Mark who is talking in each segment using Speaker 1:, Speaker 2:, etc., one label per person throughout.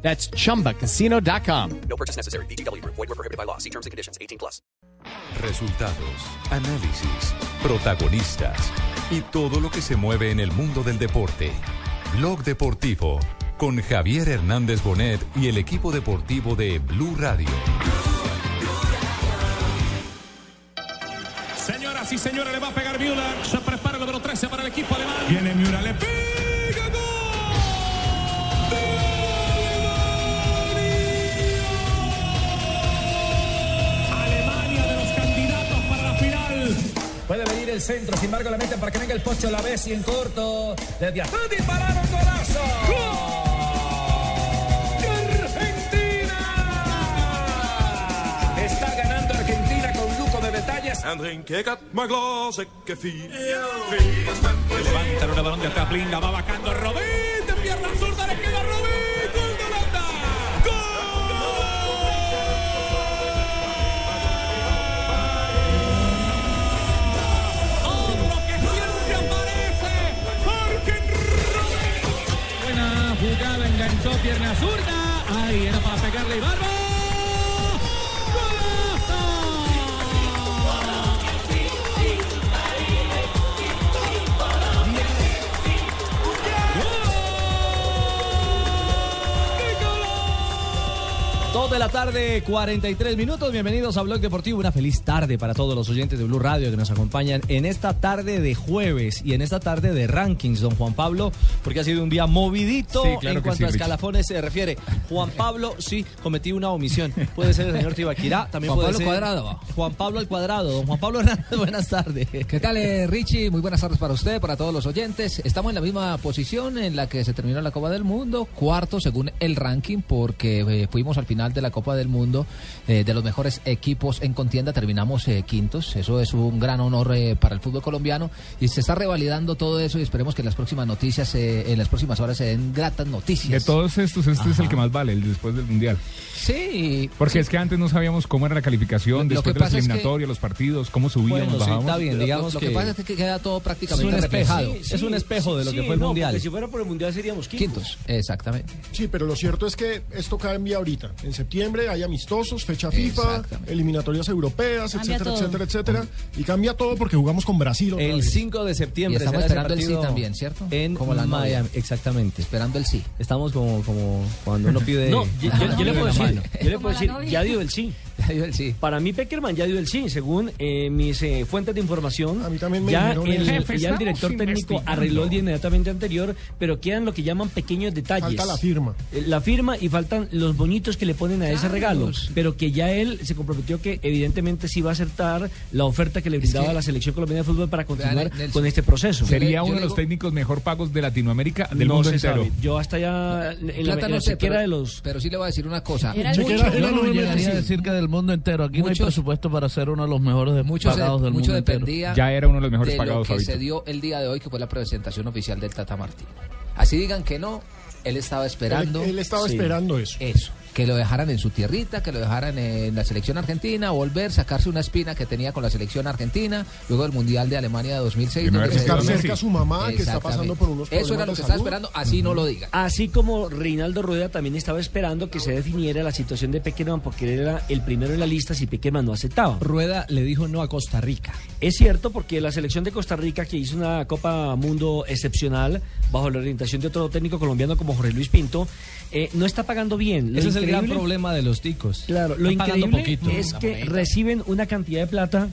Speaker 1: That's chumbacasino.com.
Speaker 2: No purchase necessary. BGW. Void were prohibited by law. See terms and conditions. 18 plus.
Speaker 3: Resultados, análisis, protagonistas y todo lo que se mueve en el mundo del deporte. Blog Deportivo con Javier Hernández Bonet y el equipo deportivo de Blue Radio.
Speaker 4: Señoras y señores, le va a pegar Müller. Se prepara el número 13 para el equipo alemán. Viene Müller, le pega gol. Alemania de los candidatos para la final.
Speaker 5: Puede venir el centro, sin embargo la meten para que venga el pocho a la vez y en corto. Desde atrás dispararon golazo.
Speaker 4: Argentina.
Speaker 5: Está ganando Argentina con lujo de detalles.
Speaker 6: En drink ik het maar glas, ik heb vier.
Speaker 4: Levanta el balón de atrás, blinda, va bajando Robin. De pierna zurda le queda Robin. Gol de Holanda. Gol. Otro que siempre aparece. Jorge
Speaker 5: Buena jugada, enganchó pierna zurda. Ahí era para pegarle y barba. Dos de la tarde, 43 minutos. Bienvenidos a Blog Deportivo. Una feliz tarde para todos los oyentes de Blue Radio que nos acompañan en esta tarde de jueves y en esta tarde de rankings, don Juan Pablo, porque ha sido un día movidito
Speaker 7: Sí, claro
Speaker 5: en
Speaker 7: que
Speaker 5: cuanto
Speaker 7: sí,
Speaker 5: a
Speaker 7: Richie.
Speaker 5: escalafones se refiere. Juan Pablo, sí, cometí una omisión. Puede ser el señor Tibaquirá, también
Speaker 7: Juan
Speaker 5: puede
Speaker 7: Pablo
Speaker 5: ser.
Speaker 7: Cuadrado.
Speaker 5: Juan Pablo al cuadrado. Don Juan Pablo Hernández, buenas tardes.
Speaker 7: ¿Qué tal, eh, Richie? Muy buenas tardes para usted, para todos los oyentes. Estamos en la misma posición en la que se terminó la Copa del Mundo, cuarto según el ranking, porque eh, fuimos al final de la Copa del Mundo eh, de los mejores equipos en contienda, terminamos eh, quintos. Eso es un gran honor eh, para el fútbol colombiano y se está revalidando todo eso y esperemos que en las próximas noticias, eh, en las próximas horas se den gratas
Speaker 8: De
Speaker 7: noticias.
Speaker 8: todos estos, este es el
Speaker 7: Ajá.
Speaker 8: que más vale, el después del Mundial.
Speaker 7: Sí.
Speaker 8: Porque es que antes no sabíamos cómo era la calificación,
Speaker 7: Lo- lo
Speaker 8: después
Speaker 7: que
Speaker 8: de las
Speaker 7: pasa es que-
Speaker 8: eliminatorias, los partidos, cómo subíamos,
Speaker 5: Bueno, sí,
Speaker 8: bajábamos.
Speaker 5: está bien,
Speaker 7: Lo-
Speaker 5: digamos
Speaker 7: lo,
Speaker 5: que,
Speaker 7: que pasa es que queda todo
Speaker 5: es un
Speaker 7: prácticamente
Speaker 5: espejo,
Speaker 7: reflejado.
Speaker 5: sí, es un espejo de lo que fue el mundial.
Speaker 9: fuera por el mundial seríamos
Speaker 7: Quintos, exactamente.
Speaker 10: Sí, pero lo cierto es que esto cambia ahorita. En septiembre hay amistosos, fecha FIFA,
Speaker 7: Exactamente.
Speaker 10: eliminatorias europeas,
Speaker 11: Cambia
Speaker 10: etcétera,
Speaker 11: todo.
Speaker 10: etcétera, etcétera. Y cambia todo porque jugamos con Brasil. otra
Speaker 5: El
Speaker 10: vez.
Speaker 5: 5 de septiembre.
Speaker 7: Y estamos
Speaker 5: será ese
Speaker 7: esperando el sí
Speaker 5: partido
Speaker 7: también, ¿cierto?
Speaker 5: En
Speaker 7: Como la novia.
Speaker 5: Miami, exactamente.
Speaker 7: Esperando el sí.
Speaker 5: Estamos como, como cuando uno pide.
Speaker 9: No, yo, yo- yo le puedo
Speaker 5: la
Speaker 9: decir,
Speaker 5: mano.
Speaker 9: yo le
Speaker 11: Como
Speaker 9: puedo
Speaker 11: la
Speaker 9: decir,
Speaker 11: novia.
Speaker 9: ya dio el sí.
Speaker 7: Ya dio el sí.
Speaker 9: Para mí Peckerman ya dio el sí, según eh, mis eh, fuentes de información.
Speaker 10: A mí también me
Speaker 9: ya
Speaker 10: dijeron
Speaker 9: el,
Speaker 10: el-
Speaker 8: Jefe,
Speaker 9: ya el
Speaker 8: estamos
Speaker 9: director técnico
Speaker 8: investigando.
Speaker 9: arregló el día inmediatamente anterior, pero quedan lo que llaman pequeños detalles.
Speaker 10: Falta la firma.
Speaker 9: Eh, La firma y faltan los bonitos que le ponen a ese regalo, pero que ya él se comprometió que evidentemente sí va a aceptar la oferta que le brindaba
Speaker 7: que-
Speaker 9: la selección colombiana de fútbol para continuar
Speaker 7: Nelson.
Speaker 9: con este proceso.
Speaker 7: Yo
Speaker 8: Sería
Speaker 7: le- yo
Speaker 8: uno de los
Speaker 7: digo-
Speaker 8: técnicos mejor pagos de Latinoamérica, del
Speaker 9: no
Speaker 8: mundo
Speaker 9: se
Speaker 8: entero.
Speaker 9: sabe. Yo hasta ya Ah, en la,
Speaker 7: Plata
Speaker 9: en la
Speaker 7: no sé,
Speaker 9: chequera
Speaker 7: pero,
Speaker 9: de los
Speaker 7: pero sí le voy a decir una
Speaker 12: Ah,
Speaker 7: cosa.
Speaker 11: Era el
Speaker 10: Chequera
Speaker 11: mucho.
Speaker 10: de la novia,
Speaker 12: llegaría a
Speaker 10: sí.
Speaker 12: decir que del mundo entero. Aquí no
Speaker 7: Muchos-
Speaker 12: hay presupuesto para ser uno de los mejores de-
Speaker 7: Mucho, se-
Speaker 12: pagados del
Speaker 7: mucho
Speaker 12: mundo entero.
Speaker 7: dependía
Speaker 8: Ya era uno de los mejores
Speaker 7: de
Speaker 8: pagados,
Speaker 7: lo que
Speaker 8: Fabito.
Speaker 7: se dio el día de hoy, que fue la presentación oficial del Tata Martino. Así digan que no, él estaba
Speaker 10: Él,
Speaker 7: esperando
Speaker 10: él estaba esperando eso.
Speaker 7: eso. Que lo dejaran en su tierrita, que lo dejaran en la selección argentina, volver, sacarse una espina que tenía con la selección argentina, luego del Mundial de Alemania de 2006.
Speaker 8: Que no era
Speaker 7: donde se
Speaker 10: Estar
Speaker 8: Messi.
Speaker 7: dio-
Speaker 10: cerca a su mamá, que está pasando por unos
Speaker 7: Eso era
Speaker 10: problemas
Speaker 7: lo que
Speaker 10: de
Speaker 7: estaba
Speaker 10: salud.
Speaker 7: esperando, así no lo digan.
Speaker 9: Así como Reinaldo Rueda también estaba esperando que se definiera la situación de Peckerman porque él era el primero en la lista si Peckerman no aceptaba.
Speaker 5: Rueda le dijo no a Costa Rica.
Speaker 9: Es cierto porque la selección de Costa Rica que hizo una Copa Mundo excepcional bajo la orientación de otro técnico colombiano como Jorge Luis Pinto eh, no está pagando bien. Lo
Speaker 5: Ese es el gran
Speaker 9: increíble-
Speaker 5: problema de los ticos.
Speaker 9: Claro, lo
Speaker 5: Están pagando
Speaker 9: increíble
Speaker 5: poquito.
Speaker 9: es que reciben una cantidad de plata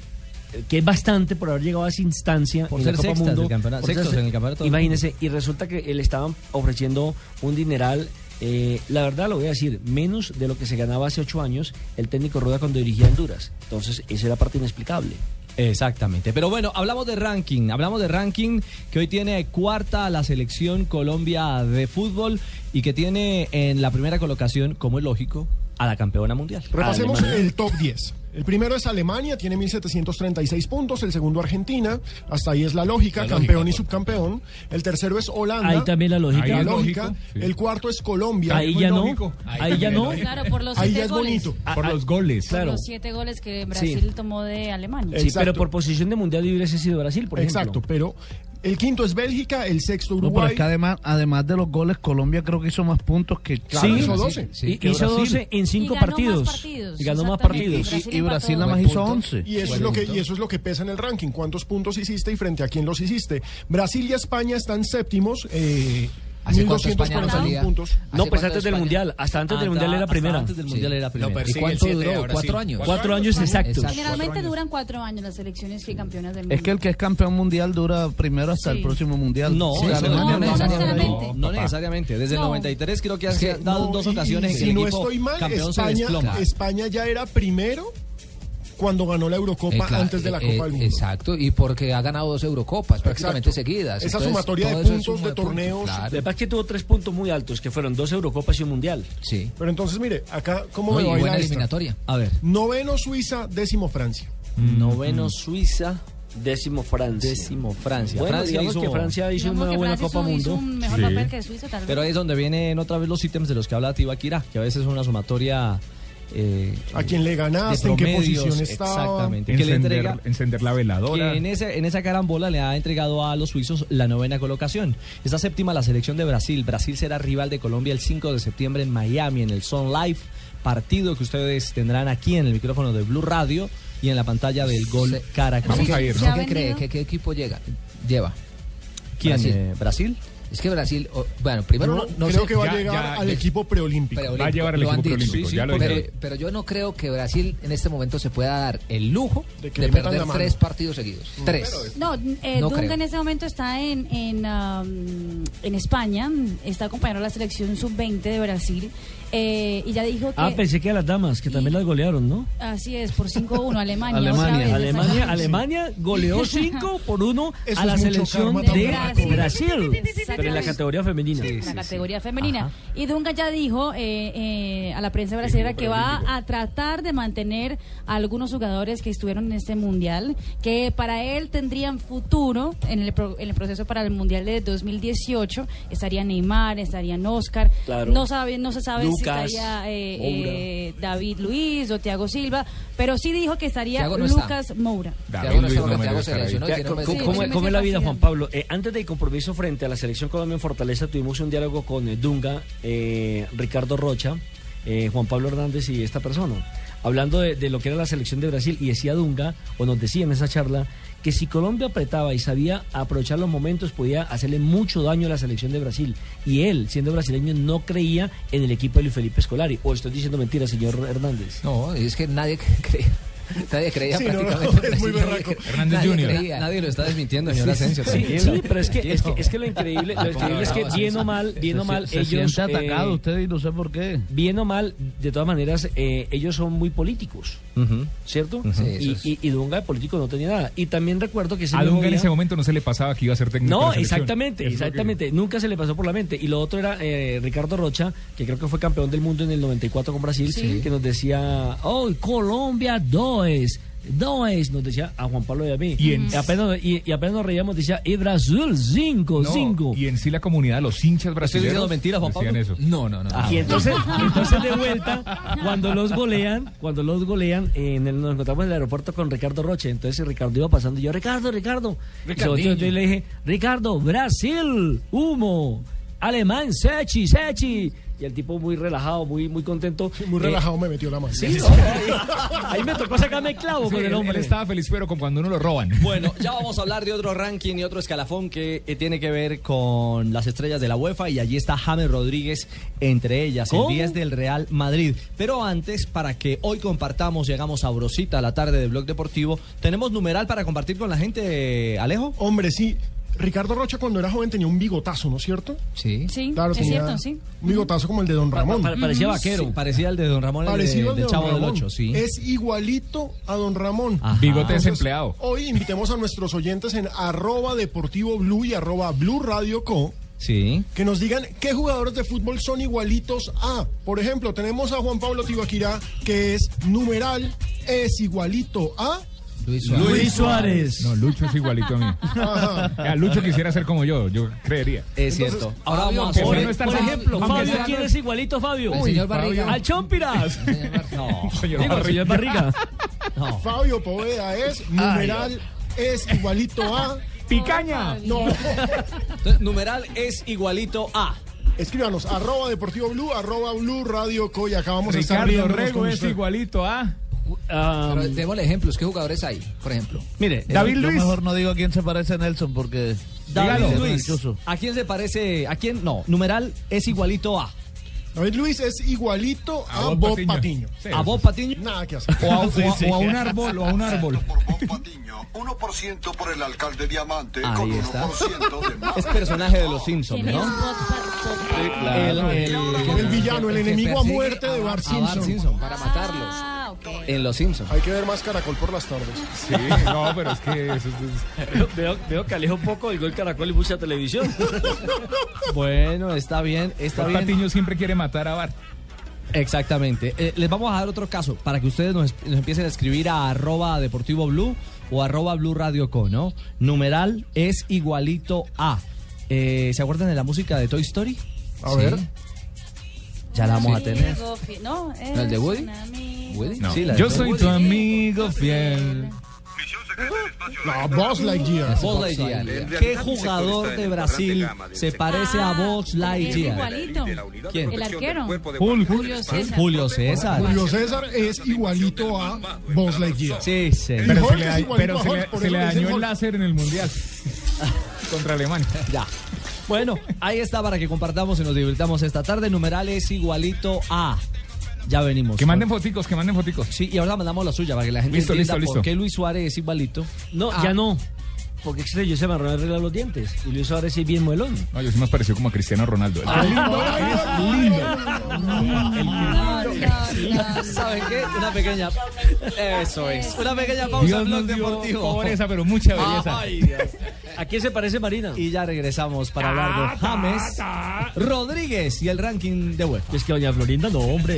Speaker 9: eh, que es bastante por haber llegado a esa instancia
Speaker 5: Por
Speaker 9: en
Speaker 5: ser
Speaker 9: la Copa
Speaker 5: sextas
Speaker 9: Mundo.
Speaker 5: del campeonato-
Speaker 9: por ser
Speaker 5: sextos
Speaker 9: se-
Speaker 5: en el campeonato del
Speaker 9: Imagínense, y resulta que eh, le estaban ofreciendo un dineral, eh, la verdad lo voy a decir, menos de lo que se ganaba hace ocho años el técnico Rueda cuando dirigía Honduras. Entonces, esa era parte inexplicable.
Speaker 5: Exactamente. Pero bueno, hablamos de ranking. Hablamos de ranking que hoy tiene cuarta la selección Colombia de fútbol y que tiene en la primera colocación, como es lógico, a la campeona mundial.
Speaker 10: Repasemos
Speaker 9: Alemania.
Speaker 10: el top 10. El primero es Alemania, tiene 1.736 puntos. El segundo, Argentina. Hasta ahí es la lógica,
Speaker 9: La lógica, pues.
Speaker 10: campeón y subcampeón. El tercero es Holanda.
Speaker 9: Ahí también la lógica. Ahí
Speaker 10: La
Speaker 9: es
Speaker 10: lógica.
Speaker 9: lógico, sí.
Speaker 10: El cuarto es Colombia.
Speaker 9: Ahí ya no, ahí ya no.
Speaker 10: Ahí ya es bonito.
Speaker 9: Por los goles.
Speaker 13: Ah, Por
Speaker 9: Claro.
Speaker 13: los siete goles que Brasil tomó de Alemania.
Speaker 9: Sí, pero por posición de mundial hubiese sido Brasil, por ejemplo.
Speaker 10: Exacto, pero el quinto es Bélgica, el sexto
Speaker 14: No, pero es
Speaker 10: Uruguay.
Speaker 14: que además, además de los goles, Colombia creo que hizo más puntos que
Speaker 10: Claro,
Speaker 14: que
Speaker 10: hizo
Speaker 14: Brasil.
Speaker 10: 12.
Speaker 14: Sí, que
Speaker 9: Y- hizo
Speaker 14: Brasil.
Speaker 9: 12 en 5
Speaker 13: ganó más
Speaker 9: partidos.
Speaker 13: partidos,
Speaker 9: Y ganó más
Speaker 13: exactamente.
Speaker 9: partidos.
Speaker 13: Y- y-
Speaker 14: y Brasil nada más
Speaker 10: Buen
Speaker 14: hizo
Speaker 10: punto.
Speaker 14: 11.
Speaker 10: Y eso, es lo que, y eso es lo que pesa en el ranking. ¿Cuántos puntos hiciste y frente a quién los hiciste? Brasil y España están séptimos. Eh,
Speaker 9: ¿Hace cuánto España no
Speaker 10: 1.241
Speaker 9: salía?
Speaker 10: puntos.
Speaker 9: No, pues antes del Mundial. Hasta antes del
Speaker 5: Hasta-
Speaker 9: Mundial era
Speaker 5: hasta
Speaker 9: primera.
Speaker 5: antes del Mundial era primera.
Speaker 9: ¿Y cuánto duró? ¿Cuatro años? Cuatro años exactos.
Speaker 13: Generalmente duran cuatro años las selecciones que campeonas del mundo.
Speaker 14: Es que el que es campeón mundial dura primero hasta el próximo mundial.
Speaker 5: No,
Speaker 14: Sí,
Speaker 5: eso
Speaker 14: Alemania
Speaker 5: no, no
Speaker 14: no,
Speaker 5: necesariamente.
Speaker 14: no,
Speaker 5: No, no
Speaker 14: no,
Speaker 5: necesariamente. Desde
Speaker 10: No.
Speaker 5: el 93 creo que
Speaker 10: Es
Speaker 5: han
Speaker 10: que
Speaker 5: dado
Speaker 10: no,
Speaker 5: dos
Speaker 10: y-
Speaker 5: ocasiones
Speaker 10: y
Speaker 5: en que
Speaker 10: si
Speaker 5: el
Speaker 10: no
Speaker 5: equipo
Speaker 10: estoy mal,
Speaker 5: campeón se
Speaker 10: España,
Speaker 5: desploma.
Speaker 10: España ya era primero cuando ganó la Eurocopa
Speaker 7: Eh, claro,
Speaker 10: antes de la
Speaker 7: eh,
Speaker 10: Copa del Mundo.
Speaker 7: Exacto, y porque ha ganado dos Eurocopas prácticamente seguidas.
Speaker 10: Esa
Speaker 7: Entonces,
Speaker 10: sumatoria de
Speaker 7: todo eso es
Speaker 10: puntos,
Speaker 7: suma
Speaker 10: de torneos.
Speaker 7: claro.
Speaker 9: De que tuvo tres puntos muy altos, que fueron dos Eurocopas y un Mundial.
Speaker 7: Sí.
Speaker 10: Pero entonces, mire, acá, ¿cómo
Speaker 9: No,
Speaker 10: me
Speaker 9: y
Speaker 10: baila
Speaker 9: buena
Speaker 10: esta?
Speaker 9: eliminatoria. A ver. Mm.
Speaker 10: Noveno Suiza, décimo Francia.
Speaker 9: Noveno Suiza, décimo Francia.
Speaker 5: Décimo Francia.
Speaker 9: Bueno,
Speaker 5: Francia
Speaker 9: digamos
Speaker 5: hizo-
Speaker 9: que Francia hizo
Speaker 13: Digamos
Speaker 9: una
Speaker 13: que
Speaker 9: buena
Speaker 13: Francia
Speaker 9: Copa
Speaker 13: hizo- hizo
Speaker 9: Mundo.
Speaker 13: un mejor
Speaker 5: Sí.
Speaker 13: papel que Suiza, tal vez.
Speaker 5: Pero ahí es donde vienen otra vez los ítems de los que habla Tibaquira, que a veces es una sumatoria. eh,
Speaker 10: ¿A quién le ganaste?
Speaker 5: de
Speaker 10: ¿En qué
Speaker 5: promedios,
Speaker 10: posición estaba?
Speaker 5: Exactamente. Que le
Speaker 4: Encender,
Speaker 5: entrega,
Speaker 4: encender la veladora.
Speaker 5: que en, ese- en esa carambola le ha entregado a los suizos la novena colocación. Esta séptima la selección de Brasil. Brasil será rival de Colombia el 5 de septiembre en Miami, en el Sun Life, partido que ustedes tendrán aquí en el micrófono de Blue Radio y en la pantalla del gol Caracol.
Speaker 7: ¿Qué- ¿Qué cree? ¿Qué, qué equipo llega? lleva?
Speaker 5: ¿Quién, eh, ¿Brasil?
Speaker 7: Es que Brasil, o- bueno, primero
Speaker 10: Yo
Speaker 7: no, no
Speaker 10: creo
Speaker 7: sé-
Speaker 10: que va a llegar al equipo preolímpico.
Speaker 7: preolímpico,
Speaker 4: llevar al
Speaker 7: lo han
Speaker 4: equipo
Speaker 7: dicho.
Speaker 4: preolímpico, ya lo
Speaker 7: pero,
Speaker 4: dijeron.
Speaker 7: pero yo no creo que Brasil en este momento se pueda dar el lujo de,
Speaker 10: que le metan
Speaker 7: perder
Speaker 10: la mano. Mm.
Speaker 7: tres partidos seguidos. tres.
Speaker 13: No, eh,
Speaker 7: No
Speaker 13: Dunga
Speaker 7: creo.
Speaker 13: en este momento está en, en, am, en España, está acompañando a la selección sub-20 de Brasil eh, y ya dijo que...
Speaker 9: Ah, pensé que a las damas, que también las golearon, ¿no?
Speaker 13: Así es, por 5-1 Alemania. otra vez,
Speaker 9: Alemania. Alemania,
Speaker 13: exactamente.
Speaker 9: Alemania goleó 5 por 1
Speaker 13: Eso
Speaker 9: a la
Speaker 13: es mucho
Speaker 9: selección
Speaker 13: karma
Speaker 9: de
Speaker 13: tampoco.
Speaker 9: Brasil.
Speaker 13: Brasil.
Speaker 9: Pero en la categoría femenina.
Speaker 13: en la categoría femenina. Y Dunga ya dijo eh, eh, a la prensa brasileña que va a tratar de mantener a algunos jugadores que estuvieron en este mundial, que para él tendrían futuro en el, pro- en el proceso para el mundial de 2018. Estaría Neymar, estarían Oscar.
Speaker 15: Claro.
Speaker 13: No, sabe, no se sabe
Speaker 15: Lucas,
Speaker 13: si estaría eh,
Speaker 15: Moura.
Speaker 13: eh, David Luis o Thiago Silva, pero sí dijo que estaría
Speaker 9: Thiago no está.
Speaker 13: Lucas Moura.
Speaker 9: David
Speaker 7: Luis no
Speaker 9: Luis
Speaker 7: merece
Speaker 9: Santiago
Speaker 7: estar ahí.
Speaker 9: seleccionó y
Speaker 7: Ya,
Speaker 9: tiene
Speaker 7: ¿cómo-
Speaker 9: un
Speaker 7: cómo-
Speaker 9: mes-
Speaker 7: cómo-
Speaker 9: ¿Cómo,
Speaker 7: cómo
Speaker 9: es la vida, Juan Pablo? Eh, antes del compromiso frente a la selección Colombia en Fortaleza, tuvimos un diálogo con eh, Dunga, eh, Ricardo Rocha, eh, Juan Pablo Hernández y esta persona, hablando de, de lo que era la selección de Brasil. Y decía Dunga, o nos decía en esa charla, que si Colombia apretaba y sabía aprovechar los momentos, podía hacerle mucho daño a la selección de Brasil. Y él, siendo brasileño, no creía en el equipo de Luis Felipe Scolari. O estoy diciendo mentira, señor Hernández.
Speaker 7: No, es que nadie creía. Nadie creía
Speaker 9: Sí, no, no,
Speaker 7: prácticamente. en
Speaker 9: es muy
Speaker 7: Brasil,
Speaker 9: berraco.
Speaker 7: nadie-
Speaker 9: Hernández
Speaker 7: nadie
Speaker 9: Jr..
Speaker 7: creía.
Speaker 5: Nadie lo está desmintiendo, señor
Speaker 7: Sí,
Speaker 5: Asensio.
Speaker 7: sí,
Speaker 5: tranquilo.
Speaker 9: Sí, pero es que, es que, es que lo increíble, lo
Speaker 14: Ah,
Speaker 9: increíble es que
Speaker 14: no,
Speaker 9: bien
Speaker 14: sí,
Speaker 9: o
Speaker 14: sí.
Speaker 9: mal, bien
Speaker 14: Se
Speaker 9: o mal,
Speaker 14: sie- se
Speaker 9: ellos... eh,
Speaker 14: siente atacado usted y no sé por qué.
Speaker 9: Bien o mal, de todas maneras, eh, ellos son muy políticos, ¿cierto?
Speaker 4: Ujú. Sí,
Speaker 9: y,
Speaker 4: eso es.
Speaker 9: y, y Dunga de político no tenía nada. Y también recuerdo que ese
Speaker 4: A
Speaker 9: mismo
Speaker 4: Dunga en
Speaker 9: día-
Speaker 4: ese momento no se le pasaba que iba a ser técnico. de
Speaker 9: no,
Speaker 4: la selección.
Speaker 9: exactamente,
Speaker 4: Es lo que-
Speaker 9: exactamente. Nunca se le pasó por la mente. Y lo otro era eh, Ricardo Rocha, que creo que fue campeón del mundo en el 94 con Brasil,
Speaker 4: Sí.
Speaker 9: que nos decía, hoy Colombia no es, no es, nos decía a Juan Pablo y a mí.
Speaker 4: Y en-
Speaker 9: Y apenas, y, y apenas nos reíamos, decía, y Brasil 5,
Speaker 4: No,
Speaker 9: 5.
Speaker 4: Y en sí la comunidad, los hinchas brasileños.
Speaker 9: diciendo mentiras, Juan
Speaker 4: decían
Speaker 9: Pablo?
Speaker 4: eso.
Speaker 7: No, no, no.
Speaker 9: Ah, Y entonces, entonces de vuelta, cuando los golean, cuando los golean, eh, en el- nos encontramos en el aeropuerto con Ricardo Roche. Entonces Ricardo iba pasando y yo, Ricardo, Ricardo. Y se volteó,
Speaker 15: Ricardinho.
Speaker 9: yo le dije, Ricardo, Brasil, humo, alemán, Sechi, Sechi. Y el tipo muy relajado, muy, muy contento.
Speaker 10: Muy
Speaker 9: eh,
Speaker 10: relajado me metió la mano.
Speaker 9: Sí, no, ahí, ahí me tocó sacarme el clavo
Speaker 4: Sí,
Speaker 9: con
Speaker 4: él-
Speaker 9: el hombre.
Speaker 4: él estaba feliz, pero con cuando uno lo roban.
Speaker 5: Bueno, ya vamos a hablar de otro ranking y otro escalafón que eh, tiene que ver con las estrellas de la UEFA y allí está James Rodríguez entre ellas,
Speaker 9: ¿Cómo?
Speaker 5: el 10 del Real Madrid. Pero antes, para que hoy compartamos, llegamos a Brosita a la tarde de Blog Deportivo, ¿tenemos numeral para compartir con la gente, Alejo?
Speaker 10: Hombre, sí. Ricardo Rocha cuando era joven tenía un bigotazo, ¿no es cierto?
Speaker 7: Sí.
Speaker 13: Sí,
Speaker 10: Claro,
Speaker 13: es
Speaker 10: tenía
Speaker 13: cierto, sí.
Speaker 10: Un bigotazo como el de Don Ramón.
Speaker 5: parecía vaquero. Mm, parecía el de Don Ramón, el de-
Speaker 10: Parecido al de
Speaker 5: del
Speaker 10: Don
Speaker 5: Chavo del
Speaker 10: Ramón.
Speaker 5: Ocho, sí.
Speaker 10: Es igualito a Don Ramón.
Speaker 5: Ajá. Bigote desempleado.
Speaker 10: Hoy invitemos a nuestros oyentes en arroba deportivo blue y arroba blue radio co
Speaker 5: Sí.
Speaker 10: que nos digan qué jugadores de fútbol son igualitos a. Por ejemplo, tenemos a Juan Pablo Tibaquirá, que es numeral es igualito a
Speaker 4: Luis No, Lucho es igualito a mí. Ya, Lucho quisiera ser como yo, yo creería.
Speaker 5: Es
Speaker 4: Entonces,
Speaker 5: cierto.
Speaker 4: Ahora
Speaker 5: Fabio,
Speaker 4: vamos,
Speaker 5: por-
Speaker 4: no está el
Speaker 5: por
Speaker 4: señor-
Speaker 5: ejemplo,
Speaker 4: aunque
Speaker 5: Fabio,
Speaker 4: sea-
Speaker 5: ¿quién
Speaker 9: es igualito, Fabio?
Speaker 5: El señor Barriga.
Speaker 9: ¡Al Chompiras!
Speaker 5: No,
Speaker 4: señor
Speaker 9: Digo, el señor Barriga.
Speaker 10: Fabio Poveda es numeral es igualito a
Speaker 4: picaña.
Speaker 10: No.
Speaker 5: Entonces, numeral es igualito a.
Speaker 10: Escríbanos, arroba deportivo blue, arroba blue radio co y acabamos de estar
Speaker 4: Ricardo
Speaker 10: riéndonos
Speaker 4: Rego
Speaker 10: con
Speaker 4: es
Speaker 10: usted.
Speaker 4: igualito ah. a.
Speaker 7: Pero démosle ejemplos. ¿Qué jugadores hay, por ejemplo?
Speaker 5: Mire,
Speaker 12: Eh, yo, yo mejor no digo a quién se parece a Nelson porque.
Speaker 5: David
Speaker 12: Dígalo.
Speaker 5: Luis. ¿A quién se parece? ¿A quién? No, numeral es igualito a.
Speaker 10: David Luis es igualito a, Bob Patiño.
Speaker 5: ¿A Bob Patiño?
Speaker 10: Nada que hacer.
Speaker 4: O a, o a- o a un árbol, o a un árbol.
Speaker 16: 1% por el alcalde Diamante,
Speaker 5: Ahí
Speaker 16: con
Speaker 5: está.
Speaker 16: 1% de más.
Speaker 5: Es personaje de los Simpsons, ¿no? El, el-
Speaker 10: El villano, el
Speaker 7: Que
Speaker 10: enemigo a
Speaker 7: persigue
Speaker 10: muerte de Bart
Speaker 7: a Bart
Speaker 10: Simpson.
Speaker 7: Simpson para matarlos.
Speaker 5: en los Simpsons.
Speaker 10: Hay que ver más caracol por las tardes.
Speaker 4: Sí, no, pero es que eso es-
Speaker 9: veo, veo que aleja un poco el gol Caracol y mucha televisión.
Speaker 5: Bueno, está bien, está
Speaker 4: Bob
Speaker 5: bien.
Speaker 4: Patiño siempre quiere matar a Bart.
Speaker 5: Exactamente. Eh, les vamos a dar otro caso para que ustedes nos, nos empiecen a escribir a arroba deportivo blue o arroba blue radio co, ¿no? Numeral es igualito a. Eh, ¿Se acuerdan de la música de Toy Story?
Speaker 7: A ver.
Speaker 5: Ya la vamos a tener.
Speaker 13: No,
Speaker 5: ¿El de Woody?
Speaker 7: Woody.
Speaker 5: Sí, la de
Speaker 4: Yo
Speaker 5: Toy
Speaker 4: soy
Speaker 5: Woody.
Speaker 4: tu amigo fiel.
Speaker 10: No, Buzz Lightyear.
Speaker 5: Buzz Lightyear. ¿Qué jugador de Brasil se parece a
Speaker 13: Ah,
Speaker 5: Box Lightyear?
Speaker 13: igualito.
Speaker 5: ¿Quién?
Speaker 13: El arquero.
Speaker 4: Hulk.
Speaker 13: Julio César.
Speaker 5: Julio César.
Speaker 10: Julio César es igualito a Buzz Lightyear.
Speaker 5: Sí, señor.
Speaker 4: Pero se
Speaker 10: Hulk
Speaker 4: le,
Speaker 10: es
Speaker 4: da-
Speaker 10: igualito
Speaker 4: pero
Speaker 10: a
Speaker 4: se
Speaker 10: Hulk,
Speaker 4: le-
Speaker 10: por
Speaker 4: se
Speaker 10: eso
Speaker 4: le
Speaker 10: le dicen
Speaker 4: dañó el
Speaker 10: Hulk.
Speaker 4: láser en el mundial contra Alemania.
Speaker 5: Ya. Bueno, ahí está para que compartamos y nos divirtamos esta tarde. Numeral es igualito a. Ya venimos.
Speaker 4: Que manden foticos, que manden foticos.
Speaker 5: Sí, y ahora mandamos la suya para que la gente
Speaker 4: Listo,
Speaker 5: entienda
Speaker 4: listo,
Speaker 5: por
Speaker 4: listo.
Speaker 5: qué Luis Suárez es igualito.
Speaker 9: No,
Speaker 5: Ah.
Speaker 9: ya no. Porque extraño, yo se me arreglar los dientes. Y Luis ahora sí bien muelón.
Speaker 4: No, yo sí más pareció como a Cristiano Ronaldo. El-
Speaker 5: ¿Saben qué? Una pequeña. Eso es. Una pequeña pausa
Speaker 4: Dios
Speaker 5: en Blog
Speaker 4: nos dio
Speaker 5: Deportivo.
Speaker 4: pobreza, pero mucha belleza.
Speaker 5: Ay, Dios.
Speaker 9: ¿A quién se parece Marina?
Speaker 5: Y ya regresamos para hablar de James Rodríguez y el ranking de UEFA.
Speaker 9: Es que doña Florinda no, hombre.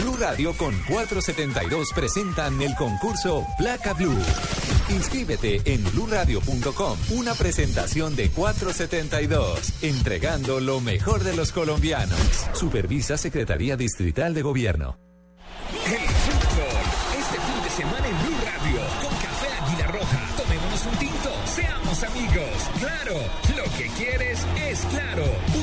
Speaker 3: Blue Radio con 472 presentan el concurso Placa Blue. Inscríbete en bluradio.com, una presentación de 472, entregando lo mejor de los colombianos. Supervisa Secretaría Distrital de Gobierno.
Speaker 8: El fútbol. Este fin de semana en Blue Radio. Con Café Águila Roja. Tomémonos un tinto. Seamos amigos. Claro. Lo que quieres es claro.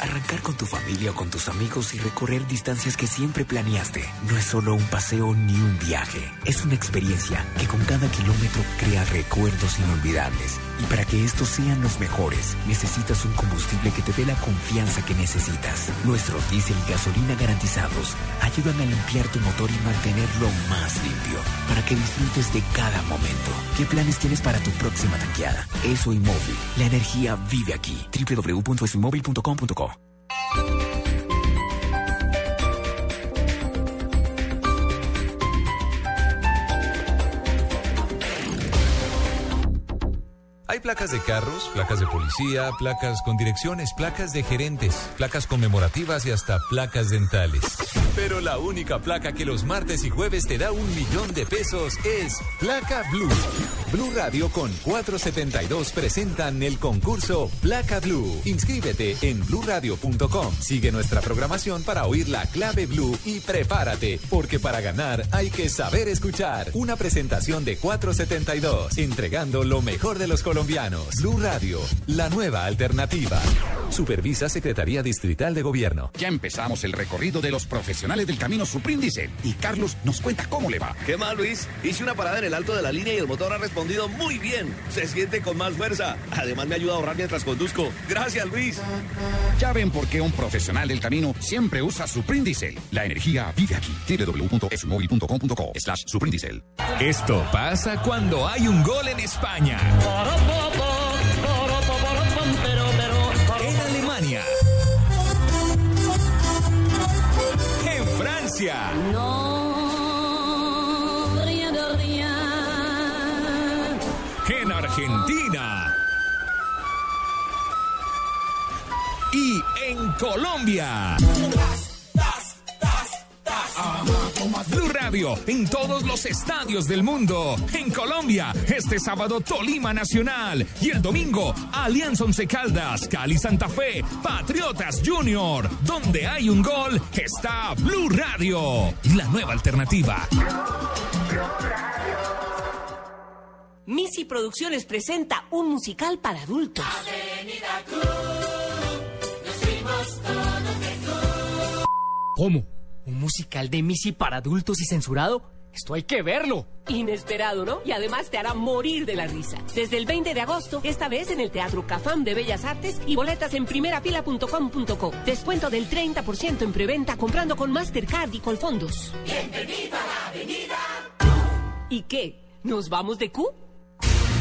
Speaker 17: Arrancar con tu familia o con tus amigos y recorrer distancias que siempre planeaste no es solo un paseo ni un viaje, es una experiencia que con cada kilómetro crea recuerdos inolvidables. Y para que estos sean los mejores, necesitas un combustible que te dé la confianza que necesitas. Nuestros diésel y gasolina garantizados ayudan a limpiar tu motor y mantenerlo más limpio para que disfrutes de cada momento. ¿Qué planes tienes para tu próxima tanqueada? Eso Inmóvil, la energía vive aquí. www.esoinmóvil.com.co
Speaker 3: Hay placas de carros, placas de policía, placas con direcciones, placas de gerentes, placas conmemorativas y hasta placas dentales. Pero la única placa que los martes y jueves te da un millón de pesos es Placa Blue. Blue Radio con 472 presentan el concurso Placa Blue. Inscríbete en bluradio.com. Sigue nuestra programación para oír la clave Blue y prepárate, porque para ganar hay que saber escuchar. Una presentación de 472, entregando lo mejor de los colombianos. Blue Radio, la nueva alternativa. Supervisa Secretaría Distrital de Gobierno.
Speaker 18: Ya empezamos el recorrido de los profesionales del camino Supríndice y Carlos nos cuenta cómo le va.
Speaker 6: ¿Qué más, Luis? Hice una parada en el alto de la línea y el motor ha respondido muy bien. Se siente con más fuerza. Además, me ayuda a ahorrar mientras conduzco. Gracias, Luis.
Speaker 18: Ya ven por qué un profesional del camino siempre usa Suprindicel. La energía vive aquí. www.esmóvil.com.co slash Suprindicel.
Speaker 8: Esto pasa cuando hay un gol en España. En Alemania. En Francia. En Argentina. Y en Colombia. Blue Radio en todos los estadios del mundo. En Colombia, este sábado Tolima Nacional y el domingo Alianza Once Caldas, Cali Santa Fe, Patriotas Junior. Donde hay un gol está Blue Radio, la nueva alternativa.
Speaker 19: Missy Producciones presenta un musical para adultos.
Speaker 20: Avenida Club, nos fuimos todos de Club.
Speaker 9: ¿Cómo? ¿Un musical de Missy para adultos y censurado? Esto hay que verlo.
Speaker 19: Inesperado, ¿no? Y además te hará morir de la risa. Desde el 20 de agosto, esta vez en el Teatro Cafam de Bellas Artes y boletas en primerafila.com.co. Descuento del 30% en preventa comprando con Mastercard y Colfondos.
Speaker 20: Bienvenido a la avenida.
Speaker 19: ¿Y qué? ¿Nos vamos de Q?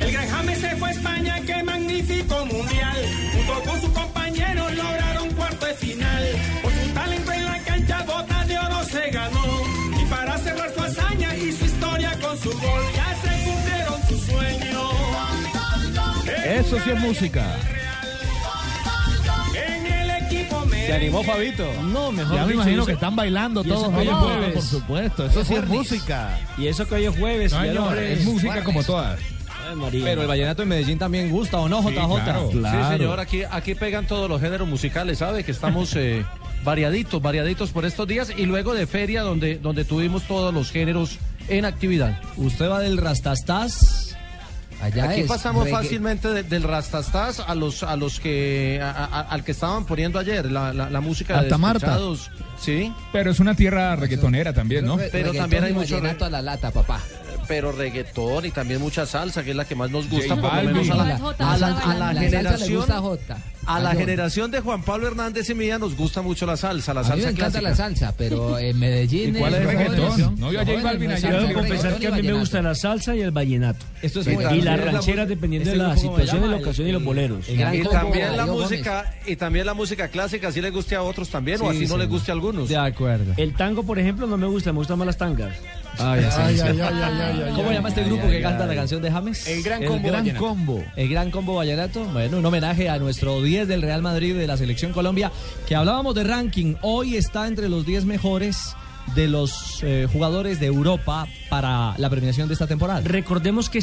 Speaker 4: El gran James se fue a España, qué magnífico mundial. Junto con sus compañeros lograron cuarto de final. Por su talento en la cancha, bota de oro se ganó. Y para cerrar su hazaña y su historia con su gol, ya se cumplieron sus sueños.
Speaker 12: Eso sí es música.
Speaker 4: En el equipo me
Speaker 5: Fabito? No, mejor
Speaker 21: Ya me
Speaker 5: dicho,
Speaker 21: imagino
Speaker 5: hizo-
Speaker 21: que están bailando
Speaker 5: y eso
Speaker 21: todos
Speaker 5: que hoy es
Speaker 21: los jueves.
Speaker 5: jueves.
Speaker 21: Por supuesto, eso sí es
Speaker 5: Viernes.
Speaker 21: música.
Speaker 5: Y eso que hoy es jueves.
Speaker 21: No,
Speaker 5: ya
Speaker 21: señor,
Speaker 5: hombres-
Speaker 21: es música como
Speaker 12: todas.
Speaker 5: Pero el vallenato en Medellín también gusta, ¿o no, JJ?
Speaker 22: Sí, señor, aquí, aquí pegan todos los géneros musicales, ¿sabe? Que estamos eh, variaditos, variaditos por estos días y luego de feria donde, donde tuvimos todos los géneros en actividad.
Speaker 5: Usted va del rastastas.
Speaker 22: Allá aquí
Speaker 5: es,
Speaker 22: pasamos
Speaker 5: reggae.
Speaker 22: fácilmente de- del rastastas a los a los que a- a- al que estaban poniendo ayer la, la- la música de
Speaker 12: Alta Marta.
Speaker 22: Despechados, sí,
Speaker 12: Pero es una tierra reggaetonera también, ¿no?
Speaker 22: Pero también hay mucho
Speaker 7: Renato a la lata, papá.
Speaker 22: pero reggaetón y también mucha salsa que es la que más nos gusta
Speaker 12: J
Speaker 22: por lo menos a la,
Speaker 7: Balvin.
Speaker 22: a la- a la
Speaker 7: La salsa le
Speaker 22: generación
Speaker 7: gusta a Jota.
Speaker 22: a la
Speaker 7: Mayor.
Speaker 22: generación de Juan Pablo Hernández y Mía nos gusta mucho la salsa, la
Speaker 7: A mí me
Speaker 22: salsa
Speaker 7: encanta
Speaker 22: clásica.
Speaker 7: la salsa, pero en Medellín.
Speaker 22: ¿Y cuál
Speaker 7: eh,
Speaker 22: es
Speaker 7: los
Speaker 22: el reggaetón?
Speaker 7: jóvenes-
Speaker 22: No, yo
Speaker 7: los
Speaker 22: a J
Speaker 7: jóvenes
Speaker 22: Balvin
Speaker 7: es
Speaker 22: ayer
Speaker 7: salsa,
Speaker 22: lo
Speaker 7: es
Speaker 22: confesar
Speaker 7: reggaetón
Speaker 22: que
Speaker 7: y
Speaker 22: a mí me
Speaker 7: vallenato.
Speaker 9: gusta la salsa y el vallenato.
Speaker 5: Esto
Speaker 22: es muy
Speaker 9: y las
Speaker 22: grave.
Speaker 9: rancheras dependiendo de
Speaker 5: Este
Speaker 9: la
Speaker 5: grupo me
Speaker 9: situación de
Speaker 5: llama
Speaker 9: la ocasión y los boleros.
Speaker 22: Y también la música y también la música clásica si le guste a otros también o así no le guste a algunos.
Speaker 5: De acuerdo.
Speaker 9: El tango, por ejemplo, no me gusta, me gustan más las tangas.
Speaker 5: Ay, sí, sí. ¿Cómo
Speaker 9: ay,
Speaker 5: llama este
Speaker 9: ay,
Speaker 5: grupo
Speaker 9: ay,
Speaker 5: que canta
Speaker 9: ay.
Speaker 5: la canción de James?
Speaker 9: El Gran Combo
Speaker 5: El Gran
Speaker 9: Vallenato.
Speaker 5: Combo. El Gran Combo Vallenato. Bueno, un homenaje a nuestro 10 del Real Madrid de la Selección Colombia, que hablábamos de ranking. Hoy está entre los 10 mejores de los eh, jugadores de Europa para la premiación de esta temporada.
Speaker 9: Recordemos que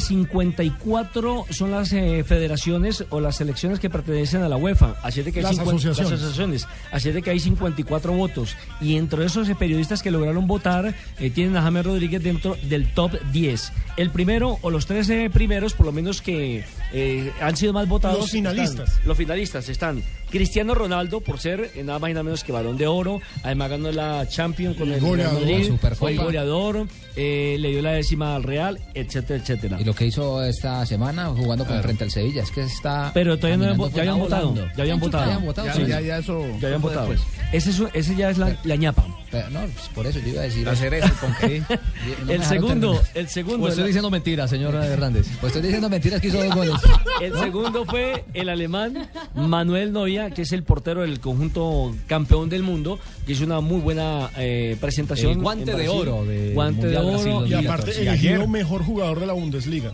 Speaker 9: 54 son las eh, federaciones o las selecciones que pertenecen a la UEFA. Así es de que hay
Speaker 10: Las
Speaker 9: 50
Speaker 10: asociaciones.
Speaker 9: las asociaciones. Así es de que hay 54 votos. Y entre esos eh, periodistas que lograron votar, eh, tienen a James Rodríguez dentro del top 10. El primero o los 13 primeros, por lo menos que eh, han sido más votados.
Speaker 10: Los finalistas.
Speaker 9: están- los finalistas están Cristiano Ronaldo, por ser eh, nada más y nada menos que varón de oro. Además ganó la Champions con el Real
Speaker 7: Goleador.
Speaker 9: Madrid,
Speaker 7: Supercopa.
Speaker 9: fue goleador, eh, le dio la décima al Real, etcétera, etcétera.
Speaker 7: Y lo que hizo esta semana jugando con frente al Sevilla, es que está.
Speaker 9: Pero todavía no habían
Speaker 7: caminando
Speaker 9: votado. Ya habían
Speaker 7: fuera
Speaker 9: votado.
Speaker 7: volando.
Speaker 9: Ya habían votado.
Speaker 7: sí.
Speaker 9: Sí. Ya habían votado.
Speaker 12: pues.
Speaker 9: pues. Ese, es- ese ya es la, la ñapa.
Speaker 7: Pero no, pues, por eso yo iba a decir.
Speaker 9: La cereza, ¿con qué?
Speaker 7: No me
Speaker 9: el
Speaker 7: dejaron
Speaker 9: segundo,
Speaker 7: terminar.
Speaker 9: el segundo.
Speaker 5: Pues estoy
Speaker 9: el-
Speaker 5: diciendo mentiras, señor Hernández.
Speaker 7: Pues estoy diciendo mentiras que hizo dos goles.
Speaker 9: El segundo fue el alemán Manuel Neuer, que es el portero del conjunto campeón del mundo, que hizo una muy buena eh, presentación.
Speaker 5: El guante
Speaker 9: en
Speaker 5: de
Speaker 9: Brasil.
Speaker 5: oro de
Speaker 9: guante de
Speaker 5: Mundial Brasil
Speaker 9: oro.
Speaker 10: Y aparte, elegido mejor jugador de la Bundesliga.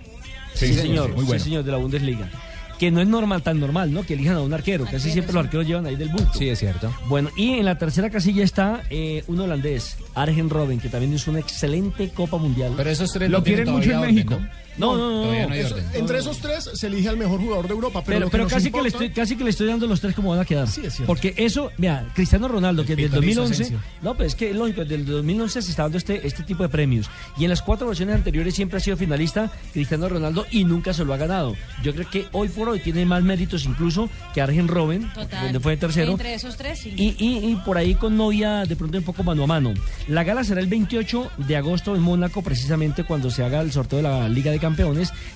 Speaker 9: Sí,
Speaker 10: Sí,
Speaker 9: señor,
Speaker 10: sí, muy bueno.
Speaker 9: sí, señor, de la Bundesliga. Que no es normal, tan normal, ¿no? Que elijan a un arquero, casi siempre los arqueros llevan ahí del bulto. Sí,
Speaker 5: es cierto.
Speaker 9: Bueno, y en la tercera casilla está eh, un holandés, Arjen Robben, que también hizo una excelente Copa Mundial. Pero
Speaker 7: esos
Speaker 10: Lo quieren mucho en México.
Speaker 9: No, no, no. no,
Speaker 10: Eso- entre esos tres se elige al mejor jugador de Europa. Pero,
Speaker 9: Pero,
Speaker 10: lo que
Speaker 9: pero
Speaker 10: nos
Speaker 9: casi, que le
Speaker 10: importa-
Speaker 9: estoy, casi que le estoy dando los tres como van a quedar.
Speaker 10: es cierto.
Speaker 9: Porque eso, mira, Cristiano Ronaldo, que del
Speaker 10: pitonizo
Speaker 9: 2011.
Speaker 10: Asensio.
Speaker 9: No, pero es que lógico, desde el 2011 se está dando este, este tipo de premios. Y en las cuatro versiones anteriores siempre ha sido finalista Cristiano Ronaldo y nunca se lo ha ganado. Yo creo que hoy por hoy tiene más méritos incluso que Argen Robben,
Speaker 13: Total.
Speaker 9: donde fue tercero.
Speaker 13: Entre esos tres, sí.
Speaker 9: Y, y- y por ahí con novia, de pronto un poco mano a mano. La gala será el 28 de agosto en Mónaco, precisamente cuando se haga el sorteo de la Liga de Campeones.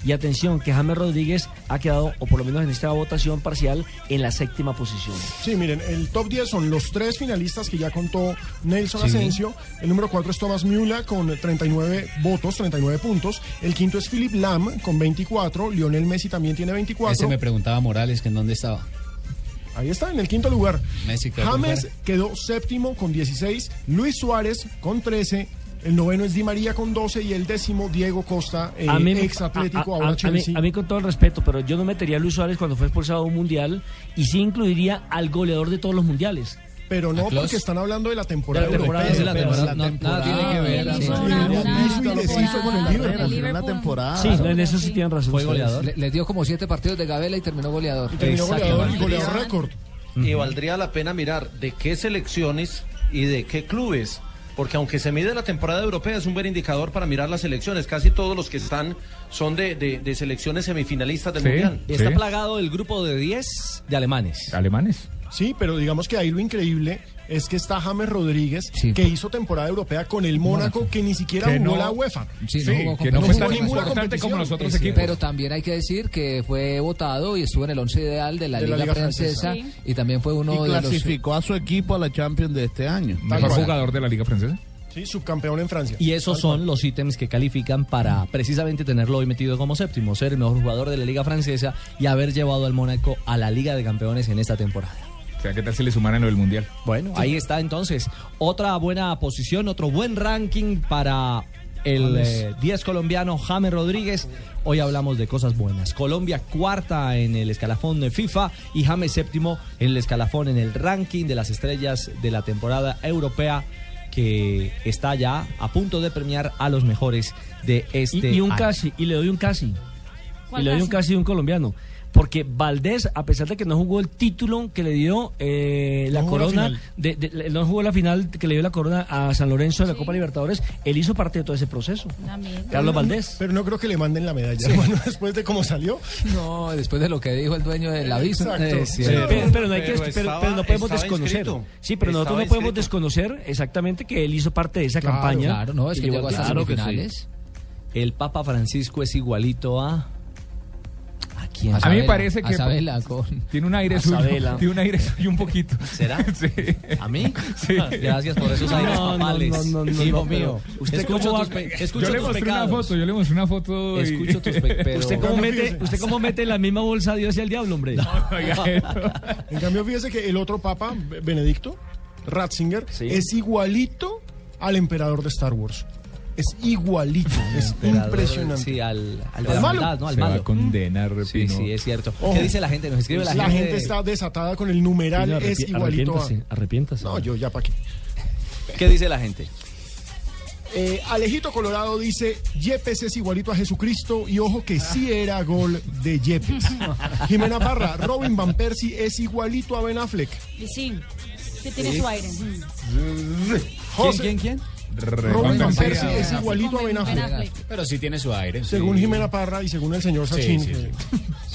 Speaker 9: Y atención, que James Rodríguez ha quedado, o por lo menos en esta votación parcial, en la séptima posición.
Speaker 10: Sí, miren, el top 10 son los tres finalistas que ya contó Nelson
Speaker 9: Sí.
Speaker 10: Asensio. El número 4 es Thomas Müller con 39 votos, 39 puntos. El quinto es Philip Lam con 24. Lionel Messi también tiene 24.
Speaker 23: Ese me preguntaba Morales que en dónde estaba.
Speaker 10: Ahí está, en el quinto lugar.
Speaker 23: Messi quedó por
Speaker 10: James
Speaker 23: fuera.
Speaker 10: quedó séptimo con 16. Luis Suárez con 13. El noveno es Di María con 12 y el décimo Diego Costa, eh, ex atlético
Speaker 9: a- a-
Speaker 10: ahora
Speaker 9: a mí-
Speaker 10: Chelsea.
Speaker 9: a mí con todo el respeto, pero yo no metería a Luis Suárez cuando fue expulsado de un mundial y sí incluiría al goleador de todos los mundiales.
Speaker 10: Pero no, porque están hablando de la temporada.
Speaker 9: De la temporada,
Speaker 10: europea.
Speaker 9: de la temporada, no, nada tiene que ver,
Speaker 10: Él
Speaker 9: sí.
Speaker 10: hizo
Speaker 9: Sí,
Speaker 10: una- una
Speaker 9: no, hizo y
Speaker 10: temporada
Speaker 9: deshizo con el Liverpool.
Speaker 10: con el
Speaker 9: Liverpool.
Speaker 10: Liverpool.
Speaker 9: temporada. Sí, en eso sí tienen razón ustedes.
Speaker 7: Le, le dio como siete partidos de Gabela y terminó goleador.
Speaker 10: Y terminó goleador y goleador récord.
Speaker 24: y valdría la pena mirar de qué selecciones y de qué clubes. Porque aunque se mide la temporada europea, es un buen indicador para mirar las selecciones. Casi todos los que están son de, de- de selecciones semifinalistas del
Speaker 5: Sí,
Speaker 24: Mundial.
Speaker 5: sí. Está plagado el grupo de 10 de alemanes.
Speaker 10: Alemanes. Sí, pero digamos que ahí lo increíble es que está James Rodríguez, que hizo temporada europea con el Mónaco, que ni siquiera
Speaker 4: Que
Speaker 10: jugó
Speaker 4: no-
Speaker 10: la UEFA.
Speaker 4: Sí, no jugó que no fue tan
Speaker 10: jugó ninguna
Speaker 4: importante como
Speaker 10: competición.
Speaker 4: los otros
Speaker 7: Es
Speaker 4: equipos.
Speaker 7: Pero también hay que decir que fue votado y estuvo en el once ideal de la,
Speaker 14: De la
Speaker 7: Liga,
Speaker 14: Liga
Speaker 7: Francesa,
Speaker 14: Francesa.
Speaker 7: y también fue uno
Speaker 14: y
Speaker 7: de los
Speaker 14: clasificó a su equipo a la Champions de este año.
Speaker 5: Mejor cual. jugador
Speaker 14: de la Liga Francesa?
Speaker 10: Sí, subcampeón en Francia.
Speaker 5: Y esos son los ítems que califican para precisamente tenerlo hoy metido como séptimo, ser el mejor jugador de la Liga Francesa y haber llevado al Mónaco a la Liga de Campeones en esta temporada.
Speaker 4: O sea, ¿qué tal si le sumaran lo del Mundial?
Speaker 5: Bueno, ahí está entonces otra buena posición, otro buen ranking para el eh, 10 colombiano James Rodríguez. Hoy hablamos de cosas buenas. Colombia cuarta en el escalafón de FIFA y James séptimo en el escalafón en el ranking de las estrellas de la temporada europea que está ya a punto de premiar a los mejores de este
Speaker 9: y, y un
Speaker 5: año.
Speaker 9: casi, y le doy un casi. Y
Speaker 5: ¿Cuál
Speaker 9: le doy un
Speaker 5: casi?
Speaker 9: casi de un colombiano. Porque Eh, Valdés, a pesar de que no jugó el título que le dio eh, la
Speaker 5: No jugó la
Speaker 9: corona,
Speaker 5: final.
Speaker 9: de- de- no jugó la final que le dio la corona a San Lorenzo de la Copa Libertadores, él hizo parte de todo ese proceso. Carlos Valdés.
Speaker 10: Pero no creo que le manden la medalla,
Speaker 9: Sí.
Speaker 10: hermano, después de cómo salió.
Speaker 7: No, después de lo que dijo el dueño del aviso.
Speaker 10: Exacto.
Speaker 7: Eh,
Speaker 10: Sí,
Speaker 9: Pero,
Speaker 10: pero-
Speaker 9: pero no hay que-
Speaker 10: pero
Speaker 9: pero-
Speaker 10: estaba-
Speaker 9: pero no podemos
Speaker 10: estaba
Speaker 9: desconocer.
Speaker 10: inscrito.
Speaker 9: Sí, pero nosotros
Speaker 10: Estaba
Speaker 9: no podemos
Speaker 10: inscrito.
Speaker 9: desconocer exactamente que él hizo parte de esa
Speaker 5: Claro,
Speaker 9: campaña.
Speaker 5: claro, no, es que llegó hasta
Speaker 9: claro que sí.
Speaker 5: semifinales. El Papa Francisco es igualito a. ¿A quién?
Speaker 4: A, mí me parece que
Speaker 5: Sabela
Speaker 4: tiene un aire
Speaker 5: a
Speaker 4: suyo,
Speaker 5: Sabela.
Speaker 4: tiene un aire suyo un poquito.
Speaker 5: ¿Será? ¿A mí?
Speaker 4: Sí.
Speaker 5: Gracias por esos aires
Speaker 4: No, no,
Speaker 5: papales.
Speaker 4: no, no, no,
Speaker 5: Hijo
Speaker 4: no,
Speaker 5: mío.
Speaker 4: pero usted
Speaker 5: escucho
Speaker 4: cómo
Speaker 5: tus,
Speaker 4: va-
Speaker 5: pe- escucho
Speaker 4: Yo le
Speaker 5: tus
Speaker 4: mostré una
Speaker 5: pecados.
Speaker 4: foto, yo le mostré una foto. y-
Speaker 5: Escucho tus pe- pero-
Speaker 9: ¿Usted cómo, mete, ¿Usted cómo mete en la misma bolsa a Dios y al diablo, hombre?
Speaker 10: En cambio, fíjese que el otro papa, B- Benedicto Ratzinger, es igualito al emperador de Star Wars. Es igualito, es
Speaker 5: Emperador,
Speaker 10: impresionante.
Speaker 5: Sí, al, al de
Speaker 10: Al
Speaker 5: la
Speaker 10: malo.
Speaker 5: maldad, ¿no? Al
Speaker 10: Se va
Speaker 5: malo.
Speaker 10: a
Speaker 4: condenar,
Speaker 5: Sí, sí, es cierto.
Speaker 10: Ojo.
Speaker 5: ¿Qué dice la gente? Nos escribe la,
Speaker 10: la gente. está desatada con el numeral,
Speaker 5: Sí,
Speaker 10: es
Speaker 5: arrepi-
Speaker 10: igualito a...
Speaker 5: arrepiéntase,
Speaker 10: No, yo ya pa' qué.
Speaker 5: ¿Qué dice la gente?
Speaker 10: Eh, Alejito Colorado dice, Yepes es igualito a Jesucristo y ojo que sí era gol de Yepes. Jimena Parra, Robin Van Persie es igualito a Ben Affleck.
Speaker 13: Y sí, que tiene su aire. Mm.
Speaker 10: José-
Speaker 5: ¿Quién, quién, quién?
Speaker 10: Robin Van
Speaker 23: Persie,
Speaker 10: Persie es
Speaker 23: Ben
Speaker 10: igualito a Ben
Speaker 13: Ben
Speaker 10: Affleck.
Speaker 13: Affleck.
Speaker 23: Pero sí tiene su aire. sí.
Speaker 10: Según Jimena Parra y según el señor
Speaker 23: Sí,
Speaker 10: Sachin.
Speaker 23: sí,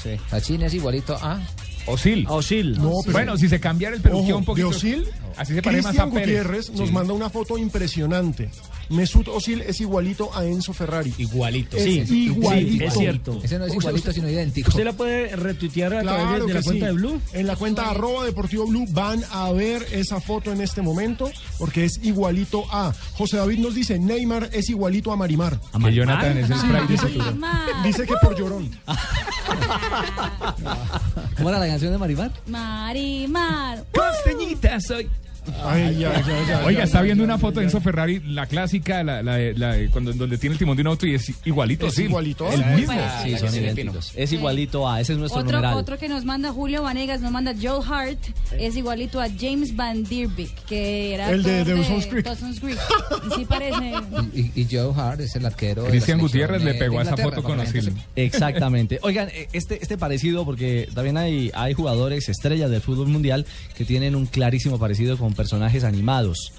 Speaker 23: sí.
Speaker 7: Sachin es igualito a...
Speaker 4: Osil.
Speaker 9: Osil.
Speaker 10: No, pero-
Speaker 4: Bueno, si se cambiara el peluquín
Speaker 10: Ojo,
Speaker 4: un poquito.
Speaker 10: de Osil,
Speaker 4: Así se parece más a
Speaker 10: Cristian
Speaker 4: Pérez.
Speaker 10: Gutiérrez nos
Speaker 4: Sí.
Speaker 10: manda una foto impresionante. Mesut Osil es igualito a Enzo Ferrari.
Speaker 23: Igualito.
Speaker 10: Es
Speaker 9: Sí,
Speaker 10: igualito.
Speaker 9: sí, es cierto.
Speaker 7: Ese no es
Speaker 10: O sea,
Speaker 7: igualito, sino idéntico.
Speaker 9: ¿Usted la puede retuitear a través de-
Speaker 10: Claro
Speaker 9: de, la
Speaker 10: que sí.
Speaker 9: cuenta de Blue?
Speaker 10: En la cuenta arroba deportivo blue van a ver esa foto en este momento porque es igualito a. José David nos dice Neymar es igualito a Marimar. Ah,
Speaker 4: Que Jonathan es el Sprite de ese club.
Speaker 13: Mar,
Speaker 10: Dice que por llorón.
Speaker 5: ¿Cómo era la canción de Marimar?
Speaker 13: Marimar.
Speaker 4: Costeñita soy.
Speaker 10: Ay, ya, ya, ya, ya,
Speaker 4: Oiga,
Speaker 10: ya,
Speaker 4: está
Speaker 10: ya,
Speaker 4: viendo
Speaker 10: ya,
Speaker 4: una
Speaker 10: ya,
Speaker 4: foto de
Speaker 10: ya.
Speaker 4: Enzo Ferrari, la clásica, la, la, la- cuando, donde tiene el timón de un auto y es igualito.
Speaker 10: Es
Speaker 4: sí,
Speaker 10: igualito.
Speaker 4: El
Speaker 10: Ah,
Speaker 4: mismo.
Speaker 23: Ah,
Speaker 5: Sí,
Speaker 23: la
Speaker 5: son
Speaker 23: que se le
Speaker 5: idénticos. Es igualito a, Ah, ese es nuestro
Speaker 13: Otro,
Speaker 5: numeral.
Speaker 13: otro que nos manda Julio Vanegas, nos manda Joe Hart, es igualito a James Van Dierbeek, que era
Speaker 10: El de
Speaker 13: actor
Speaker 10: Dawson's Creek.
Speaker 13: Dawson's Creek. Y sí parece.
Speaker 7: Y, y- y Joe Hart es el arquero. de la
Speaker 4: Cristian
Speaker 5: Pues,
Speaker 7: selección,
Speaker 4: Gutiérrez le
Speaker 7: eh,
Speaker 4: pegó
Speaker 7: de
Speaker 4: a esa
Speaker 7: Inglaterra,
Speaker 4: foto con
Speaker 7: para que la
Speaker 4: Osil.
Speaker 7: gente
Speaker 5: Exactamente. Oigan, eh, este, este parecido, porque también hay, hay jugadores estrellas del fútbol mundial que tienen un clarísimo parecido con personajes animados.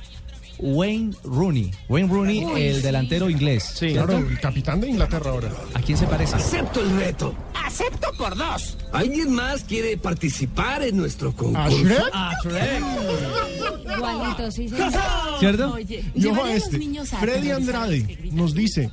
Speaker 5: Wayne Rooney. Wayne Rooney,
Speaker 13: Uy,
Speaker 5: el
Speaker 13: sí.
Speaker 5: delantero inglés.
Speaker 10: Claro, el capitán de Inglaterra ahora.
Speaker 5: ¿A quién se parece?
Speaker 12: Acepto el reto. Acepto por dos. ¿Alguien más quiere participar en nuestro
Speaker 10: ¿A
Speaker 12: concurso? Ah,
Speaker 10: Shrek?
Speaker 13: Igualito, sí, señor.
Speaker 5: ¿Cierto?
Speaker 25: Oye,
Speaker 10: Y ojo
Speaker 25: llevaré
Speaker 10: a
Speaker 25: a los
Speaker 10: este.
Speaker 25: niños a
Speaker 10: Freddy
Speaker 25: aterrizar los que
Speaker 10: Andrade
Speaker 25: gritan.
Speaker 10: nos dice.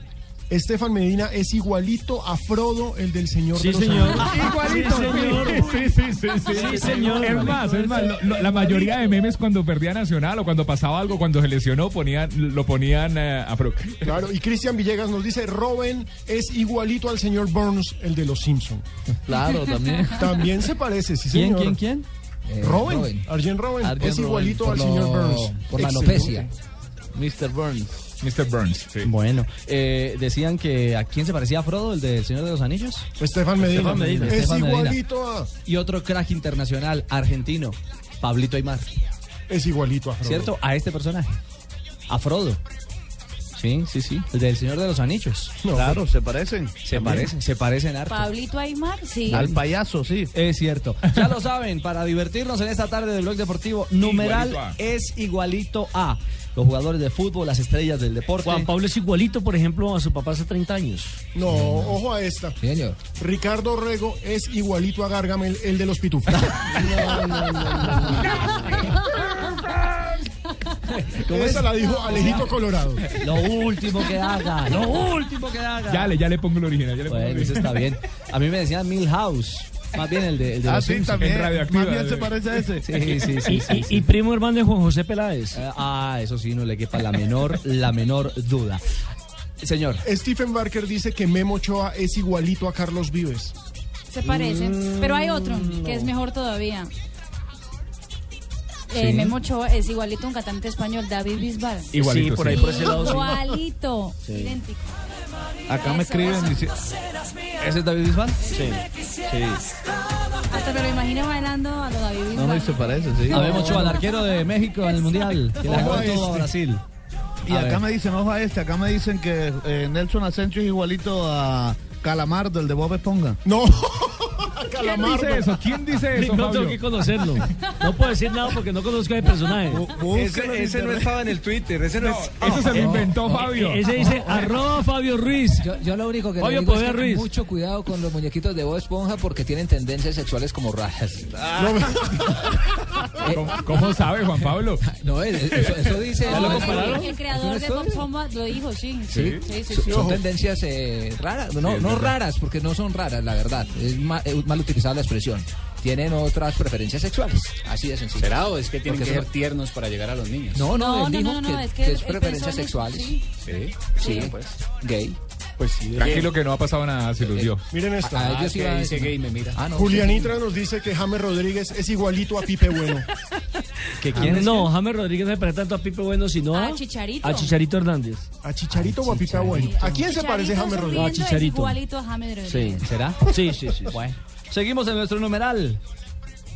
Speaker 10: Estefan Medina es igualito a Frodo, el del Señor
Speaker 9: Sí,
Speaker 10: de los
Speaker 9: señor.
Speaker 10: Anillos.
Speaker 4: Igualito,
Speaker 9: Sí, señor.
Speaker 4: sí, sí, sí, sí,
Speaker 9: Sí, señor.
Speaker 4: Es más, es más, lo- lo- la mayoría de memes cuando perdía Nacional o cuando pasaba algo, cuando se lesionó, ponían, lo ponían eh, a Frodo.
Speaker 10: Claro, y Cristian Villegas nos dice, Robin es igualito al señor Burns, el de los Simpson.
Speaker 7: Claro, también.
Speaker 10: También se parece, sí
Speaker 5: ¿Quién,
Speaker 10: señor.
Speaker 5: quién, quién?
Speaker 7: Eh,
Speaker 10: Robin,
Speaker 7: Robin.
Speaker 10: Arjen Robin,
Speaker 5: Arjen
Speaker 10: es
Speaker 5: Robben,
Speaker 10: igualito
Speaker 7: Por
Speaker 10: al
Speaker 7: lo-
Speaker 10: señor Burns.
Speaker 7: Por la
Speaker 10: Excelente.
Speaker 7: alopecia.
Speaker 5: Mr. Burns.
Speaker 4: Mr. Burns. sí.
Speaker 5: Bueno, eh, decían que a quién se parecía Frodo, el del Señor de los Anillos.
Speaker 10: Estefan Medina.
Speaker 5: Estefan Medina.
Speaker 10: Es
Speaker 5: Estefan Medina.
Speaker 10: igualito a...
Speaker 5: Y otro crack internacional argentino, Pablito Aymar.
Speaker 10: Es igualito a Frodo.
Speaker 5: ¿Cierto? A este personaje. A Frodo. Sí, sí, sí. El del Señor de los Anillos.
Speaker 10: No,
Speaker 14: Claro, se parecen.
Speaker 5: Se parecen, se parecen harto.
Speaker 13: Pablito Aymar, sí.
Speaker 14: Al payaso, sí.
Speaker 5: Es cierto. Ya lo saben, para divertirnos en esta tarde de Blog Deportivo, numeral
Speaker 4: Igualito a.
Speaker 5: es igualito a los jugadores de fútbol, las estrellas del deporte.
Speaker 9: Juan Pablo es igualito, por ejemplo, a su papá hace 30 años.
Speaker 10: No, ojo a esta.
Speaker 7: Sí, señor.
Speaker 10: Ricardo Rego es igualito a Gargamel, el de los pitufos. Esa la dijo Alejito Colorado.
Speaker 5: Lo último que haga, lo último que haga.
Speaker 4: Ya le, ya le pongo el original. Ya le pongo el
Speaker 5: Bueno, eso
Speaker 4: original.
Speaker 5: está bien. A mí me decían Milhouse, más bien el de, el de
Speaker 14: Ah,
Speaker 5: los
Speaker 14: sí,
Speaker 5: Simpsons. eh.
Speaker 14: también.
Speaker 4: en radioactiva,
Speaker 14: Más bien
Speaker 4: de-
Speaker 14: se parece a ese.
Speaker 5: Sí, sí,
Speaker 9: Y,
Speaker 5: sí. sí,
Speaker 9: y-
Speaker 5: sí.
Speaker 9: y primo hermano de Juan José Peláez.
Speaker 5: Eh, Ah, eso sí, no le quepa la menor, la menor duda. Señor,
Speaker 10: Stephen Barker dice que Memo Ochoa es igualito a Carlos Vives.
Speaker 13: Se parecen. Pero hay otro que es mejor todavía. Eh,
Speaker 5: Sí.
Speaker 13: Memo Ochoa es igualito a un cantante español, David Bisbal.
Speaker 4: Igualito,
Speaker 9: Sí, por ahí
Speaker 4: sí.
Speaker 9: por ese lado. sí.
Speaker 13: Igualito, idéntico.
Speaker 14: Acá me escriben y dice-
Speaker 5: ¿ese es David Bisbal?
Speaker 13: Hasta me lo imagino bailando a lo David
Speaker 14: No,
Speaker 13: Bisbal.
Speaker 14: no, se parece, sí.
Speaker 5: Habemos hecho al arquero de México en el Mundial, que le ganó
Speaker 10: Ojo a
Speaker 5: todo a
Speaker 10: este.
Speaker 5: Brasil.
Speaker 14: Y
Speaker 5: A
Speaker 14: acá
Speaker 5: ver.
Speaker 14: me dicen, ojo a este, acá me dicen que eh, Nelson Asensio es igualito a Calamardo, el de Bob Esponja.
Speaker 10: No,
Speaker 4: ¿Quién
Speaker 10: Calamardo.
Speaker 4: dice eso? ¿Quién dice eso,
Speaker 9: No tengo que
Speaker 4: Fabio?
Speaker 9: conocerlo. No puedo decir nada porque no conozco el personaje.
Speaker 14: Búsquelo en internet.
Speaker 20: en el Twitter, ese no, es... Ah.
Speaker 4: Eso se lo inventó Fabio.
Speaker 9: E-, Ese dice arroba Fabio Ruiz.
Speaker 7: Yo, yo lo único que le
Speaker 9: Fabio
Speaker 7: digo es
Speaker 9: Poveda
Speaker 7: que
Speaker 9: Ruiz.
Speaker 7: mucho cuidado con los muñequitos de Bob Esponja porque tienen tendencias sexuales como raras.
Speaker 4: Ah. ¿Cómo, cómo sabe, Juan Pablo?
Speaker 7: No, eh, eso, eso dice...
Speaker 13: No,
Speaker 7: ¿Es
Speaker 13: el-
Speaker 7: una
Speaker 13: El creador de
Speaker 7: historia?
Speaker 13: Bob Esponja lo dijo, sí.
Speaker 7: Sí.
Speaker 13: sí, sí.
Speaker 7: Son-
Speaker 13: sí.
Speaker 7: Son tendencias eh, raras, no, no raras, porque no son raras, la verdad. Es ma- eh, mal, utilizada la expresión. Tienen otras preferencias sexuales, así de sencillo.
Speaker 23: ¿Será o es que tienen que
Speaker 7: Porque
Speaker 23: ser
Speaker 7: eso-
Speaker 23: tiernos para llegar a los niños?
Speaker 7: No,
Speaker 13: No,
Speaker 7: no, él
Speaker 13: no,
Speaker 7: dijo
Speaker 13: no, no,
Speaker 7: que,
Speaker 13: es
Speaker 7: es
Speaker 13: que él- él
Speaker 7: preferencias
Speaker 13: pensó en-
Speaker 7: sexuales,
Speaker 13: sí.
Speaker 23: Sí.
Speaker 7: Sí.
Speaker 23: Sí, pues.
Speaker 7: gay.
Speaker 23: Pues sí.
Speaker 4: Tranquilo que no ha pasado nada,
Speaker 8: Eh,
Speaker 4: se ilusió.
Speaker 10: Miren esta.
Speaker 7: Ah,
Speaker 23: Ah,
Speaker 7: yo
Speaker 23: es
Speaker 7: sí
Speaker 23: que
Speaker 7: iba a
Speaker 23: dice
Speaker 7: decir-
Speaker 23: gay, me mira.
Speaker 7: Ah, no,
Speaker 10: Julianitra nos dice que James Rodríguez es igualito a Pipe Bueno.
Speaker 5: ¿Que quién
Speaker 20: Ah,
Speaker 9: ¿Quién
Speaker 5: es?
Speaker 9: no, James Rodríguez no se parece tanto a Pipe Bueno, sino a,
Speaker 13: A Chicharito.
Speaker 9: a Chicharito Hernández.
Speaker 10: ¿A Chicharito o a Pipe Bueno? ¿A quién se
Speaker 13: Chicharito
Speaker 10: parece James
Speaker 13: sonriendo
Speaker 10: Rodríguez?
Speaker 13: es
Speaker 9: Chicharito.
Speaker 13: Igualito a James Rodríguez.
Speaker 9: Sí.
Speaker 5: ¿Será?
Speaker 9: Sí, sí, sí.
Speaker 5: Bueno. Seguimos en nuestro numeral.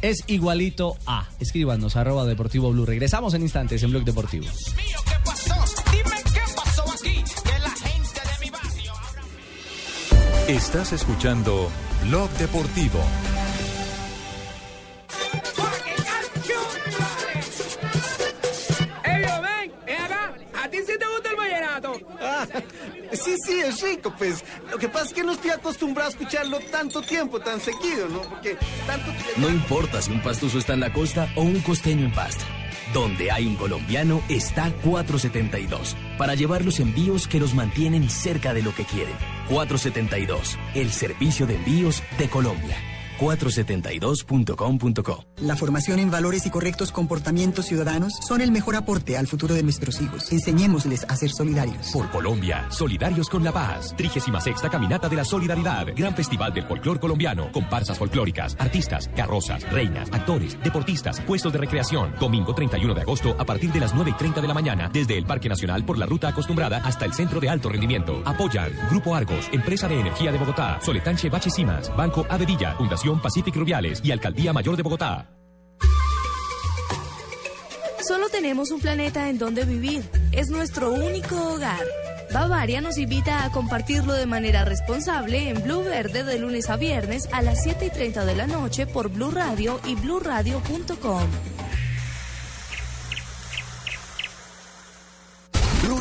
Speaker 5: Es igualito a. Escríbanos arroba Deportivo Blue. Regresamos en instantes en Blog Deportivo.
Speaker 25: Dios mío, ¿qué pasó? Dime qué pasó aquí.
Speaker 3: Estás escuchando Blog Deportivo.
Speaker 26: Ellos ven, ven acá, a ti sí te gusta el vallenato.
Speaker 12: Ah, sí, sí, es rico, pues. Lo que pasa es que no estoy acostumbrado a escucharlo tanto tiempo, tan seguido, ¿no? Porque tanto tiempo...
Speaker 2: No importa si un pastuso está en la costa o un costeño en pasta. Donde hay un colombiano está 472 para llevar los envíos que los mantienen cerca de lo que quieren. 472, el servicio de envíos de Colombia. 472.com.co.
Speaker 27: La formación en valores y correctos comportamientos ciudadanos son el mejor aporte al futuro de nuestros hijos. Enseñémosles a ser solidarios.
Speaker 2: Por Colombia, solidarios con la paz. 36 Caminata de la Solidaridad. Gran Festival del Folclor Colombiano. Comparsas folclóricas, artistas, carrozas, reinas, actores, deportistas, puestos de recreación. Domingo 31 de agosto a partir de las 9 y 30 de la mañana. Desde el Parque Nacional por la ruta acostumbrada hasta el Centro de Alto Rendimiento. Apoyan Grupo Argos, Empresa de Energía de Bogotá, Soletanche Bache Simas, Banco Avedilla, Fundación Pacific Rubiales y Alcaldía Mayor de Bogotá.
Speaker 13: Solo tenemos un planeta en donde vivir. Es nuestro único hogar. Bavaria nos invita a compartirlo de manera responsable en Blue Verde de lunes a viernes a las 7 y 30 de la noche por Blue Radio y bluradio.com.
Speaker 3: Blue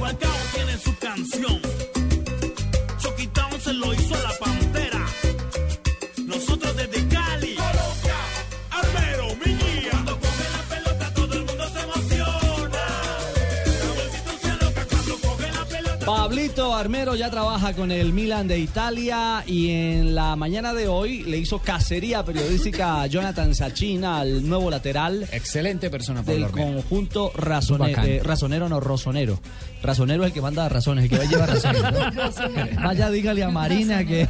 Speaker 4: Falcao tiene su canción. Choquitán se lo hizo a la pantera. Nosotros desde Cali. Armero, Miñía. Cuando coge la pelota todo el mundo se emociona.
Speaker 5: Pablito Armero ya trabaja con el Milan de Italia y en la mañana de hoy le hizo cacería periodística a Jonathan Sachina, al nuevo lateral.
Speaker 23: Excelente persona, Pablo
Speaker 5: Del
Speaker 23: Armero.
Speaker 5: conjunto razone-
Speaker 23: Bacán.
Speaker 5: eh, razonero, no, rosonero. Razonero es el que manda razones, el que va a llevar razones. ¿no? Vaya, dígale a Marina que...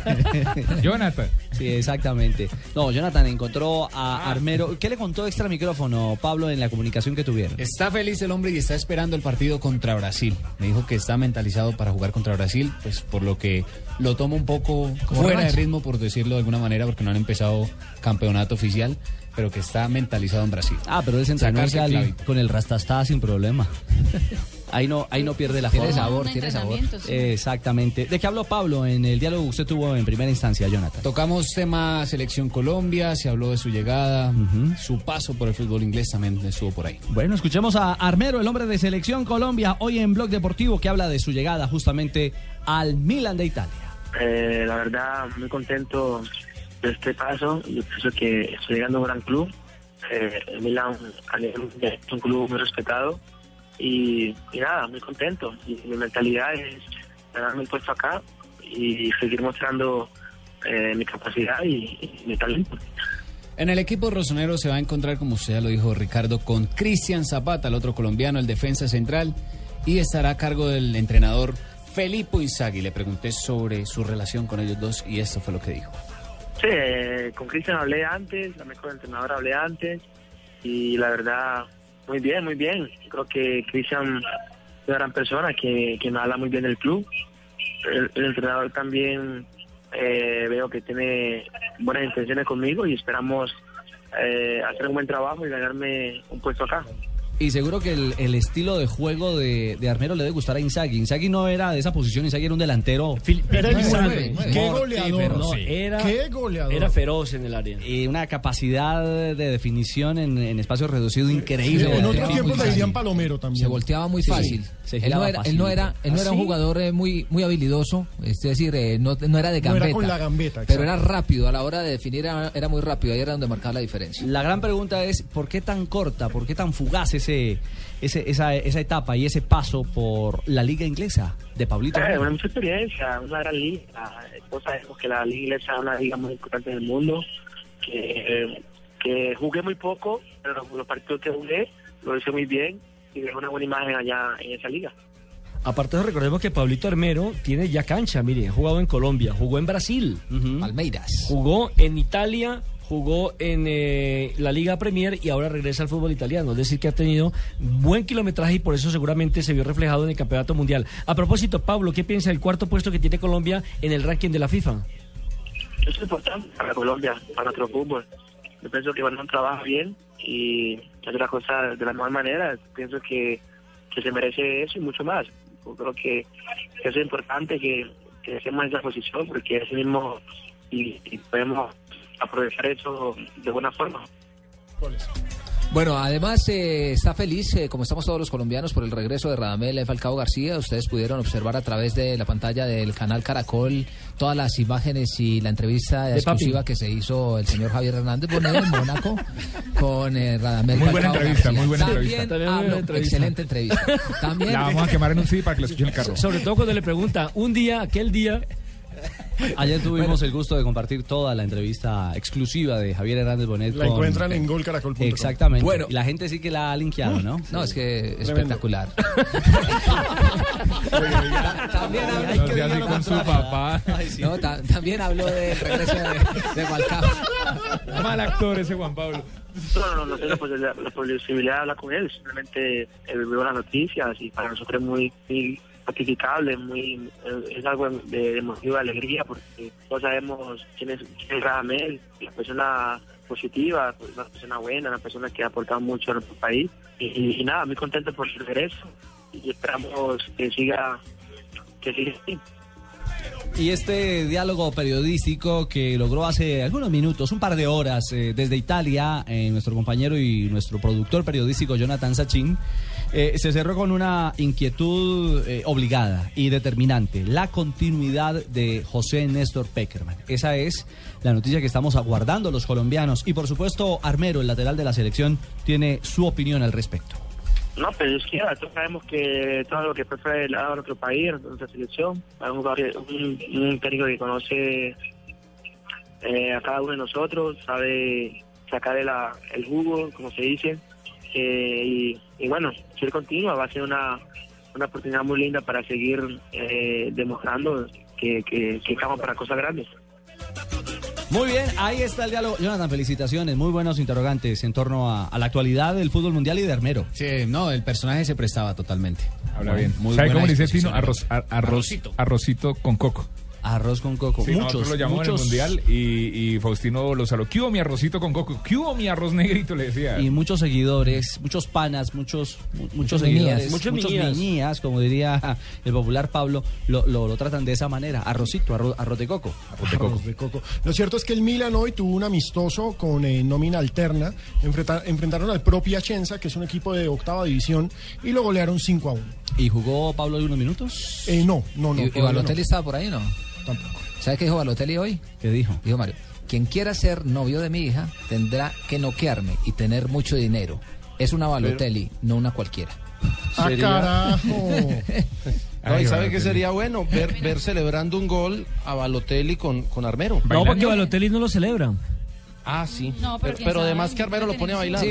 Speaker 28: Jonathan.
Speaker 5: Sí, exactamente. No, Jonathan encontró
Speaker 23: Ah.
Speaker 5: a Armero. ¿Qué le contó extra micrófono, Pablo, en la comunicación que tuvieron?
Speaker 23: Está feliz el hombre y está esperando el partido contra Brasil. Me dijo que está mentalizado para jugar contra Brasil, pues por lo que lo tomo un poco
Speaker 5: Como
Speaker 23: fuera de
Speaker 5: revancha.
Speaker 23: ritmo, por decirlo de alguna manera, porque no han empezado campeonato oficial, pero que está mentalizado en Brasil.
Speaker 5: Ah, pero él se entrenó en
Speaker 23: Sacarse
Speaker 5: Cali
Speaker 23: clavito.
Speaker 5: con el rastastá sin problema. Ahí no, ahí no pierde la
Speaker 7: Tiene
Speaker 5: forma.
Speaker 7: sabor, Un tiene sabor. entrenamiento, sí.
Speaker 5: Exactamente. ¿De qué habló Pablo en el diálogo que usted tuvo en primera instancia, Jonathan?
Speaker 23: Tocamos tema selección Colombia, se habló de su llegada, su paso por el fútbol inglés también estuvo por ahí.
Speaker 5: Bueno, escuchemos a Armero, el hombre de Selección Colombia, hoy en Blog Deportivo, que habla de su llegada justamente al Milan de Italia.
Speaker 29: Eh, la verdad, muy contento de este paso. Yo pienso que estoy llegando a un gran club. Eh, el Milan a nivel mundial, es un club muy respetado. Y, y nada, muy contento. Y mi mentalidad es ganarme el puesto acá y seguir mostrando eh, mi capacidad y- y mi talento.
Speaker 23: En el equipo rosonero se va a encontrar, como usted ya lo dijo Ricardo, con Cristian Zapata, el otro colombiano, el defensa central, y estará a cargo del entrenador Felipe Inzaghi. Le pregunté sobre su relación con ellos dos y esto fue lo que dijo.
Speaker 29: Sí, eh, con Cristian hablé antes, también con el entrenador hablé antes y la verdad, muy bien, muy bien. Creo que Cristian es una gran persona que, que me habla muy bien del club. El, el entrenador también eh, veo que tiene buenas intenciones conmigo y esperamos eh, hacer un buen trabajo y ganarme un puesto acá.
Speaker 5: Y seguro que el, el estilo de juego de, de Armero le debe gustar a Inzaghi. Inzaghi no era de esa posición, Inzaghi era un delantero.
Speaker 29: Era
Speaker 5: el
Speaker 29: Qué
Speaker 5: goleador. Sí.
Speaker 10: Era,
Speaker 5: Qué goleador.
Speaker 10: Era feroz en el área.
Speaker 5: Y una capacidad de definición en, en espacio reducido increíble.
Speaker 29: en otros
Speaker 5: Tipo
Speaker 29: tiempos le
Speaker 5: Inzaghi.
Speaker 29: dirían
Speaker 7: Palomero también. Se volteaba muy
Speaker 5: Sí,
Speaker 7: fácil.
Speaker 5: se
Speaker 7: él, no
Speaker 5: giraba
Speaker 7: era, él
Speaker 5: fácil.
Speaker 7: no era, él no era un
Speaker 5: ¿Ah, sí?
Speaker 7: jugador eh, muy, muy habilidoso, es decir, eh, no, no era de
Speaker 5: No
Speaker 7: gambeta.
Speaker 5: era con la gambeta,
Speaker 7: Pero era
Speaker 5: exacto.
Speaker 7: rápido, a la hora de definir era, era muy rápido, ahí era donde marcaba la diferencia.
Speaker 5: La gran pregunta es, ¿por qué tan corta? ¿Por qué tan fugaz es ese, ese- esa, esa etapa y ese paso por la liga inglesa de Pablito?
Speaker 29: Eh,
Speaker 5: Arana?
Speaker 29: bueno, mucha experiencia, una gran liga. Todos sabemos que la liga inglesa es una liga muy importante del mundo, que, que jugué muy poco, pero los, los partidos que jugué lo hice muy bien y dejé una buena imagen allá en esa liga.
Speaker 9: Aparte de eso, recordemos que Pablito Armero tiene ya cancha, mire, ha jugado en Colombia, jugó en Brasil,
Speaker 7: Palmeiras,
Speaker 9: jugó en Italia, jugó en eh, la Liga Premier y ahora regresa al fútbol italiano. Es decir, que ha tenido buen kilometraje y por eso seguramente se vio reflejado en el Campeonato Mundial. A propósito, Pablo, ¿qué piensa del cuarto puesto que tiene Colombia en el ranking de la FIFA?
Speaker 29: Eso es importante para Colombia, para nuestro fútbol. Yo pienso que van a un trabajo bien y hacer las cosas de la mejor manera. Pienso que, que se merece eso y mucho más. Yo creo que eso es importante que, que estemos en esa posición porque es mismo y, y podemos aprovechar eso de buena forma.
Speaker 7: Bueno, además eh, está feliz, eh, como estamos todos los colombianos, por el regreso de Radamel Falcao García. Ustedes pudieron observar a través de la pantalla del canal Caracol todas las imágenes y la entrevista
Speaker 9: De papi.
Speaker 7: exclusiva que se hizo el señor Javier Hernández Bonet en Mónaco con eh, Radamel
Speaker 4: Muy buena
Speaker 7: Falcao
Speaker 4: entrevista,
Speaker 7: García.
Speaker 4: muy buena
Speaker 7: También
Speaker 4: entrevista. También muy
Speaker 7: habló-
Speaker 4: buena entrevista.
Speaker 7: Excelente entrevista. También
Speaker 4: La vamos a quemar en un CD para que la escuchen en el carro.
Speaker 9: Sobre todo cuando le pregunta, un día, aquel día,
Speaker 5: Ayer tuvimos el gusto de compartir toda la entrevista exclusiva de Javier Hernández Bonet.
Speaker 7: La encuentran
Speaker 5: en
Speaker 10: golcaracol.com.
Speaker 5: Exactamente.
Speaker 7: Bueno.
Speaker 5: Y la gente sí que la ha linkeado, ¿no?
Speaker 7: No, es que espectacular.
Speaker 5: También habló-
Speaker 7: que
Speaker 5: así
Speaker 7: diga lo
Speaker 5: con su
Speaker 7: contrario.
Speaker 5: papá.
Speaker 7: No, ta- también habló del regreso de, de Falcao.
Speaker 4: Mal actor ese Juan Pablo.
Speaker 8: Ah,
Speaker 29: No, no, no tengo pues, la, la posibilidad de hablar con él, simplemente eh, veo las noticias y para nosotros es muy, muy gratificable, muy, eh, es algo de, de motivo de alegría porque todos sabemos quién es, quién es Radamel, la persona positiva, pues, una persona buena, una persona que ha aportado mucho a nuestro país y, y- y nada, muy contento por su regreso y esperamos que siga, que siga así.
Speaker 5: Y este diálogo periodístico que logró hace algunos minutos, un par de horas, eh, desde Italia, eh, nuestro compañero y nuestro productor periodístico Jonathan Sachin, eh, se cerró con una inquietud eh, obligada y determinante, la continuidad de José Néstor Peckerman. Esa es la noticia que estamos aguardando los colombianos. Y por supuesto, Armero, el lateral de la selección, tiene su opinión al respecto.
Speaker 29: No, pero es que ya, todos sabemos que todo lo que prefiere el lado de nuestro país, de nuestra selección, es un, jugador- un, un técnico que conoce eh, a cada uno de nosotros, sabe sacarle la, el jugo, como se dice, eh, y, y bueno, si él continúa va a ser una, una oportunidad muy linda para seguir eh, demostrando que, que, que estamos para cosas grandes.
Speaker 5: Muy bien, ahí está el diálogo. Jonathan, felicitaciones. Muy buenos interrogantes en torno a, a la actualidad del fútbol mundial y de Armero.
Speaker 23: Sí, no, el personaje se prestaba totalmente.
Speaker 4: Habla bien.
Speaker 23: Muy
Speaker 4: ¿Sabe
Speaker 23: buena
Speaker 4: cómo le dice
Speaker 23: disposición.
Speaker 4: Tino? Arroz, ar- arroz-
Speaker 23: Arrocito.
Speaker 4: Arrocito con coco.
Speaker 5: Arroz con coco.
Speaker 4: Sí,
Speaker 5: muchos,
Speaker 4: nosotros lo llamamos
Speaker 5: muchos,
Speaker 4: en el mundial y, y Faustino lo saló. ¿Qué hubo mi arrocito con coco? ¿Qué hubo mi arroz negrito? Le decía.
Speaker 5: Y muchos seguidores, muchos panas, muchos, mu- muchos,
Speaker 4: Muchos
Speaker 5: seguidores,
Speaker 4: niñas.
Speaker 5: muchos,
Speaker 4: Muchos
Speaker 5: niñas,
Speaker 4: niñas.
Speaker 5: como diría el popular Pablo, lo, lo- lo tratan de esa manera. Arrocito, arroz, arroz de coco.
Speaker 10: Arroz de coco. Lo cierto es que el Milan hoy tuvo un amistoso con eh, nómina alterna. Enfrenta- enfrentaron al propio Piacenza, que es un equipo de octava división, y lo golearon 5 a 1.
Speaker 5: ¿Y jugó Pablo algunos minutos?
Speaker 10: Eh, no, no, no.
Speaker 7: ¿Y, y
Speaker 10: todavía no.
Speaker 7: Balotelli estaba por ahí o no? Tampoco. ¿Sabes qué dijo Balotelli hoy?
Speaker 5: ¿Qué dijo?
Speaker 7: Dijo Mario, quien quiera ser novio de mi hija tendrá que noquearme y tener mucho dinero. Es una Balotelli, no una cualquiera.
Speaker 10: ¡Ah,
Speaker 7: Sería-
Speaker 10: carajo!
Speaker 20: No,
Speaker 7: Ay,
Speaker 20: ¿y
Speaker 7: Balotelli.
Speaker 20: sabe qué sería bueno? Ver, ver celebrando un gol a Balotelli con, con Armero.
Speaker 9: no, porque Balotelli no lo celebra.
Speaker 20: Ah, sí.
Speaker 9: No,
Speaker 20: pero además que Armero lo pone a bailar.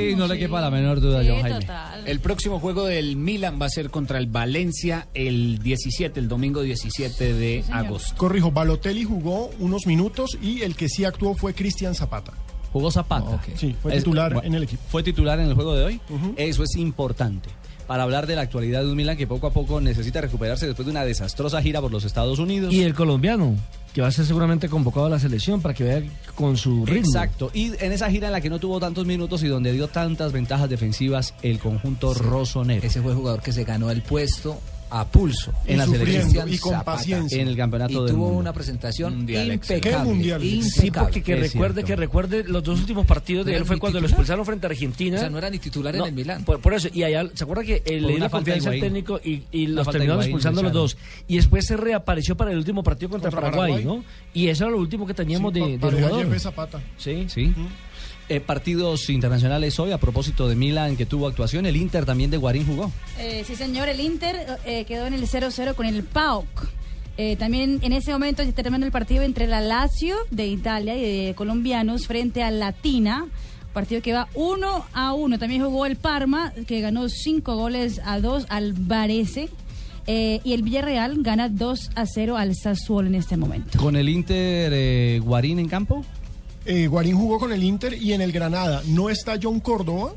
Speaker 5: menor duda,
Speaker 20: John Jaime.
Speaker 23: El próximo juego del Milan va a ser contra el Valencia el 17, el domingo 17 de agosto.
Speaker 10: Corrijo, Balotelli jugó unos minutos y el que sí actuó fue Cristian Zapata.
Speaker 5: Jugó Zapata.
Speaker 10: Sí, fue
Speaker 5: Es-
Speaker 10: titular
Speaker 5: bueno,
Speaker 10: en el equipo.
Speaker 5: Fue titular en el juego de hoy. Eso es importante. Para hablar de la actualidad de un Milan que poco a poco necesita recuperarse después de una desastrosa gira por los Estados Unidos.
Speaker 9: Y el colombiano, que va a ser seguramente convocado a la selección para que vea con su ritmo.
Speaker 5: Exacto. Y en esa gira en la que no tuvo tantos minutos y donde dio tantas ventajas defensivas el conjunto rosonero.
Speaker 7: Ese fue el jugador que se ganó el puesto
Speaker 5: a pulso
Speaker 7: Y sufriendo,
Speaker 5: Cristian
Speaker 7: y con
Speaker 5: Zapata,
Speaker 7: paciencia.
Speaker 5: en el campeonato
Speaker 7: Y
Speaker 5: del
Speaker 7: tuvo
Speaker 5: mundo.
Speaker 7: una presentación
Speaker 5: Mundial,
Speaker 7: impecable,
Speaker 5: excelente.
Speaker 9: Sí, porque que
Speaker 5: Es
Speaker 9: recuerde,
Speaker 5: cierto.
Speaker 9: que recuerde los dos últimos partidos de
Speaker 7: ¿No
Speaker 9: él
Speaker 7: era
Speaker 9: fue
Speaker 7: ni
Speaker 9: cuando lo
Speaker 7: titular?
Speaker 9: expulsaron frente a Argentina.
Speaker 7: O sea, no era ni titular en el Milán.
Speaker 9: Por, por eso, y allá, ¿se acuerda que eh,
Speaker 7: Por
Speaker 9: le dio
Speaker 7: una
Speaker 9: la
Speaker 7: falta de
Speaker 9: confianza al
Speaker 7: Higuaín.
Speaker 9: técnico y, y
Speaker 7: Una
Speaker 9: los
Speaker 7: falta de
Speaker 9: terminaron
Speaker 7: Higuaín,
Speaker 9: expulsando los
Speaker 7: Luciano.
Speaker 9: dos? Y después se reapareció para el último partido contra,
Speaker 7: Contra
Speaker 9: Paraguay,
Speaker 7: Paraguay.
Speaker 9: ¿no? Y eso era lo último que teníamos de, del
Speaker 12: pareja
Speaker 9: jugador.
Speaker 12: Jefe Zapata.
Speaker 9: Sí.
Speaker 5: Sí. Eh, partidos internacionales hoy, a propósito de Milan que tuvo actuación, el Inter también de Guarín jugó.
Speaker 13: Eh, sí, señor, el Inter eh, quedó en el 0-0 con el PAOK. Eh, también en ese momento se termina el partido entre la Lazio de Italia y de colombianos frente a Latina. Partido que va 1 a 1. También jugó el Parma, que ganó 5 goles a 2 al Varese. Eh, y el Villarreal gana 2 a 0 al Sassuolo en este momento.
Speaker 5: Con el Inter, eh, Guarín en campo.
Speaker 10: Eh, Guarín jugó con el Inter y en el Granada no está John Córdoba.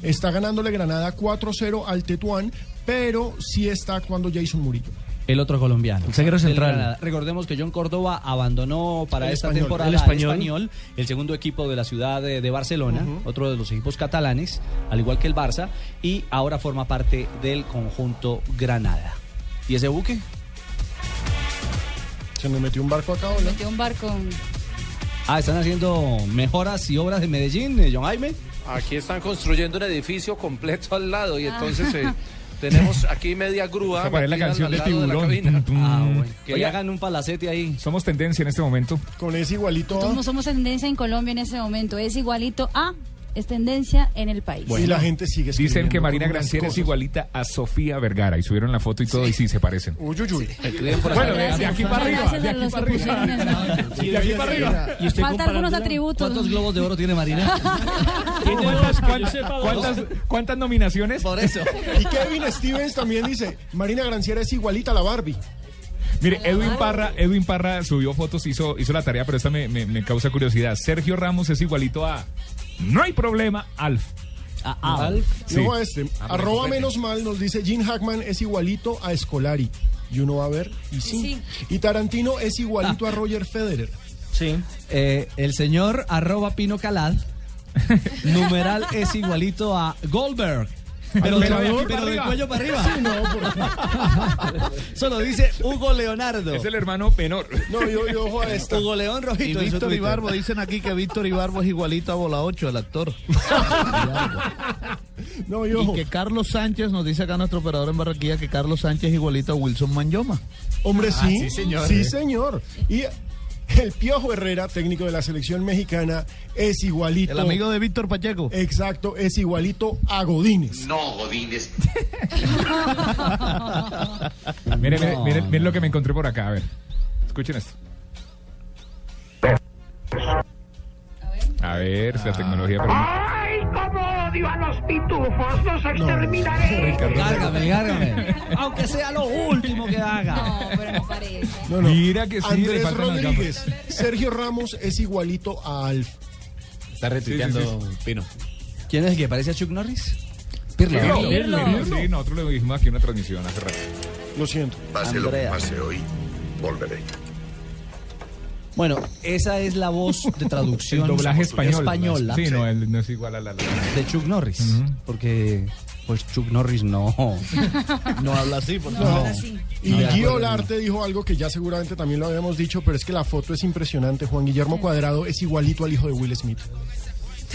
Speaker 10: Está ganándole Granada 4-0 al Tetuán, pero sí está actuando Jason Murillo.
Speaker 5: El otro colombiano. El
Speaker 10: zaguero central.
Speaker 5: Recordemos que John Córdoba abandonó para
Speaker 10: El
Speaker 5: esta
Speaker 10: Español.
Speaker 5: temporada
Speaker 10: El
Speaker 5: el
Speaker 10: Español.
Speaker 5: español. el segundo equipo de la ciudad de, de Barcelona, otro de los equipos catalanes, al igual que el Barça, y ahora forma parte del conjunto Granada. ¿Y ese buque?
Speaker 10: Se me metió un barco acá,
Speaker 13: Se metió un barco.
Speaker 5: Ah, están haciendo mejoras y obras de Medellín, eh, John Jaime.
Speaker 22: Aquí están construyendo un edificio completo al lado y entonces eh, tenemos aquí media grúa.
Speaker 8: Vamos a poner la
Speaker 22: metida
Speaker 8: canción
Speaker 22: al
Speaker 8: de
Speaker 22: lado la
Speaker 8: Tiburón.
Speaker 22: cabina.
Speaker 8: Tum, tum.
Speaker 5: Ah, Que hagan un palacete ahí.
Speaker 8: Somos tendencia en este momento.
Speaker 10: Con ese igualito.
Speaker 13: Somos, somos tendencia en Colombia en ese momento. Es igualito a, es tendencia en el país.
Speaker 10: gente sigue
Speaker 8: Dicen que
Speaker 10: escribiendo
Speaker 8: Marina
Speaker 10: con unas
Speaker 8: Granciera es
Speaker 10: cosas.
Speaker 8: igualita a Sofía Vergara y subieron la foto y todo y sí se parecen. Bueno, de, de aquí para arriba.
Speaker 13: Gracias a los que pusieron el nombre.
Speaker 8: De aquí para arriba.
Speaker 22: Y estoy
Speaker 13: Falta algunos
Speaker 22: comparándola-
Speaker 13: atributos.
Speaker 22: ¿Cuántos
Speaker 5: globos de oro tiene Marina?
Speaker 8: ¿Cuántas,
Speaker 22: yo
Speaker 8: cuántas,
Speaker 22: sepa,
Speaker 8: cuántas, cuántas nominaciones? Por
Speaker 5: eso.
Speaker 10: Y Kevin Stevens también dice, Marina Granciera es igualita a la Barbie.
Speaker 8: Mire, Edwin Parra, Edwin Parra subió fotos, hizo, hizo la tarea, pero esta me, me- me causa curiosidad. Sergio Ramos es igualito a No hay problema, Alf.
Speaker 5: A
Speaker 10: Alf.
Speaker 8: Sí.
Speaker 10: Luego este,
Speaker 8: Ah, pero
Speaker 10: arroba
Speaker 8: copete.
Speaker 10: menos mal nos dice Jim Hackman es igualito a Scolari. Y uno va a ver, y sí. Y Tarantino es igualito a Roger Federer.
Speaker 5: Sí. Eh, el señor arroba Pino Calad, numeral es igualito a Goldberg. Pero,
Speaker 22: Pero
Speaker 5: de-
Speaker 22: de aquí
Speaker 5: pero
Speaker 22: para
Speaker 5: del
Speaker 22: arriba.
Speaker 5: cuello para arriba. Solo dice Hugo Leonardo.
Speaker 8: Es el hermano menor.
Speaker 10: No, yo, yo ojo a esta.
Speaker 5: Hugo León Rojito.
Speaker 12: Y
Speaker 5: en su
Speaker 12: Víctor
Speaker 5: Twitter.
Speaker 12: Ibarbo, dicen aquí que Víctor Ibarbo es igualito a Bola 8, el actor.
Speaker 10: no,
Speaker 12: y que Carlos Sánchez, nos dice acá nuestro operador en Barranquilla, que Carlos Sánchez es igualito a Wilson Manyoma.
Speaker 10: Hombre,
Speaker 12: Ah,
Speaker 10: sí.
Speaker 12: sí, señor.
Speaker 10: Sí, señor. Y el Piojo Herrera, técnico de la selección mexicana, es igualito.
Speaker 12: El amigo de Víctor Pacheco.
Speaker 10: Exacto, es igualito a Godínez.
Speaker 30: No, Godínez.
Speaker 8: Miren, miren,
Speaker 30: No,
Speaker 8: miren- miren lo que me encontré por acá. A ver, escuchen esto. A ver, si la tecnología permite.
Speaker 4: ¡Ay, cómo odio a los pitufos! ¡Los exterminaré!
Speaker 5: Cárgame, cárgame. Aunque sea lo último que haga.
Speaker 10: No, no.
Speaker 8: Mira que sí, le
Speaker 10: Andrés
Speaker 8: faltan las
Speaker 10: Rodríguez, Sergio Ramos es igualito a Alf.
Speaker 31: Está
Speaker 10: retuiteando
Speaker 31: Pino.
Speaker 5: ¿Quién es el que parece a Chuck Norris?
Speaker 8: Pirlo, Pirlo. Sí, nosotros le dijimos aquí en una transmisión hace rato.
Speaker 10: Lo siento.
Speaker 30: Pase lo que
Speaker 5: Andrea.
Speaker 30: pase hoy, volveré.
Speaker 5: Bueno, esa es la voz de traducción
Speaker 8: El doblaje español.
Speaker 5: española
Speaker 8: Sí, no, él no es igual a la. la- la-
Speaker 5: de Chuck Norris. Porque, pues Chuck Norris no. No habla así, por
Speaker 10: No.
Speaker 5: favor.
Speaker 10: Y
Speaker 5: No, de
Speaker 10: Gio
Speaker 5: acuerdo,
Speaker 10: Larte dijo algo que ya seguramente también lo habíamos dicho, pero es que la foto es impresionante. Juan Guillermo Cuadrado es igualito al hijo de Will Smith.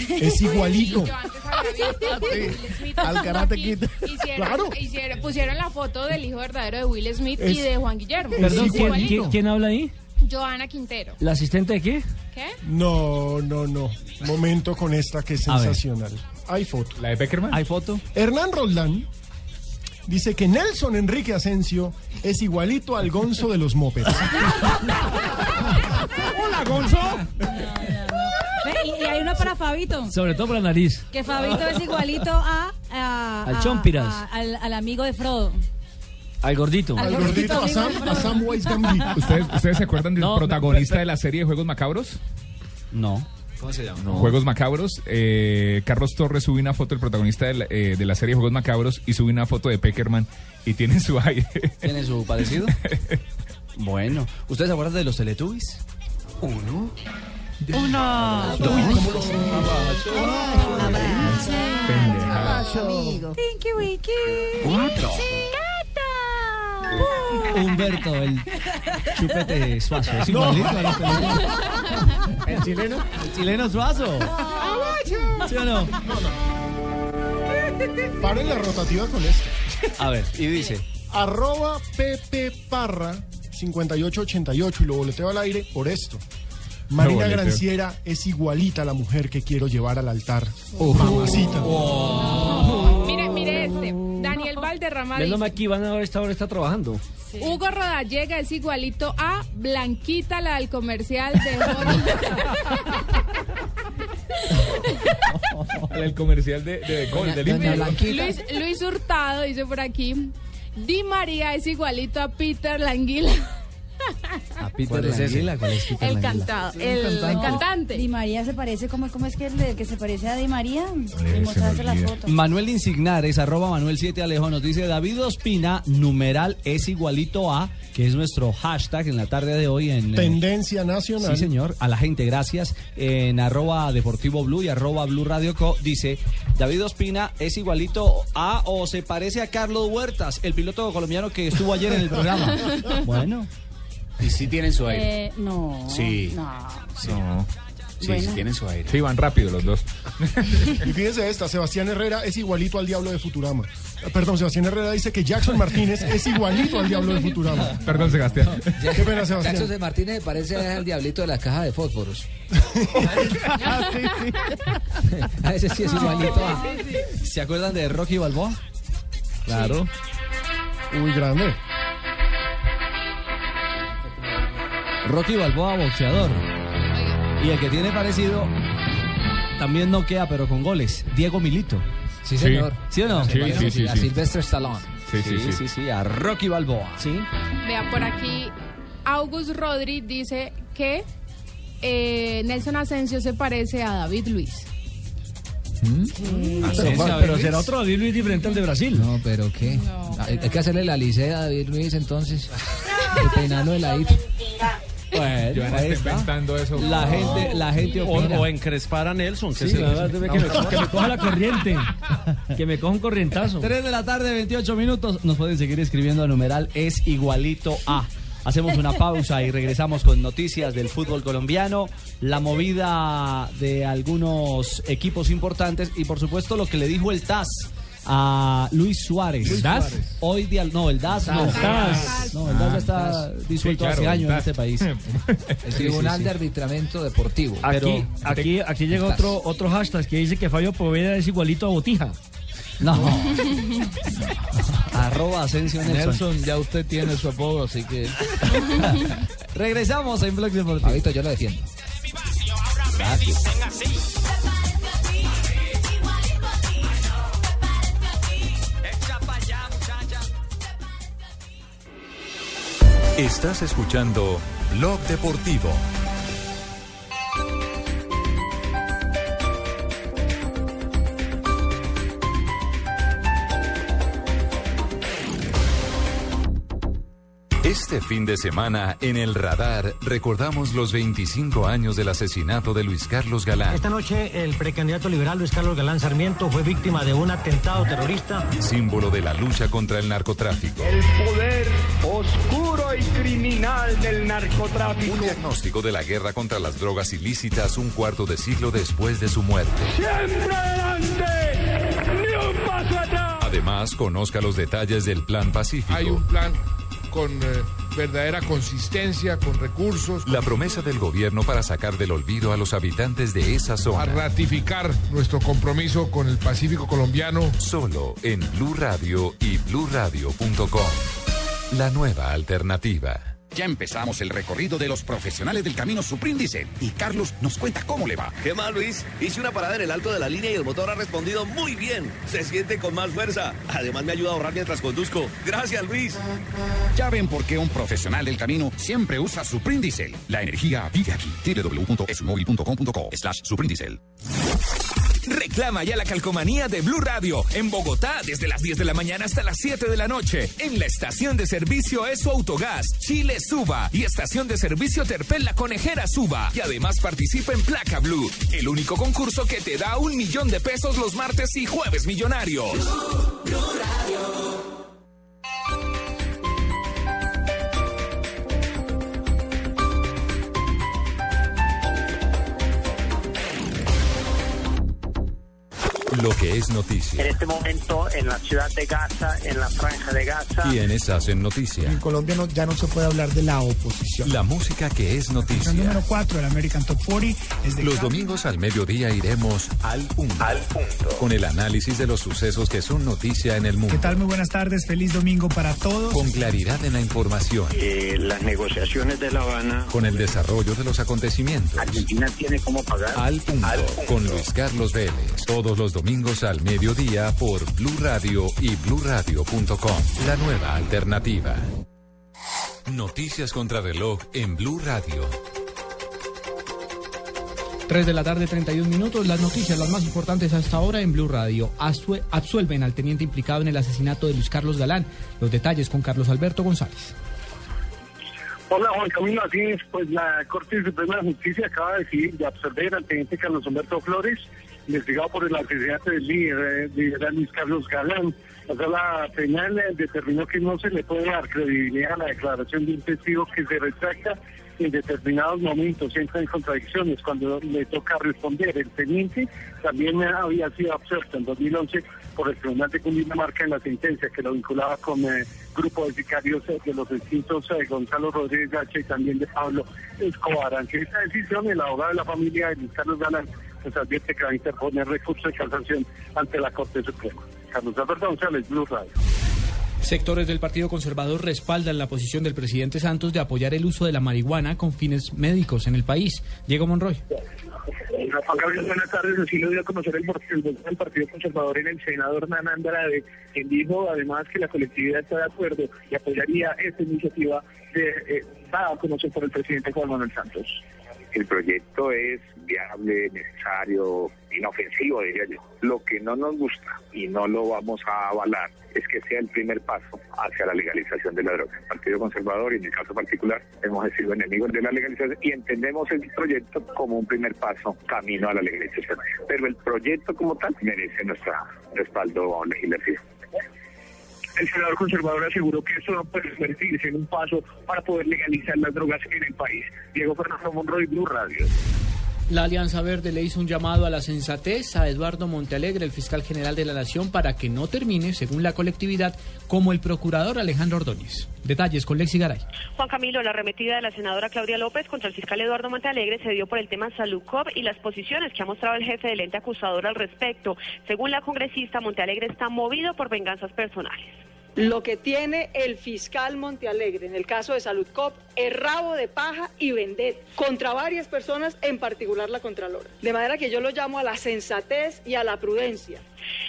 Speaker 10: Es igualito.
Speaker 24: Yo antes había visto a Will Smith
Speaker 10: Al Karate Kid.
Speaker 24: Hicieron,
Speaker 10: Claro.
Speaker 24: hicieron- pusieron la foto del hijo verdadero de Will Smith
Speaker 9: Es-
Speaker 24: y de Juan Guillermo.
Speaker 9: Perdón,
Speaker 24: Es
Speaker 9: ¿quién,
Speaker 24: igualito.
Speaker 9: quién- quién habla ahí?
Speaker 24: Joana Quintero.
Speaker 9: ¿La asistente de qué?
Speaker 24: ¿Qué?
Speaker 10: No, no, no. Momento con esta que es
Speaker 9: A ver.
Speaker 10: sensacional. Hay foto.
Speaker 8: ¿La de Beckerman?
Speaker 5: ¿Hay foto?
Speaker 10: Hernán Roldán dice que Nelson Enrique Asensio es igualito al Gonzo de los Mopeds.
Speaker 13: ¡Hola, Gonzo! Y, y hay una para Fabito.
Speaker 9: Sobre todo por la nariz.
Speaker 13: Que Fabito es igualito a. a-
Speaker 9: Al
Speaker 13: a-
Speaker 9: Chompiras.
Speaker 13: a- al, al amigo de Frodo.
Speaker 9: Al gordito.
Speaker 13: Al gordito, a Sam- a Samwise Gamgee.
Speaker 8: ¿Ustedes, ¿Ustedes se acuerdan del
Speaker 22: No,
Speaker 8: protagonista de la serie de Juegos Macabros?
Speaker 5: No.
Speaker 22: ¿Cómo se llama?
Speaker 8: Juegos Macabros. eh, Carlos Torres sube una foto, el protagonista de la, eh, de la serie Juegos Macabros, y sube una foto de Peckerman y tiene su aire.
Speaker 5: ¿Tiene su parecido? Bueno, ¿ustedes se acuerdan de los Teletubbies? Uno.
Speaker 4: Uno,
Speaker 5: dos.
Speaker 4: abrazo,
Speaker 5: Pendeja.
Speaker 4: abrazo, amigo.
Speaker 13: Tinky Winky.
Speaker 4: Cuatro.
Speaker 13: Gato.
Speaker 5: Humberto, el chupete suazo. Es
Speaker 32: No.
Speaker 5: igualito a los peloteros.
Speaker 10: ¿El chileno?
Speaker 5: El chileno suazo. ¿Sí o no?
Speaker 10: Paren la rotativa con esto.
Speaker 5: A ver, y dice.
Speaker 10: Arroba Pepe Parra 5888 y lo boleteo al aire por esto. Marina
Speaker 32: boleteo.
Speaker 10: Granciera es igualita a la mujer que quiero llevar al altar.
Speaker 32: Uf.
Speaker 10: Mamacita.
Speaker 24: Mire, mire este. Daniel Valderrama
Speaker 9: Menos mal
Speaker 24: dice.
Speaker 9: que Iván ahora está, ahora está trabajando.
Speaker 24: Hugo Rodallega es igualito a Blanquita, la del comercial de
Speaker 33: El comercial de, de, de Gol, del himno.
Speaker 24: Luis, Luis Hurtado dice por aquí. Di María es igualito a Peter Languila,
Speaker 5: ¿Cuál es ese?
Speaker 13: El
Speaker 24: cantado, el cantante.
Speaker 13: Di María se parece, ¿cómo, cómo es que el, el que se parece a Di María? Y mostrarse las fotos.
Speaker 5: Manuel Insignares, arroba Manuel 7 Alejo, nos dice David Ospina, numeral es igualito a, que es nuestro hashtag en la tarde de hoy en... eh,
Speaker 10: Tendencia nacional.
Speaker 5: Sí, señor, a la gente, gracias. En arroba Deportivo Blue y arroba Blue Radio Co. Dice, David Ospina es igualito a o se parece a Carlos Huertas, el piloto colombiano que estuvo ayer en el programa. bueno.
Speaker 34: Y sí tienen su aire.
Speaker 13: Eh, no.
Speaker 34: Sí.
Speaker 13: No.
Speaker 34: Sí. Sí,
Speaker 10: Bueno.
Speaker 34: sí tienen su aire.
Speaker 33: Sí, van rápido los dos.
Speaker 10: Y fíjense esta, Sebastián Herrera es igualito al diablo de Futurama. Eh, Perdón, Sebastián Herrera dice que Jackson Martínez es igualito al diablo de Futurama.
Speaker 33: Perdón, Sebastián.
Speaker 10: Qué pena, Sebastián.
Speaker 7: Jackson de Martínez se parece al diablito de la caja de fósforos.
Speaker 5: A ese sí es igualito a... ¿Se acuerdan de Rocky Balboa? Claro.
Speaker 10: Muy grande.
Speaker 5: Rocky Balboa, boxeador. Y el que tiene parecido también no queda, pero con goles. Diego Milito.
Speaker 7: Sí, señor.
Speaker 5: ¿Sí, o no?
Speaker 7: Sí, sí, sí,
Speaker 5: A
Speaker 7: sí.
Speaker 5: Silvestre Stallone.
Speaker 7: Sí, sí, sí.
Speaker 5: sí, a Rocky Balboa. Sí.
Speaker 24: Vea por aquí. August Rodri dice que eh, Nelson Asensio se parece a David Luis.
Speaker 5: ¿Mm?
Speaker 7: Ah, Asensio,
Speaker 9: pero
Speaker 7: Luis.
Speaker 9: será otro David Luis diferente al de Brasil.
Speaker 7: No, pero ¿qué? Hay, hay que hacerle la licea a David Luis entonces. Y peinarlo de ladito.
Speaker 33: Bueno, Joana
Speaker 7: ahí
Speaker 33: está
Speaker 7: está.
Speaker 33: inventando eso.
Speaker 7: La gente- la gente
Speaker 35: O,
Speaker 7: opina.
Speaker 35: o encrespar a Nelson. Que
Speaker 9: Sí,
Speaker 35: se-
Speaker 9: la verdad, debe que me coja- que me coja la corriente.
Speaker 5: Que me coja un corrientazo. 3 de la tarde, 28 minutos. Nos pueden seguir escribiendo a numeral es igualito a. Hacemos una pausa y regresamos con noticias del fútbol colombiano, la movida de algunos equipos importantes y por supuesto lo que le dijo el TAS a Luis Suárez.
Speaker 35: ¿El DAS?
Speaker 5: Hoy día no, el DAS no.
Speaker 35: El DAS.
Speaker 5: No, el DAS ya
Speaker 7: Ah,
Speaker 5: está
Speaker 7: el DAS.
Speaker 5: disuelto
Speaker 7: Sí, claro,
Speaker 5: hace
Speaker 7: el
Speaker 5: años en
Speaker 7: DAS.
Speaker 5: este país.
Speaker 7: El Tribunal de Arbitramiento Deportivo.
Speaker 9: Aquí,
Speaker 7: Pero-
Speaker 9: aquí, aquí llega otro, otro hashtag que dice que Fabio Poveda es igualito a Botija.
Speaker 5: No. Arroba Asensio Nelson.
Speaker 7: Nelson, ya usted tiene su apodo, así que.
Speaker 5: Regresamos en Blog Deportivo.
Speaker 7: Fabito, Ah, yo lo defiendo.
Speaker 32: Dicen así. Echa pa' allá, muchacha.
Speaker 3: Estás escuchando Blog Deportivo. Este fin de semana, en el radar, recordamos los 25 años del asesinato de Luis Carlos Galán.
Speaker 4: Esta noche el precandidato liberal Luis Carlos Galán Sarmiento fue víctima de un atentado terrorista.
Speaker 3: símbolo de la lucha contra el narcotráfico.
Speaker 4: El poder oscuro y criminal del narcotráfico.
Speaker 3: Un diagnóstico de la guerra contra las drogas ilícitas un cuarto de siglo después de su muerte.
Speaker 32: Siempre adelante, ni un paso atrás.
Speaker 3: Además, conozca los detalles del Plan
Speaker 36: Hay
Speaker 3: Pacífico,
Speaker 36: un plan con eh, verdadera consistencia, con recursos,
Speaker 3: la promesa del gobierno para sacar del olvido a los habitantes de esa
Speaker 36: a
Speaker 3: zona.
Speaker 36: ratificar nuestro compromiso con el Pacífico colombiano.
Speaker 3: Solo en Blue Radio y BlueRadio.com. La nueva alternativa.
Speaker 18: Ya empezamos el recorrido de los profesionales del camino Supríndice y Carlos nos cuenta cómo le va.
Speaker 6: ¿Qué más, Luis? Hice una parada en el alto de la línea y el motor ha respondido muy bien. Se siente con más fuerza. Además, me ayuda a ahorrar mientras conduzco. Gracias, Luis.
Speaker 18: Ya ven por qué un profesional del camino siempre usa Suprindicel. La energía vive aquí. www.esumóvil.com.co slash Suprindicel.
Speaker 8: Reclama ya la calcomanía de Blue Radio en Bogotá desde las 10 de la mañana hasta las 7 de la noche. En la estación de servicio ESO Autogás, Chile Suba y estación de servicio Terpel La Conejera Suba. Y además participa en Placa Blue, el único concurso que te da un millón de pesos los martes y jueves millonarios.
Speaker 3: Lo que es noticia.
Speaker 29: En este momento, en la ciudad de Gaza, en la franja de Gaza,
Speaker 3: Quienes hacen noticia.
Speaker 18: En Colombia no- ya no se puede hablar de la oposición.
Speaker 3: La música que es
Speaker 18: El
Speaker 3: noticia.
Speaker 18: número 4 del American Top 40 es de
Speaker 3: Los domingos al mediodía iremos al punto, al punto con el análisis de los sucesos que son noticia en el
Speaker 18: ¿Qué
Speaker 3: mundo,
Speaker 18: tal? Muy buenas tardes, feliz domingo para todos.
Speaker 3: con claridad en la información,
Speaker 29: eh, las negociaciones de La Habana,
Speaker 3: con el desarrollo de los acontecimientos.
Speaker 29: Argentina tiene cómo pagar.
Speaker 3: Al punto, con Luis Carlos Vélez, todos los domingos al mediodía por Blue Radio y bluradio.com. La nueva alternativa. Noticias contra reloj en Blue Radio.
Speaker 37: 3 de la tarde, 31 minutos. Las noticias, las más importantes hasta ahora en Blue Radio. Asue- absuelven al teniente implicado en el asesinato de Luis Carlos Galán. Los detalles con Carlos Alberto González.
Speaker 15: Hola Juan Camilo, así es, pues la Corte Suprema de Justicia acaba de decidir de absorber al teniente Carlos Humberto Flores, investigado por el asesinato del líder, eh, liberal Luis Carlos Galán. La sala penal eh, determinó que no se le puede dar credibilidad a la declaración de un testigo que se retracta en determinados momentos, entra en contradicciones cuando le toca responder. El teniente también eh, había sido absuelto en 2011 por el Tribunal de Cundinamarca en la sentencia que lo vinculaba con eh, grupo de sicarios eh, de los distintos eh, Gonzalo Rodríguez Gacha y también de Pablo Escobar. Ante esta decisión, el abogado de la familia de Luis Carlos Galán nos advierte que va a interponer recurso de casación ante la Corte Suprema. Carlos Alberto González, Blue Radio.
Speaker 37: Sectores del Partido Conservador respaldan la posición del presidente Santos de apoyar el uso de la marihuana con fines médicos en el país. Diego Monroy.
Speaker 15: Eh, Juan Gabriel, buenas tardes. Así lo dio a conocer el portavoz del Partido Conservador en el Senado, Hernán Andrade, quien dijo además que la colectividad está de acuerdo y apoyaría esta iniciativa de, eh, dada a conocer por el presidente Juan Manuel Santos.
Speaker 38: El proyecto es viable, necesario, inofensivo, diría yo. Lo que no nos gusta y no lo vamos a avalar es que sea el primer paso hacia la legalización de la droga. El Partido Conservador y en mi caso particular hemos sido enemigos de la legalización y entendemos el proyecto como un primer paso camino a la legalización. Pero el proyecto como tal merece nuestro respaldo legislativo.
Speaker 15: El senador conservador aseguró que esto no puede convertirse en un paso para poder legalizar las drogas en el país. Diego Fernando Monroy, Blue Radio.
Speaker 37: La Alianza Verde le hizo un llamado a la sensatez a Eduardo Montealegre, el fiscal general de la Nación, para que no termine, según la colectividad, como el procurador Alejandro Ordóñez. Detalles con Lexi Garay.
Speaker 39: Juan Camilo, la arremetida de la senadora Claudia López contra el fiscal Eduardo Montealegre se dio por el tema Salucop y las posiciones que ha mostrado el jefe del ente acusador al respecto. Según la congresista, Montealegre está movido por venganzas personales.
Speaker 40: Lo que tiene el fiscal Montealegre en el caso de Salud Cop es rabo de paja y vendetta contra varias personas, en particular la Contralora. De manera que yo lo llamo a la sensatez y a la prudencia.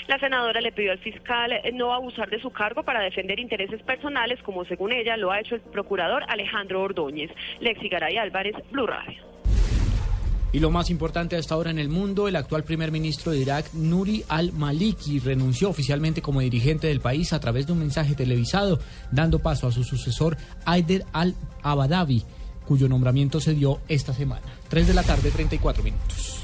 Speaker 39: La senadora le pidió al fiscal eh, no abusar de su cargo para defender intereses personales, como según ella lo ha hecho el procurador Alejandro Ordóñez. Lexi Garay Álvarez, Blue Radio.
Speaker 37: Y lo más importante hasta ahora en el mundo, el actual primer ministro de Irak, Nuri al-Maliki, renunció oficialmente como dirigente del país a través de un mensaje televisado, dando paso a su sucesor, Haider al-Abadabi, cuyo nombramiento se dio esta semana. 3 de la tarde, 34 minutos.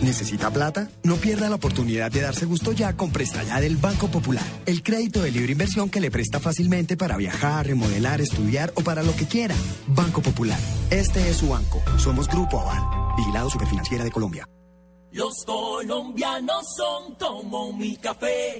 Speaker 41: ¿Necesita plata? No pierda la oportunidad de darse gusto ya con Presta Ya del Banco Popular. El crédito de libre inversión que le presta fácilmente para viajar, remodelar, estudiar o para lo que quiera. Banco Popular. Este es su banco. Somos Grupo Aval. Vigilado Superfinanciera de Colombia.
Speaker 4: Los colombianos son como mi café.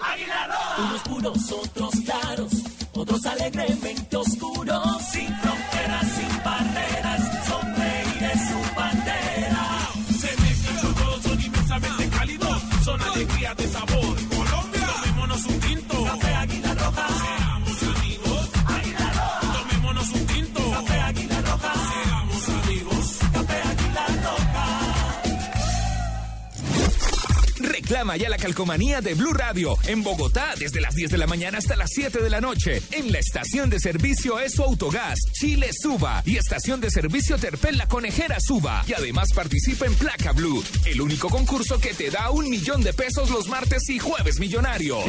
Speaker 4: Unos puros, otros claros, otros alegremente oscuros. Sin fronteras, sin barreras, son reyes su bandera. Se mezclan con todos, son inmensamente cálidos, son alegría de sabor. Colombia, tomémonos un tinto. Café Águila Roja. Seamos amigos. Águila Roja. Tomémonos un tinto. Café Águila Roja. Seamos amigos. Café Águila Roja.
Speaker 8: Reclama Reclama ya la calcomanía de Blue Radio en Bogotá desde las 10 de la mañana hasta las 7 de la noche en la estación de servicio ESO Autogás Chile Suba y estación de servicio Terpel La Conejera Suba. Y además participa en Placa Blue, el único concurso que te da un millón de pesos los martes y jueves millonarios.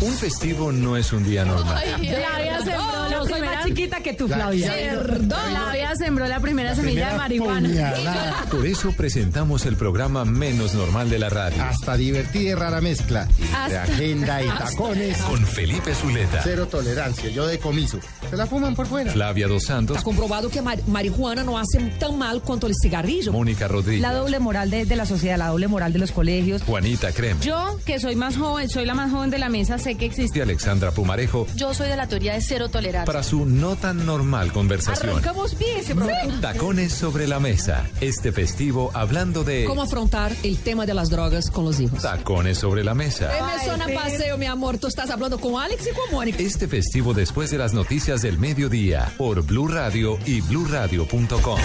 Speaker 3: Un festivo no es un día normal.
Speaker 40: Flavia sembró la
Speaker 4: Yo soy
Speaker 40: primera-
Speaker 4: más chiquita que tú,
Speaker 3: La-
Speaker 4: Flavia.
Speaker 40: Perdón, Flavia sembró la primera semilla de marihuana.
Speaker 3: Por eso presentamos el programa menos normal de la radio. Hasta divertida y rara mezcla.
Speaker 40: Hasta- agenda y hasta-
Speaker 3: tacones. Con Felipe Zuleta.
Speaker 13: tolerancia, yo decomiso. Se la fuman por fuera.
Speaker 3: Flavia Dos Santos.
Speaker 13: Está comprobado que mar- marihuana no hace tan mal cuanto el cigarrillo.
Speaker 3: Mónica Rodríguez.
Speaker 13: La doble moral de, de la sociedad, la doble moral de los colegios.
Speaker 3: Juanita Creme.
Speaker 40: Yo, que soy más joven, soy la más joven de la mesa, sé que existe.
Speaker 3: Y Alexandra Pumarejo.
Speaker 40: Yo soy de la teoría de cero tolerancia.
Speaker 3: Para su no tan normal conversación.
Speaker 13: bien ese
Speaker 3: Tacones sobre la mesa. Este festivo hablando
Speaker 4: Eh,
Speaker 3: de
Speaker 13: ¿Cómo afrontar el tema de las drogas con los hijos?
Speaker 3: tacones sobre la mesa.
Speaker 13: Emerson, a paseo, mi amor. Tú estás hablando con Alex y con Mónica.
Speaker 3: Este festivo después de las noticias del mediodía por Blue Radio y bluradio.com.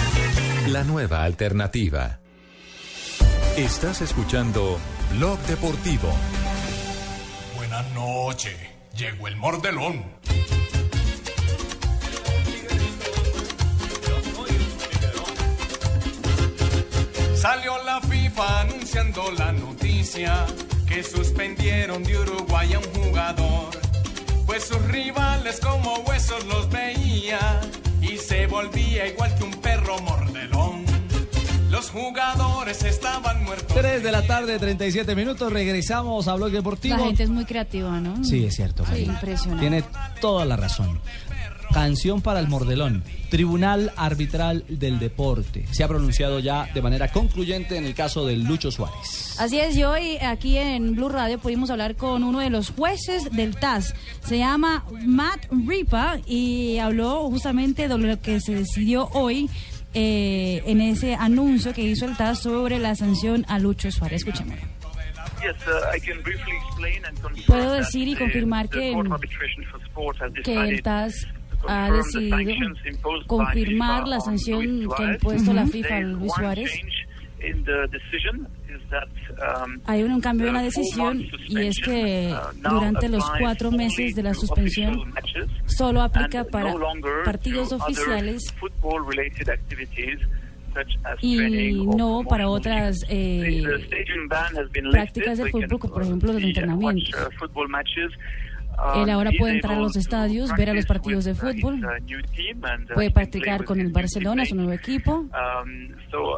Speaker 3: La nueva alternativa. Estás escuchando Blog Deportivo.
Speaker 4: Buenas noches. Llegó el mordelón. Salió la FIFA anunciando la noticia que suspendieron de Uruguay a un jugador. Pues sus rivales como huesos los veía y se volvía igual que un perro mordelón. Los jugadores estaban muertos.
Speaker 5: 3 de la tarde, 37 minutos. Regresamos a Blog Deportivo.
Speaker 13: La gente es muy creativa, ¿no?
Speaker 5: Sí, es cierto.
Speaker 13: Sí,
Speaker 5: Karina.
Speaker 13: impresionante.
Speaker 5: Tiene toda la razón. Canción para el mordelón. Tribunal Arbitral del Deporte. Se ha pronunciado ya de manera concluyente en el caso de Lucho Suárez.
Speaker 13: Así es, y hoy aquí en Blue Radio pudimos hablar con uno de los jueces del TAS. Se llama Matt Ripa y habló justamente de lo que se decidió hoy eh, en ese anuncio que hizo el TAS sobre la sanción a Lucho Suárez. Escuchémoslo.
Speaker 42: Yes, uh, I can briefly explain and confirm
Speaker 13: Puedo
Speaker 42: that
Speaker 13: decir y
Speaker 42: the-
Speaker 13: confirmar
Speaker 42: the
Speaker 13: que
Speaker 42: Court
Speaker 13: el-
Speaker 42: of Arbitration for Sport has
Speaker 13: que el
Speaker 42: decided
Speaker 13: TAS
Speaker 42: to
Speaker 13: ha
Speaker 42: confirm the
Speaker 13: decidido
Speaker 42: sanctions imposed by
Speaker 13: confirmar
Speaker 42: FIFA
Speaker 13: la
Speaker 42: on
Speaker 13: sanción
Speaker 42: Luis
Speaker 13: que ha
Speaker 42: Suárez.
Speaker 13: impuesto la
Speaker 42: Ujú.
Speaker 13: FIFA a
Speaker 42: There is
Speaker 13: Luis
Speaker 42: one
Speaker 13: Suárez.
Speaker 42: change in the decision is that, um,
Speaker 13: Hay un cambio en la
Speaker 42: the four
Speaker 13: decisión
Speaker 42: months
Speaker 13: y es que
Speaker 42: suspension, uh, now
Speaker 13: durante los
Speaker 42: applies
Speaker 13: cuatro
Speaker 42: only
Speaker 13: meses de la
Speaker 42: to official
Speaker 13: suspensión
Speaker 42: matches
Speaker 13: solo aplica
Speaker 42: and
Speaker 13: para
Speaker 42: no longer
Speaker 13: partidos
Speaker 42: to other
Speaker 13: oficiales
Speaker 42: football-related activities such as
Speaker 13: y
Speaker 42: training or
Speaker 13: no para
Speaker 42: promotional
Speaker 13: otras eh,
Speaker 42: The stadium ban has been
Speaker 13: prácticas
Speaker 42: lifted,
Speaker 13: de
Speaker 42: so you
Speaker 13: fútbol,
Speaker 42: can,
Speaker 13: como por ejemplo los
Speaker 42: see and
Speaker 13: entrenamientos.
Speaker 42: watch, uh, football matches.
Speaker 13: Él
Speaker 42: Um,
Speaker 13: ahora
Speaker 42: he's
Speaker 13: puede entrar a
Speaker 42: able
Speaker 13: los
Speaker 42: to
Speaker 13: estadios, ver a los partidos de fútbol,
Speaker 42: practice, uh, new team and, uh,
Speaker 13: puede
Speaker 42: he can play
Speaker 13: practicar
Speaker 42: with
Speaker 13: con el
Speaker 42: his new
Speaker 13: Barcelona, su
Speaker 42: teammates.
Speaker 13: nuevo equipo.
Speaker 42: Um, so, uh,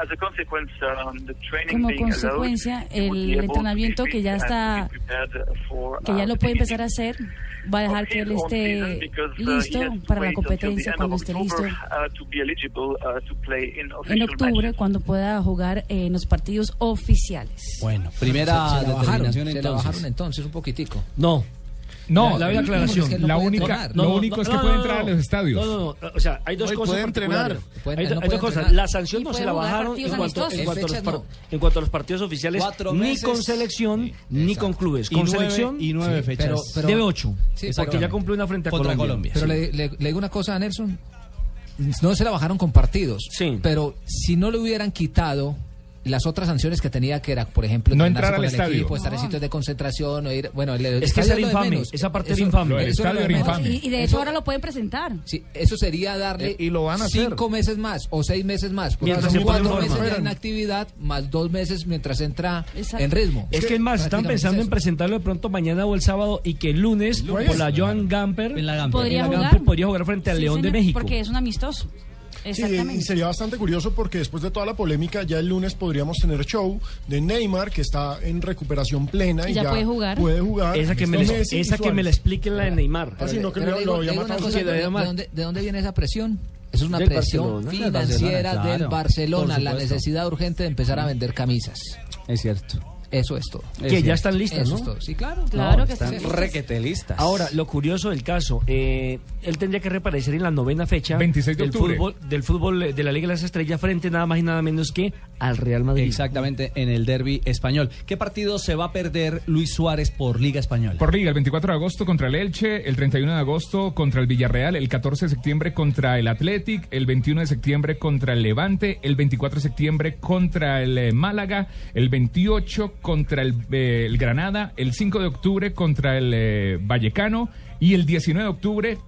Speaker 42: as a consequence, um, the training
Speaker 13: Como
Speaker 42: being
Speaker 13: consecuencia,
Speaker 42: allowed, he would
Speaker 13: el
Speaker 42: be able to
Speaker 13: entrenamiento
Speaker 42: be
Speaker 13: que ya
Speaker 42: fit and
Speaker 13: está,
Speaker 42: be prepared for,
Speaker 13: que ya
Speaker 42: uh,
Speaker 13: lo
Speaker 42: the
Speaker 13: puede empezar a
Speaker 42: beginning
Speaker 13: hacer, va a dejar que él
Speaker 42: of his own season
Speaker 13: esté
Speaker 42: because, uh, he
Speaker 13: listo
Speaker 42: has to
Speaker 13: para la
Speaker 42: wait until the
Speaker 13: competencia
Speaker 42: end of
Speaker 13: cuando esté listo.
Speaker 42: October, uh, to be eligible, uh, to play in
Speaker 13: En
Speaker 42: official
Speaker 13: octubre, cuando pueda jugar eh, en los partidos oficiales.
Speaker 5: Bueno, primera
Speaker 7: Se- se la bajaron,
Speaker 5: determinación
Speaker 7: se la
Speaker 5: entonces.
Speaker 7: bajaron entonces un poquitico.
Speaker 5: No.
Speaker 7: La- la- es que no puede entrenar. No, no, no, no, no, no.
Speaker 9: No, no, no. O sea, hay dos
Speaker 7: No, él
Speaker 9: cosas.
Speaker 7: puede entrenar.
Speaker 9: particulares.
Speaker 7: Puede-
Speaker 9: hay
Speaker 7: él no
Speaker 9: do- hay
Speaker 7: puede
Speaker 9: dos cosas.
Speaker 7: entrenar.
Speaker 9: La sanción
Speaker 7: Y
Speaker 9: no
Speaker 7: puede
Speaker 9: se la
Speaker 7: jugar
Speaker 9: bajaron en
Speaker 7: partidos
Speaker 9: cuanto, en,
Speaker 7: amistosos.
Speaker 9: cuanto a los
Speaker 7: En
Speaker 9: par-
Speaker 7: fechas
Speaker 9: en cuanto a los partidos oficiales,
Speaker 7: Cuatro
Speaker 9: ni
Speaker 7: meses.
Speaker 9: con selección, ni con clubes.
Speaker 5: Y
Speaker 9: Con
Speaker 5: nueve-
Speaker 9: selección
Speaker 5: y nueve fechas.
Speaker 9: Pero,
Speaker 5: pero-
Speaker 9: debe ocho.
Speaker 5: Sí,
Speaker 9: porque ya cumplió una frente a
Speaker 5: Contra
Speaker 9: Colombia.
Speaker 5: Colombia.
Speaker 7: Pero le, le- le digo una cosa a Nelson. No se la bajaron con partidos. Pero si no le hubieran quitado las otras sanciones que tenía, que era, por ejemplo,
Speaker 5: No
Speaker 7: entrenarse
Speaker 5: entrar al
Speaker 7: con el
Speaker 5: estadio.
Speaker 7: equipo, estar en sitios de concentración, o ir. Bueno, el,
Speaker 9: Ah. Es que
Speaker 7: estadio
Speaker 9: esa era
Speaker 7: lo de
Speaker 9: infame,
Speaker 7: menos.
Speaker 9: esa parte era
Speaker 7: Eso-
Speaker 9: infame. Lo del
Speaker 7: eso era lo
Speaker 9: estadio
Speaker 7: de
Speaker 9: era
Speaker 7: menos.
Speaker 9: infame.
Speaker 13: Y de hecho ahora lo pueden presentar.
Speaker 7: Sí, eso sería darle
Speaker 9: Eh,
Speaker 13: Y- y lo van a hacer.
Speaker 7: cinco meses más o seis meses más. Porque
Speaker 9: Mientras
Speaker 7: son
Speaker 9: se pone en
Speaker 7: cuatro
Speaker 9: forma.
Speaker 7: meses de
Speaker 9: Esperan.
Speaker 7: inactividad más dos meses mientras entra
Speaker 13: Exacto.
Speaker 7: en ritmo.
Speaker 9: Es que es más, están
Speaker 7: prácticamente es
Speaker 9: pensando
Speaker 7: eso.
Speaker 9: en presentarlo de pronto mañana o el sábado y que el lunes,
Speaker 7: lunes.
Speaker 9: por la Joan Gamper,
Speaker 13: Podría
Speaker 9: la
Speaker 13: jugar.
Speaker 9: Gamper podría jugar frente al
Speaker 13: Sí,
Speaker 9: León de
Speaker 13: señor,
Speaker 9: México.
Speaker 13: Porque es un amistoso.
Speaker 4: Sí, y
Speaker 13: Exactamente.
Speaker 4: sería bastante curioso porque después de toda la polémica, ya el lunes podríamos tener show de Neymar, que está en recuperación plena y,
Speaker 13: Y ya puede jugar.
Speaker 4: puede jugar.
Speaker 9: Esa que me la-
Speaker 4: Messi y
Speaker 9: esa que me la
Speaker 4: Suárez.
Speaker 9: explique la de Neymar.
Speaker 4: Ah, sí, no, que
Speaker 7: Pero
Speaker 4: lo,
Speaker 7: le
Speaker 4: lo
Speaker 7: digo-
Speaker 4: había
Speaker 7: le digo una
Speaker 4: matado.
Speaker 7: cosa,
Speaker 4: Que lo
Speaker 7: ¿de,
Speaker 4: había
Speaker 7: de
Speaker 4: matado.
Speaker 7: dónde, de dónde viene esa presión? Eso es una
Speaker 4: Del
Speaker 7: presión
Speaker 4: Barcelona,
Speaker 7: financiera
Speaker 5: del Barcelona,
Speaker 7: del
Speaker 5: claro.
Speaker 7: Barcelona,
Speaker 5: Por
Speaker 7: la
Speaker 5: supuesto.
Speaker 7: necesidad urgente de empezar a vender camisas.
Speaker 5: Es cierto.
Speaker 7: Eso es todo.
Speaker 9: Que ya están listas,
Speaker 7: Eso
Speaker 9: ¿no?
Speaker 7: es todo. Sí, claro.
Speaker 9: Claro
Speaker 7: No,
Speaker 9: que
Speaker 7: están
Speaker 9: sí.
Speaker 7: requete listas.
Speaker 9: Ahora, lo curioso del caso, eh, él tendría que reaparecer en la novena fecha
Speaker 5: 26 de
Speaker 9: del,
Speaker 5: octubre.
Speaker 9: fútbol, del fútbol eh, de la Liga de las Estrellas frente nada más y nada menos que al Real Madrid.
Speaker 5: Exactamente, en el derby español. ¿Qué partido se va a perder Luis Suárez por Liga Española?
Speaker 8: Por liga, el 24 de agosto contra el Elche, el 31 de agosto contra el Villarreal, el 14 de septiembre contra el Athletic, el 21 de septiembre contra el Levante, el 24 de septiembre contra el eh, Málaga, el 28 contra el, eh, el Granada, el 5 de octubre contra el eh, Vallecano y el 19 de octubre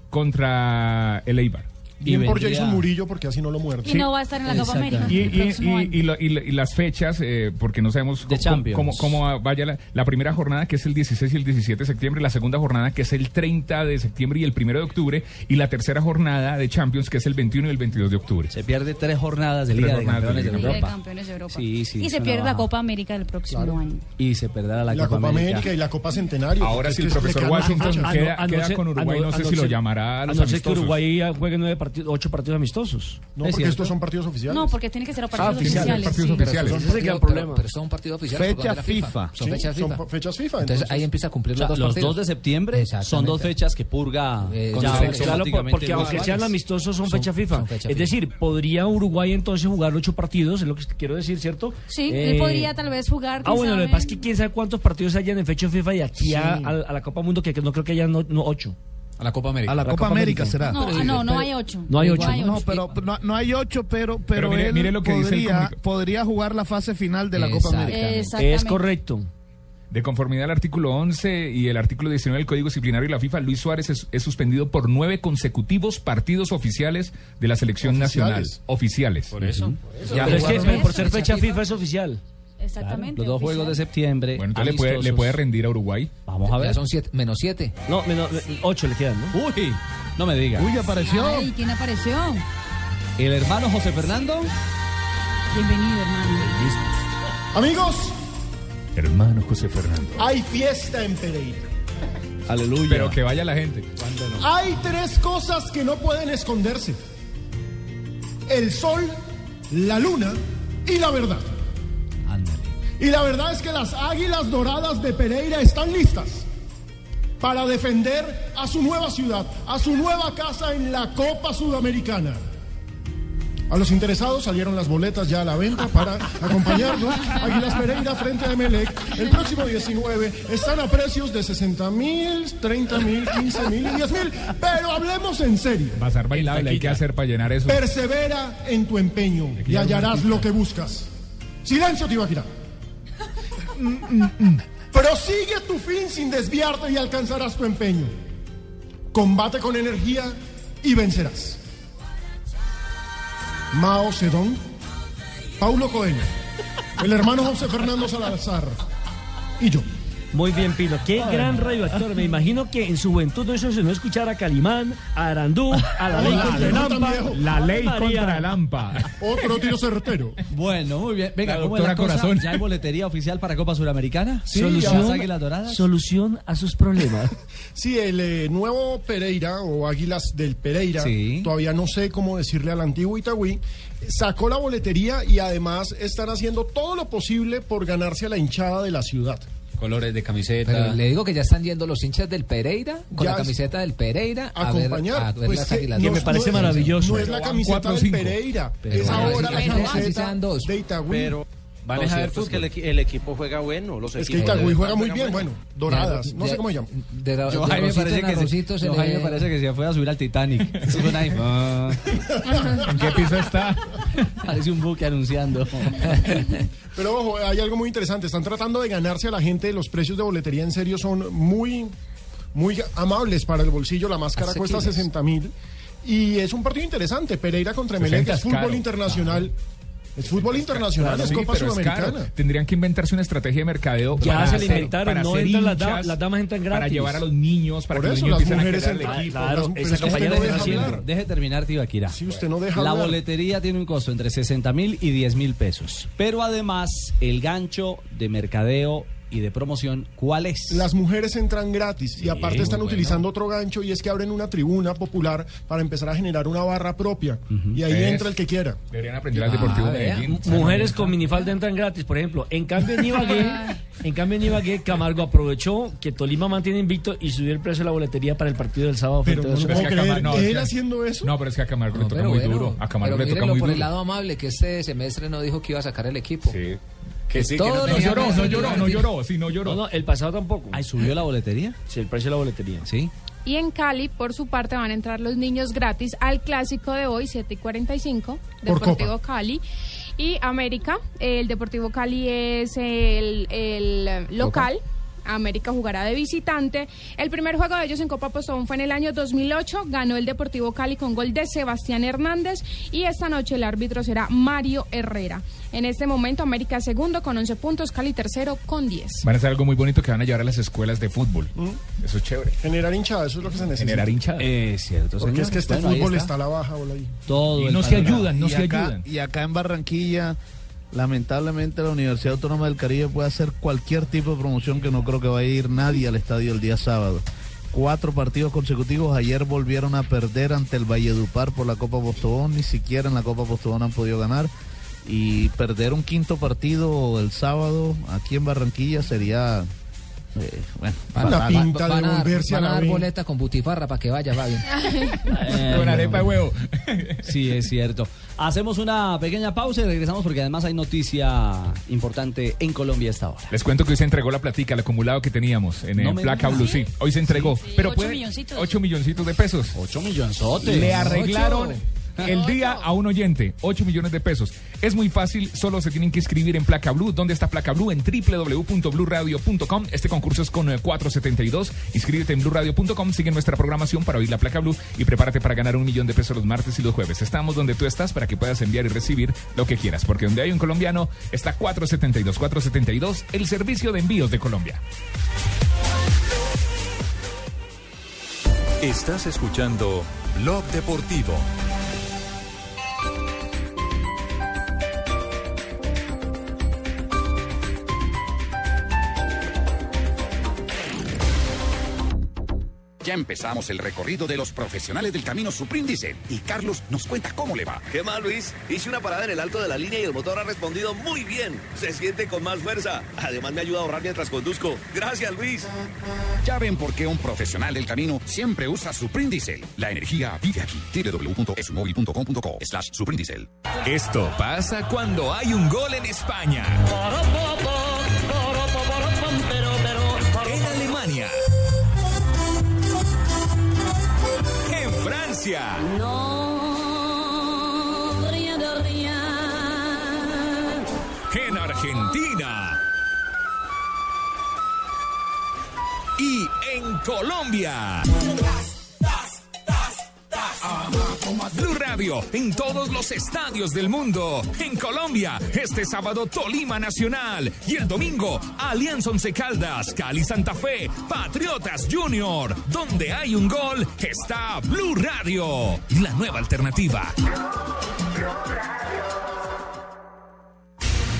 Speaker 8: contra el Eibar.
Speaker 10: Bien por Jason Murillo, porque así no lo muerde.
Speaker 13: Y no va a estar en la Copa América.
Speaker 8: Y,
Speaker 13: el
Speaker 8: y-
Speaker 13: próximo
Speaker 8: y-
Speaker 13: año.
Speaker 8: y la- y la- y las fechas, eh, porque no sabemos
Speaker 5: De
Speaker 8: cómo,
Speaker 5: Champions.
Speaker 8: cómo- cómo vaya la, la primera jornada, que es el 16 y el 17 de septiembre, la segunda jornada, que es el 30 de septiembre y el 1 de octubre, y la tercera jornada de Champions, que es el 21 y el 22 de octubre. Se
Speaker 5: pierde tres jornadas de
Speaker 8: Tres
Speaker 5: Liga de
Speaker 8: jornadas de
Speaker 5: Campeones de
Speaker 8: Liga
Speaker 13: Liga de
Speaker 5: Europa.
Speaker 13: Campeones de Europa.
Speaker 5: Sí, sí,
Speaker 13: y se
Speaker 5: suena
Speaker 13: pierde la
Speaker 5: bajo.
Speaker 13: Copa América del próximo año.
Speaker 5: Y se perderá la
Speaker 10: La
Speaker 5: Copa,
Speaker 10: Copa América. y la Copa Centenario.
Speaker 8: Ahora
Speaker 10: Es
Speaker 8: si
Speaker 10: que
Speaker 8: el
Speaker 10: eso le
Speaker 8: profesor
Speaker 10: cambia
Speaker 9: Ah,
Speaker 8: Washington
Speaker 10: mucho.
Speaker 8: queda, queda con Uruguay, no sé si lo llamará a
Speaker 9: A
Speaker 8: los
Speaker 9: no ser que
Speaker 8: amistosos.
Speaker 9: Uruguay eh, juegue nueve partidos, ocho partidos amistosos.
Speaker 10: No, porque estos son partidos oficiales.
Speaker 13: No, porque tiene que ser a partidos
Speaker 9: oficiales,
Speaker 13: oficiales.
Speaker 9: partidos
Speaker 13: sí.
Speaker 9: oficiales. Ese es el gran problema.
Speaker 7: Pero son partidos oficiales. por
Speaker 9: Fecha
Speaker 7: parte de la
Speaker 9: FIFA.
Speaker 7: Son
Speaker 9: Sí,
Speaker 7: fechas
Speaker 9: son
Speaker 7: FIFA.
Speaker 9: fa-
Speaker 10: fechas FIFA.
Speaker 7: Entonces, ahí empieza a cumplir
Speaker 5: O sea,
Speaker 7: los dos
Speaker 5: los
Speaker 7: partidos.
Speaker 5: 2 de septiembre son dos fechas que purga con
Speaker 9: Eh, Ya,
Speaker 5: ya
Speaker 9: claro,
Speaker 5: automáticamente
Speaker 9: porque
Speaker 5: Luis
Speaker 9: aunque sean
Speaker 5: Suárez.
Speaker 9: amistosos son fecha FIFA.
Speaker 5: fecha
Speaker 9: es
Speaker 5: FIFA.
Speaker 9: decir, podría Uruguay entonces jugar ocho partidos, es lo que quiero decir, ¿cierto?
Speaker 13: Sí,
Speaker 9: Eh,
Speaker 13: él podría tal vez jugar. ¿eh?
Speaker 9: Ah,
Speaker 13: quién
Speaker 9: bueno, lo que
Speaker 13: sabe.
Speaker 9: pasa es que quién sabe cuántos partidos hayan en fecha FIFA y aquí a,
Speaker 13: Sí.
Speaker 9: a la- a la Copa Mundo, que que no creo que hayan no, no ocho.
Speaker 7: A la Copa América.
Speaker 9: A la
Speaker 12: Copa América será.
Speaker 13: No, ah, no, no hay ocho.
Speaker 9: No hay ocho.
Speaker 12: No, pero no, no hay ocho, pero, pero,
Speaker 9: Pero mire-
Speaker 12: él
Speaker 9: mire lo que dice el
Speaker 12: podría,
Speaker 8: comunicado.
Speaker 12: podría jugar la fase final de la Copa América.
Speaker 13: Exactamente. Es
Speaker 9: correcto.
Speaker 8: De conformidad al artículo 11 y el artículo 19 del Código Disciplinario de la FIFA, Luis Suárez es, es suspendido por nueve consecutivos partidos oficiales de la selección nacional. Oficiales.
Speaker 9: Oficiales.
Speaker 8: Por
Speaker 9: eso.
Speaker 8: eso.
Speaker 9: Pero es que, por ser fecha FIFA es oficial.
Speaker 13: Exactamente.
Speaker 8: de
Speaker 5: septiembre.
Speaker 8: Bueno, entonces le puede, le
Speaker 9: amistosos.
Speaker 8: puede rendir a Uruguay.
Speaker 9: Vamos a ver.
Speaker 7: son siete, menos siete.
Speaker 9: No, menos, ocho le quedan, ¿no?
Speaker 5: Uy, no me diga.
Speaker 12: Uy, apareció.
Speaker 13: Ay, ¿quién apareció?
Speaker 5: El hermano José Fernando.
Speaker 13: Bienvenido, hermano.
Speaker 10: Amigos,
Speaker 8: Hermano José Fernando.
Speaker 10: hay fiesta en Pereira.
Speaker 5: Aleluya.
Speaker 8: Pero que vaya la gente.
Speaker 10: Hay tres cosas que no pueden esconderse. El sol, la luna y la verdad. Y la verdad es que las águilas doradas de Pereira están listas para defender a su nueva ciudad, a su nueva casa en la Copa Sudamericana. A los interesados salieron las boletas ya a la venta para acompañarnos. Águilas Pereira frente a Emelec. El próximo 19 están a precios de 60 mil, 30 mil, 15 mil y 10 mil. Pero hablemos en serio.
Speaker 8: Bazar bailable, hay que hacer para llenar eso.
Speaker 10: Persevera en tu empeño y hallarás lo que buscas. Silencio, Tibaquirá. Mm, mm, mm. Prosigue tu fin sin desviarte y alcanzarás tu empeño. Combate con energía y vencerás. Mao Zedong, Paulo Coelho, el hermano José Fernando Salazar. Y yo.
Speaker 9: Muy bien, Pino. Qué gran radioactor. Me imagino que en su juventud no se no escuchar a Calimán, a Arandú,
Speaker 5: Ah,
Speaker 9: a la ley
Speaker 10: Hola,
Speaker 9: contra el
Speaker 10: no tan
Speaker 9: AMPA.
Speaker 10: viejo.
Speaker 8: La ley
Speaker 9: María.
Speaker 8: contra el AMPA.
Speaker 10: Otro tiro certero.
Speaker 5: Bueno, muy bien. Venga,
Speaker 8: La
Speaker 5: ¿cómo es la
Speaker 8: doctora
Speaker 5: cosa?
Speaker 8: Corazón.
Speaker 5: ¿Ya hay boletería oficial para Copa Suramericana?
Speaker 10: Solución-
Speaker 5: ¿Las Águilas Doradas?
Speaker 9: Solución a sus problemas.
Speaker 10: Sí, el eh, nuevo Pereira o Águilas del Pereira,
Speaker 5: Sí.
Speaker 10: todavía no sé cómo decirle al antiguo Itagüí, sacó la boletería y además están haciendo todo lo posible por ganarse a la hinchada de la ciudad.
Speaker 23: Colores de camiseta.
Speaker 7: Pero le digo que ya están yendo los hinchas del Pereira con
Speaker 10: Ya
Speaker 7: la
Speaker 10: es-
Speaker 7: camiseta del Pereira a ver,
Speaker 10: acompañar,
Speaker 7: a ver
Speaker 10: pues
Speaker 7: las
Speaker 10: que
Speaker 7: águilas.
Speaker 10: no es- no es- no es la
Speaker 7: Pero van
Speaker 10: camiseta
Speaker 7: cuatro o
Speaker 10: del
Speaker 7: cinco.
Speaker 10: Pereira,
Speaker 7: Pero
Speaker 10: es
Speaker 7: van-
Speaker 10: ahora la
Speaker 7: así
Speaker 10: camiseta
Speaker 7: sean dos.
Speaker 10: de Itagüí.
Speaker 22: Pero van a dejar pues que el, equi- el equipo juega bueno. Los
Speaker 10: es que
Speaker 22: equipos de
Speaker 10: Itagüí
Speaker 22: verdad
Speaker 10: juega muy
Speaker 22: juegan
Speaker 10: bien, bueno, doradas,
Speaker 7: Ya,
Speaker 10: no
Speaker 7: ya-
Speaker 10: sé cómo se llama.
Speaker 7: de- de-
Speaker 5: Yo, a mí me
Speaker 7: Rosita
Speaker 5: parece
Speaker 7: en
Speaker 5: que
Speaker 7: Arrocito
Speaker 5: se,
Speaker 7: se
Speaker 5: yo, a mí
Speaker 7: le-
Speaker 5: me parece que se fue a subir al Titanic. Eso suena ahí. Ah.
Speaker 8: ¿En qué piso está?
Speaker 5: Parece un buque anunciando.
Speaker 10: Pero ojo, hay algo muy interesante. Están tratando de ganarse a la gente. Los precios de boletería en serio son muy, muy amables para el bolsillo. La máscara cuesta
Speaker 8: Asequibles.
Speaker 10: 60 mil. Y es un partido interesante. Pereira contra
Speaker 8: 60
Speaker 10: Emelec es
Speaker 8: es
Speaker 10: fútbol
Speaker 8: caro.
Speaker 10: internacional. Es fútbol internacional,
Speaker 8: Claro,
Speaker 10: es
Speaker 8: sí,
Speaker 10: Copa
Speaker 8: pero es caro.
Speaker 10: Sudamericana.
Speaker 8: Tendrían que inventarse una estrategia de mercadeo.
Speaker 9: Ya
Speaker 8: para
Speaker 9: se la
Speaker 8: hacer-
Speaker 9: inventaron,
Speaker 8: para
Speaker 9: no
Speaker 8: hacer
Speaker 9: entran las
Speaker 8: hinchas,
Speaker 9: dam- las damas entran
Speaker 8: Para
Speaker 9: gratis.
Speaker 8: llevar a los niños, para
Speaker 10: Por
Speaker 8: que
Speaker 10: eso,
Speaker 8: los niños
Speaker 10: las
Speaker 8: empiecen a
Speaker 10: mujeres
Speaker 8: querer al equipo.
Speaker 9: Claro,
Speaker 8: Las-
Speaker 9: esa compañera
Speaker 8: no
Speaker 9: de
Speaker 8: deja
Speaker 9: siempre.
Speaker 8: hablar.
Speaker 5: Deje terminar, Tibaquira.
Speaker 10: Si usted no deja
Speaker 5: La
Speaker 10: hablar.
Speaker 5: boletería tiene un costo entre 60 mil y 10 mil pesos. Pero además, el gancho de mercadeo y de promoción, ¿cuál es?
Speaker 10: Las mujeres entran gratis y aparte
Speaker 5: muy
Speaker 10: están
Speaker 5: bueno.
Speaker 10: utilizando otro gancho y es que abren una tribuna popular para empezar a generar una barra propia. Y ahí
Speaker 8: Es-
Speaker 10: entra el que quiera.
Speaker 8: Deberían aprender al Deportivo
Speaker 9: Ah, vea,
Speaker 8: Medellín.
Speaker 9: mu- Mujeres con minifalda entran gratis, por ejemplo. En cambio, en Ibagué, En cambio, en Ibagué, Camargo aprovechó que Tolima mantiene invicto y subió el precio de la boletería para el partido del sábado
Speaker 8: Pero
Speaker 9: frente a
Speaker 8: no
Speaker 9: Osorno.
Speaker 8: lo puedo creer,
Speaker 9: es que-
Speaker 8: él
Speaker 10: haciendo eso?
Speaker 8: No, pero es que a Camargo le toca
Speaker 7: pero
Speaker 8: muy
Speaker 7: bueno,
Speaker 8: duro. A Camargo
Speaker 7: pero
Speaker 8: le toca
Speaker 7: mírenlo
Speaker 8: muy
Speaker 7: por
Speaker 8: duro.
Speaker 7: el lado amable, que este semestre no dijo que iba a sacar el equipo. Sí.
Speaker 8: Que sí, que no tenía ganas de divertir. sí, no lloró.
Speaker 9: No, no, el pasado tampoco. ¿Ay,
Speaker 5: subió la boletería?
Speaker 9: Sí, el precio de la boletería.
Speaker 5: Sí.
Speaker 24: Y en Cali, por su parte, van a entrar los niños gratis al clásico de hoy, 7 y 45,
Speaker 43: Por
Speaker 24: Deportivo Cali. Y América, el Deportivo Cali es el, el local. América jugará de visitante. El primer juego de ellos en Copa Postobón fue en el año 2008. Ganó el Deportivo Cali con gol de Sebastián Hernández. Y esta noche el árbitro será Mario Herrera. En este momento, América segundo con 11 puntos, Cali tercero con 10.
Speaker 8: Van a hacer algo muy bonito que van a llevar a las escuelas de fútbol.
Speaker 10: ¿Mm?
Speaker 8: Eso es chévere.
Speaker 10: Generar hinchada, eso es lo que se necesita.
Speaker 8: Generar hinchada.
Speaker 9: Eh,
Speaker 10: Es
Speaker 8: cierto,
Speaker 10: Porque es
Speaker 8: señor.
Speaker 10: que este
Speaker 8: Bueno, ahí
Speaker 10: fútbol
Speaker 8: está.
Speaker 10: está. a la baja, bola ahí.
Speaker 5: Todo
Speaker 10: el panorama.
Speaker 12: Y acá- Y acá en Barranquilla, lamentablemente la Universidad Autónoma del Caribe puede hacer cualquier tipo de promoción que no creo que vaya a ir nadie al estadio el día sábado. Cuatro partidos consecutivos, ayer volvieron a perder ante el Valledupar por la Copa Postobón, ni siquiera en la Copa Postobón han podido ganar. Y perder un quinto partido el sábado aquí en Barranquilla sería... eh, bueno, fatal.
Speaker 7: van a dar- van a dar boleta con butifarra para que vaya, Fabio.
Speaker 9: Eh,
Speaker 8: Con arepa de huevo.
Speaker 5: Sí, es cierto. Hacemos una pequeña pausa y regresamos porque además hay noticia importante en Colombia a esta hora.
Speaker 8: Les cuento que hoy se entregó la platica, el acumulado que teníamos en
Speaker 5: No
Speaker 8: el
Speaker 5: me
Speaker 8: Placa
Speaker 5: digas.
Speaker 8: Blue. Sí, hoy se entregó. Pero
Speaker 5: Ocho
Speaker 8: puede-
Speaker 5: milloncitos.
Speaker 8: Ocho milloncitos de pesos. 8
Speaker 5: millonzotes.
Speaker 8: Le
Speaker 5: Ocho.
Speaker 8: arreglaron el día a un oyente. 8 millones de pesos. Es muy fácil, solo se tienen que inscribir en Placa Blue. ¿Dónde está Placa Blue? En www.bluradio.com. Este concurso es con eh, 472. Inscríbete en bluradio.com. Sigue nuestra programación para oír la Placa Blue y prepárate para ganar un millón de pesos los martes y los jueves. Estamos donde tú estás para que puedas enviar y recibir lo que quieras. Porque donde hay un colombiano está 472. 472, el servicio de envíos de Colombia.
Speaker 3: Estás escuchando Blog Deportivo.
Speaker 18: Ya empezamos el recorrido de los profesionales del camino Supríndice y Carlos nos cuenta cómo le va.
Speaker 6: ¿Qué más, Luis? Hice una parada en el alto de la línea y el motor ha respondido muy bien. Se siente con más fuerza. Además, me ayuda a ahorrar mientras conduzco. Gracias, Luis.
Speaker 18: Ya ven por qué un profesional del camino siempre usa Suprindicel. La energía vive aquí. www.esumóvil.com.co slash Suprindicel.
Speaker 20: Esto pasa cuando hay un gol en España. En Alemania. En Francia. En Argentina. Y en Colombia. Blue Radio en todos los estadios del mundo. En Colombia, este sábado Tolima Nacional y el domingo Alianza Once Caldas, Cali Santa Fe, Patriotas Junior. Donde hay un gol está Blue Radio, la nueva alternativa.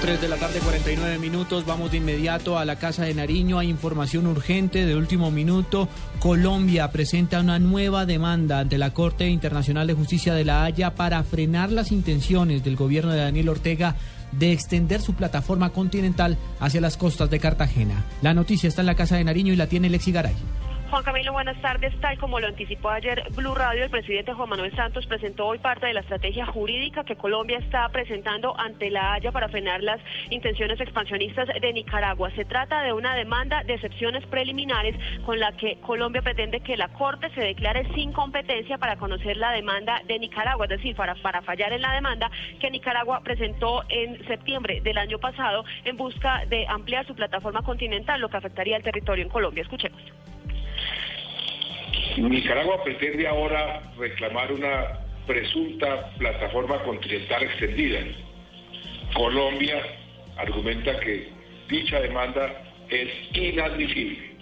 Speaker 37: Tres de la tarde, 49 minutos. Vamos de inmediato a la Casa de Nariño. Hay información urgente de último minuto. Colombia presenta una nueva demanda ante la Corte Internacional de Justicia de La Haya para frenar las intenciones del gobierno de Daniel Ortega de extender su plataforma continental hacia las costas de Cartagena. La noticia está en la Casa de Nariño y la tiene Lexi Garay.
Speaker 39: Juan Camilo, buenas tardes. Tal como lo anticipó ayer Blue Radio, el presidente Juan Manuel Santos presentó hoy parte de la estrategia jurídica que Colombia está presentando ante la Haya para frenar las intenciones expansionistas de Nicaragua. Se trata de una demanda de excepciones preliminares con la que Colombia pretende que la Corte se declare sin competencia para conocer la demanda de Nicaragua, es decir, para, para fallar en la demanda que Nicaragua presentó en septiembre del año pasado en busca de ampliar su plataforma continental, lo que afectaría al territorio en Colombia. Escuchemos.
Speaker 36: Nicaragua pretende ahora reclamar una presunta plataforma continental extendida. Colombia argumenta que dicha demanda es inadmisible.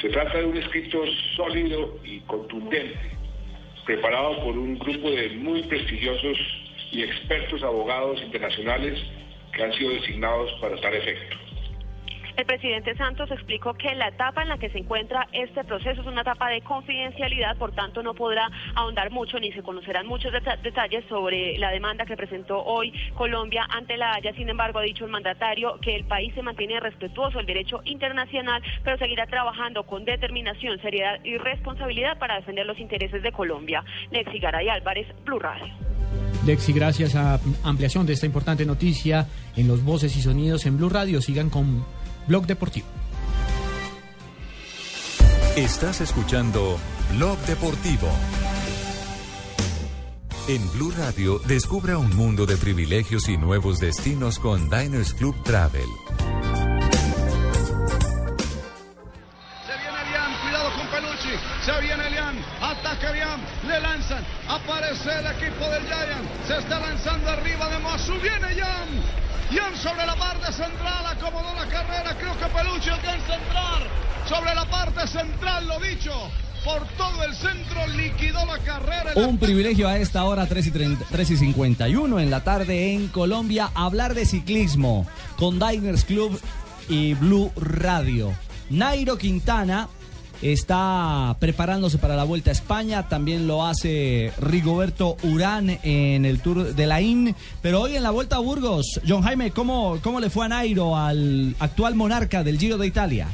Speaker 36: Se trata de un escrito sólido y contundente, preparado por un grupo de muy prestigiosos y expertos abogados internacionales que han sido designados para tal efecto.
Speaker 39: El presidente Santos explicó que la etapa en la que se encuentra este proceso es una etapa de confidencialidad, por tanto no podrá ahondar mucho ni se conocerán muchos deta- detalles sobre la demanda que presentó hoy Colombia ante la Haya. Sin embargo, ha dicho el mandatario que el país se mantiene respetuoso del derecho internacional, pero seguirá trabajando con determinación, seriedad y responsabilidad para defender los intereses de Colombia. Lexi Garay Álvarez, Blue Radio.
Speaker 37: Lexi, gracias a ampliación de esta importante noticia en los voces y sonidos en Blue Radio. Sigan con Blog Deportivo.
Speaker 3: Estás escuchando Blog Deportivo. En Blue Radio, descubra un mundo de privilegios y nuevos destinos con Diners Club Travel.
Speaker 32: Cuidado con Pelucci. Se viene Elian. Ataca Elian. Le lanzan. Aparece el equipo del Giant. Se está lanzando arriba de Moasu. Viene Jan. Jan sobre la parte central. Acomodó la carrera. Creo que Pelucci alcanza a entrar. Sobre la parte central, lo dicho. Por todo el centro liquidó la carrera. El
Speaker 5: Un privilegio a esta hora, 3 y, 30 3 y 51 en la tarde en Colombia, hablar de ciclismo con Diners Club y Blue Radio. Nairo Quintana está preparándose para la Vuelta a España, también lo hace Rigoberto Urán en el Tour de la IN, pero hoy en la Vuelta a Burgos, John Jaime, ¿cómo, cómo le fue a Nairo, al actual monarca del Giro de Italia?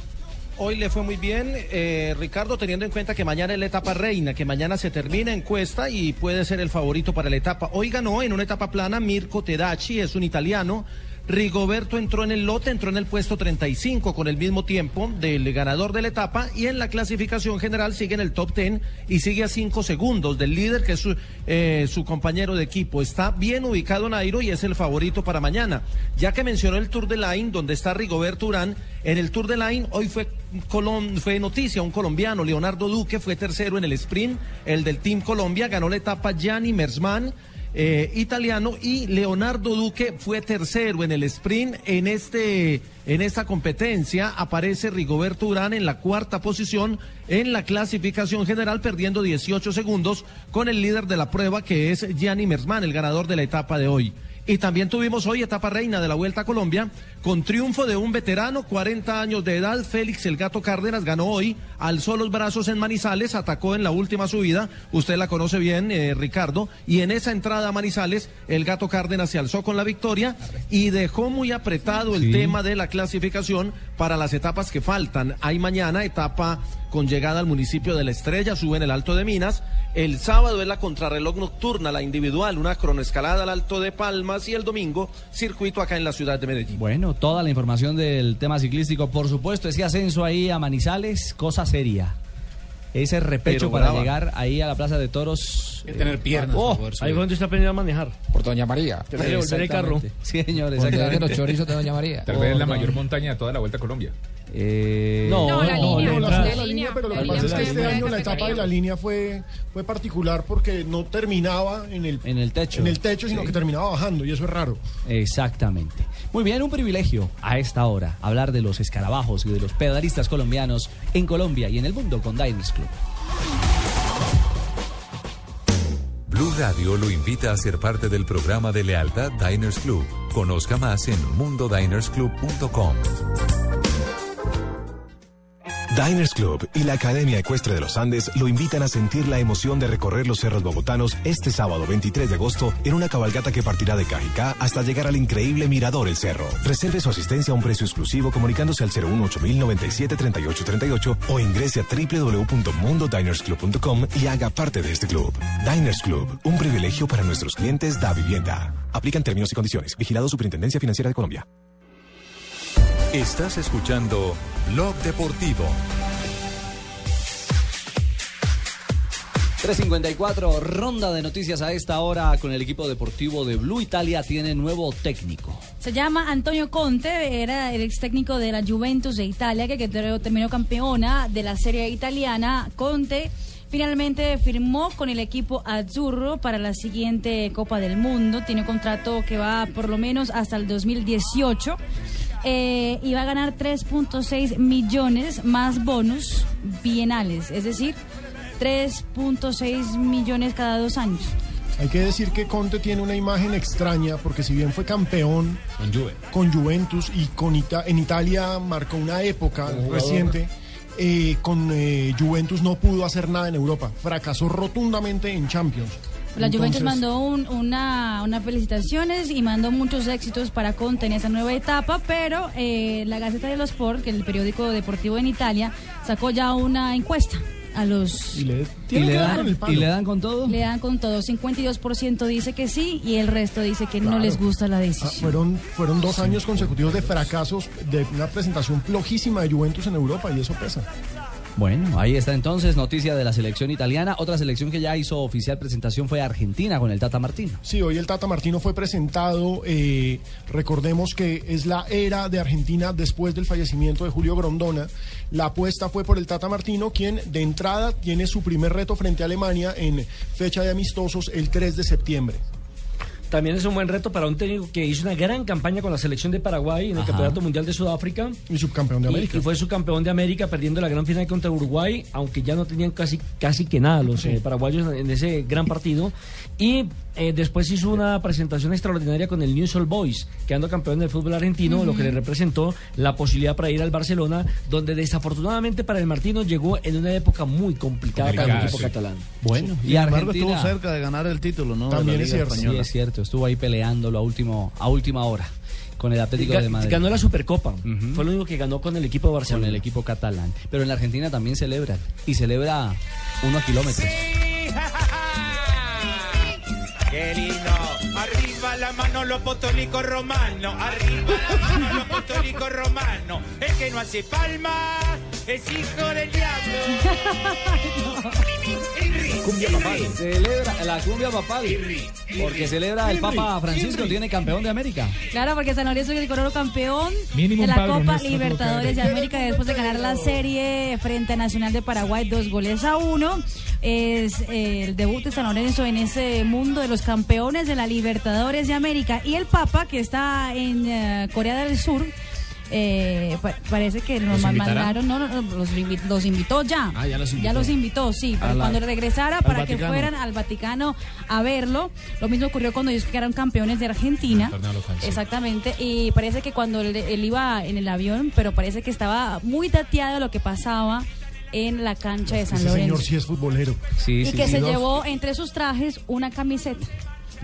Speaker 22: Hoy le fue muy bien, eh, Ricardo, teniendo en cuenta que mañana es la etapa reina, que mañana se termina en cuesta y puede ser el favorito para la etapa. Hoy ganó en una etapa plana Mirko Tedacci, es un italiano. Rigoberto entró en el lote, entró en el puesto 35 con el mismo tiempo del ganador de la etapa y en la clasificación general sigue en el top 10 y sigue a 5 segundos del líder que es su, eh, su compañero de equipo. Está bien ubicado Nairo y es el favorito para mañana. Ya que mencionó el Tour de Line donde está Rigoberto Urán, en el Tour de Line hoy fue, Colom- fue noticia un colombiano, Leonardo Duque, fue tercero en el sprint, el del Team Colombia, ganó la etapa Gianni Mersman eh, italiano y Leonardo Duque fue tercero en el sprint en este en esta competencia aparece Rigoberto Urán en la cuarta posición en la clasificación general perdiendo 18 segundos con el líder de la prueba que es Gianni Mersman el ganador de la etapa de hoy y también tuvimos hoy etapa reina de la Vuelta a Colombia, con triunfo de un veterano, 40 años de edad, Félix el Gato Cárdenas ganó hoy, alzó los brazos en Manizales, atacó en la última subida, usted la conoce bien, eh, Ricardo, y en esa entrada a Manizales, el Gato Cárdenas se alzó con la victoria y dejó muy apretado el
Speaker 5: Sí.
Speaker 22: tema de la clasificación para las etapas que faltan. Hay mañana etapa con llegada al municipio de La Estrella, sube en el Alto de Minas. El sábado es la contrarreloj nocturna, la individual, una cronoescalada al Alto de Palmas y el domingo circuito acá en la ciudad de Medellín.
Speaker 5: Bueno, toda la información del tema ciclístico, por supuesto, ese ascenso ahí a Manizales, cosa seria. Ese repecho
Speaker 9: Pero
Speaker 5: para
Speaker 9: brava.
Speaker 5: llegar ahí a la Plaza de Toros.
Speaker 9: que tener piernas,
Speaker 5: Oh,
Speaker 9: por favor,
Speaker 5: ahí
Speaker 9: sí.
Speaker 5: donde está aprendiendo a manejar. Por Doña María.
Speaker 9: Te debe devolver el carro.
Speaker 5: Sí, señor,
Speaker 8: Por
Speaker 5: exactamente.
Speaker 8: donde venden los chorizos de Doña María. Tal vez es la mayor montaña de toda la Vuelta a Colombia.
Speaker 5: Eh, No, no, la no,
Speaker 10: Eh, No, la
Speaker 5: línea, la entrada.
Speaker 10: zona de la línea, pero lo
Speaker 8: La
Speaker 10: que
Speaker 8: línea
Speaker 10: pasa es que
Speaker 8: fue
Speaker 10: este
Speaker 8: de
Speaker 10: año la
Speaker 8: cafetería.
Speaker 10: etapa de la línea fue, fue particular porque no terminaba en el,
Speaker 5: en el techo,
Speaker 10: en el techo sino
Speaker 5: Sí.
Speaker 10: que terminaba bajando y eso es raro.
Speaker 5: Exactamente. Muy bien, un privilegio a esta hora hablar de los escarabajos y de los pedalistas colombianos en Colombia y en el mundo con Diners Club.
Speaker 3: Blue Radio lo invita a ser parte del programa de lealtad Diners Club. Conozca más en mundodinersclub.com.
Speaker 25: Diners Club y la Academia Ecuestre de los Andes lo invitan a sentir la emoción de recorrer los cerros bogotanos este sábado 23 de agosto en una cabalgata que partirá de Cajicá hasta llegar al increíble Mirador El Cerro. Reserve su asistencia a un precio exclusivo comunicándose al 018-097-3838 o ingrese a www.mundodinersclub.com y haga parte de este club. Diners Club, un privilegio para nuestros clientes da vivienda. Aplican términos y condiciones. Vigilado Superintendencia Financiera de Colombia.
Speaker 3: Estás escuchando Blog Deportivo.
Speaker 5: 354, ronda de noticias a esta hora con el equipo deportivo de Blue Italia. Tiene nuevo técnico.
Speaker 13: Se llama Antonio Conte, era el ex técnico de la Juventus de Italia, que, que terminó campeona de la Serie Italiana. Conte finalmente firmó con el equipo Azzurro para la siguiente Copa del Mundo. Tiene un contrato que va por lo menos hasta el 2018. Eh, y va a ganar 3.6 millones más bonus bienales, es decir, 3.6 millones cada dos años.
Speaker 10: Hay que decir que Conte tiene una imagen extraña porque si bien fue campeón
Speaker 8: Con Juve.
Speaker 10: con Juventus y con Ita- en Italia marcó una época
Speaker 8: jugador.
Speaker 10: reciente. eh, con eh, Juventus no pudo hacer nada en Europa, fracasó rotundamente en Champions.
Speaker 13: La Juventus
Speaker 10: Entonces,
Speaker 13: mandó un- una, unas felicitaciones y mandó muchos éxitos para Conte en esa nueva etapa, pero eh, la Gaceta dello Sport, que es el periódico deportivo en Italia, sacó ya una encuesta a los...
Speaker 10: Y le,
Speaker 5: tiene que dar
Speaker 13: dan-
Speaker 5: con el palo. ¿Y le dan con todo?
Speaker 13: Le dan con todo. 52% dice que sí y el resto dice que no les gusta la
Speaker 10: ah,
Speaker 13: decisión.
Speaker 5: pues
Speaker 10: fueron, fueron dos años consecutivos de fracasos, de una presentación flojísima de Juventus en Europa y eso pesa.
Speaker 5: Bueno, ahí está entonces noticia de la selección italiana. Otra selección que ya hizo oficial presentación fue Argentina con el Tata Martino.
Speaker 10: Sí, hoy el Tata Martino fue presentado. eh, recordemos que es la era de Argentina después del fallecimiento de Julio Grondona. La apuesta fue por el Tata Martino, quien de entrada tiene su primer reto frente a Alemania en fecha de amistosos el 3 de septiembre.
Speaker 9: También es un buen reto para un técnico que hizo una gran campaña con la selección de Paraguay en el
Speaker 10: Ajá.
Speaker 9: Campeonato Mundial de Sudáfrica.
Speaker 10: Y subcampeón de
Speaker 9: Y-
Speaker 10: América.
Speaker 9: Y, fue su campeón de América perdiendo la gran final contra Uruguay, aunque ya no tenían casi, casi que nada los
Speaker 10: Sí.
Speaker 9: eh, paraguayos en ese gran partido. Y eh, después hizo una presentación extraordinaria con el News All Boys, quedando campeón del fútbol argentino, lo que le representó la posibilidad para ir al Barcelona, donde desafortunadamente para el Martino llegó en una época muy complicada para el equipo catalán.
Speaker 5: Bueno,
Speaker 12: Sin
Speaker 5: y
Speaker 12: embargo,
Speaker 5: Argentina-
Speaker 12: estuvo cerca de ganar el título, ¿no? de la
Speaker 5: También
Speaker 12: Liga
Speaker 5: es cierto.
Speaker 12: Española.
Speaker 5: Sí, es cierto. Estuvo ahí peleándolo a, último, a última hora con el Atlético
Speaker 9: Ga-
Speaker 5: de Madrid.
Speaker 9: Ganó la Supercopa. Fue lo único que ganó con el equipo de Barcelona.
Speaker 5: Con el equipo catalán. Pero en la Argentina también celebran. Y celebra uno a kilómetros.
Speaker 4: Qué lindo. Arriba la mano los apostólicos romanos. Arriba la mano los apostólicos romanos. El que no hace palma es hijo del diablo.
Speaker 5: Cumbia papal. Celebra la cumbia papal. Porque celebra el Papa Francisco, tiene campeón de América.
Speaker 13: Claro, porque San Lorenzo es el coronó campeón
Speaker 5: Mínimo
Speaker 13: de
Speaker 5: un
Speaker 13: la
Speaker 5: padre
Speaker 13: Copa
Speaker 5: nuestro tuvo que
Speaker 13: Libertadores de
Speaker 5: haber.
Speaker 13: América después de ganar la serie frente a Nacional de Paraguay, dos goles a uno. Es eh, el debut de San Lorenzo en ese mundo de los campeones de la Libertadores de América. Y el Papa, que está en eh, Corea del Sur, eh, pa- parece que nos
Speaker 23: ¿Los invitará?
Speaker 13: mandaron, no, no, no, los, invi- los invitó ya.
Speaker 23: Ah, ya los invitó.
Speaker 13: invitó, sí,
Speaker 23: A
Speaker 13: para
Speaker 23: la-
Speaker 13: cuando regresara,
Speaker 23: al
Speaker 13: para que
Speaker 23: Vaticano.
Speaker 13: fueran al Vaticano a verlo. Lo mismo ocurrió cuando ellos quedaron campeones de Argentina.
Speaker 23: torneo local, sí.
Speaker 13: Exactamente, y parece que cuando él, él iba en el avión, pero parece que estaba muy tateado lo que pasaba en la cancha de San
Speaker 10: Ese señor
Speaker 13: Lorenzo.
Speaker 10: sí es futbolero.
Speaker 13: Y que se llevó entre sus trajes una camiseta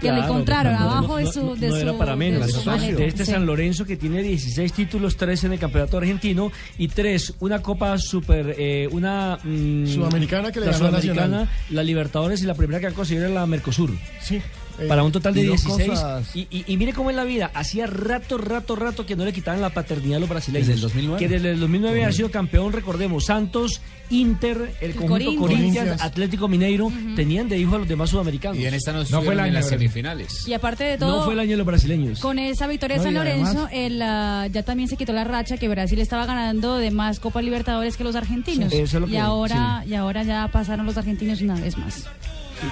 Speaker 13: que le encontraron
Speaker 9: no, no,
Speaker 13: abajo de
Speaker 9: no,
Speaker 13: su...
Speaker 9: no,
Speaker 13: de
Speaker 9: no era
Speaker 13: su-
Speaker 9: para
Speaker 13: de
Speaker 9: menos.
Speaker 13: su maleta,
Speaker 9: De este
Speaker 13: sí.
Speaker 9: San Lorenzo que tiene 16 títulos, 3 en el campeonato argentino y 3, una copa super, eh, una... mm,
Speaker 10: Sudamericana que le
Speaker 9: la
Speaker 10: ganó a
Speaker 9: Sudamericana,
Speaker 10: Nacional.
Speaker 9: la Libertadores y la primera que han conseguido era la Mercosur.
Speaker 10: Sí. eh,
Speaker 9: Para un total de
Speaker 10: y dos
Speaker 9: 16.
Speaker 10: cosas.
Speaker 9: Y, y- y mire cómo es la vida. Hacía rato, rato, rato que no le quitaban la paternidad a los brasileños.
Speaker 5: Desde el 2009.
Speaker 9: Que desde el 2009 ha sido campeón, recordemos, Santos, Inter, el, conjunto
Speaker 23: Corinthians.
Speaker 9: Corinthians, Atlético Mineiro, tenían de hijo a los demás sudamericanos. Y en
Speaker 23: esta no estuvieron en las semifinales.
Speaker 13: Y aparte de todo...
Speaker 9: No fue el año de los brasileños.
Speaker 13: Con esa victoria de
Speaker 9: No,
Speaker 13: San
Speaker 9: y además-
Speaker 13: Lorenzo, el, ah, ya también se quitó la racha que Brasil estaba ganando de más Copa Libertadores que los argentinos.
Speaker 12: Sí, eso es lo
Speaker 13: y,
Speaker 12: que-
Speaker 13: ahora, y ahora ya pasaron los argentinos una vez más.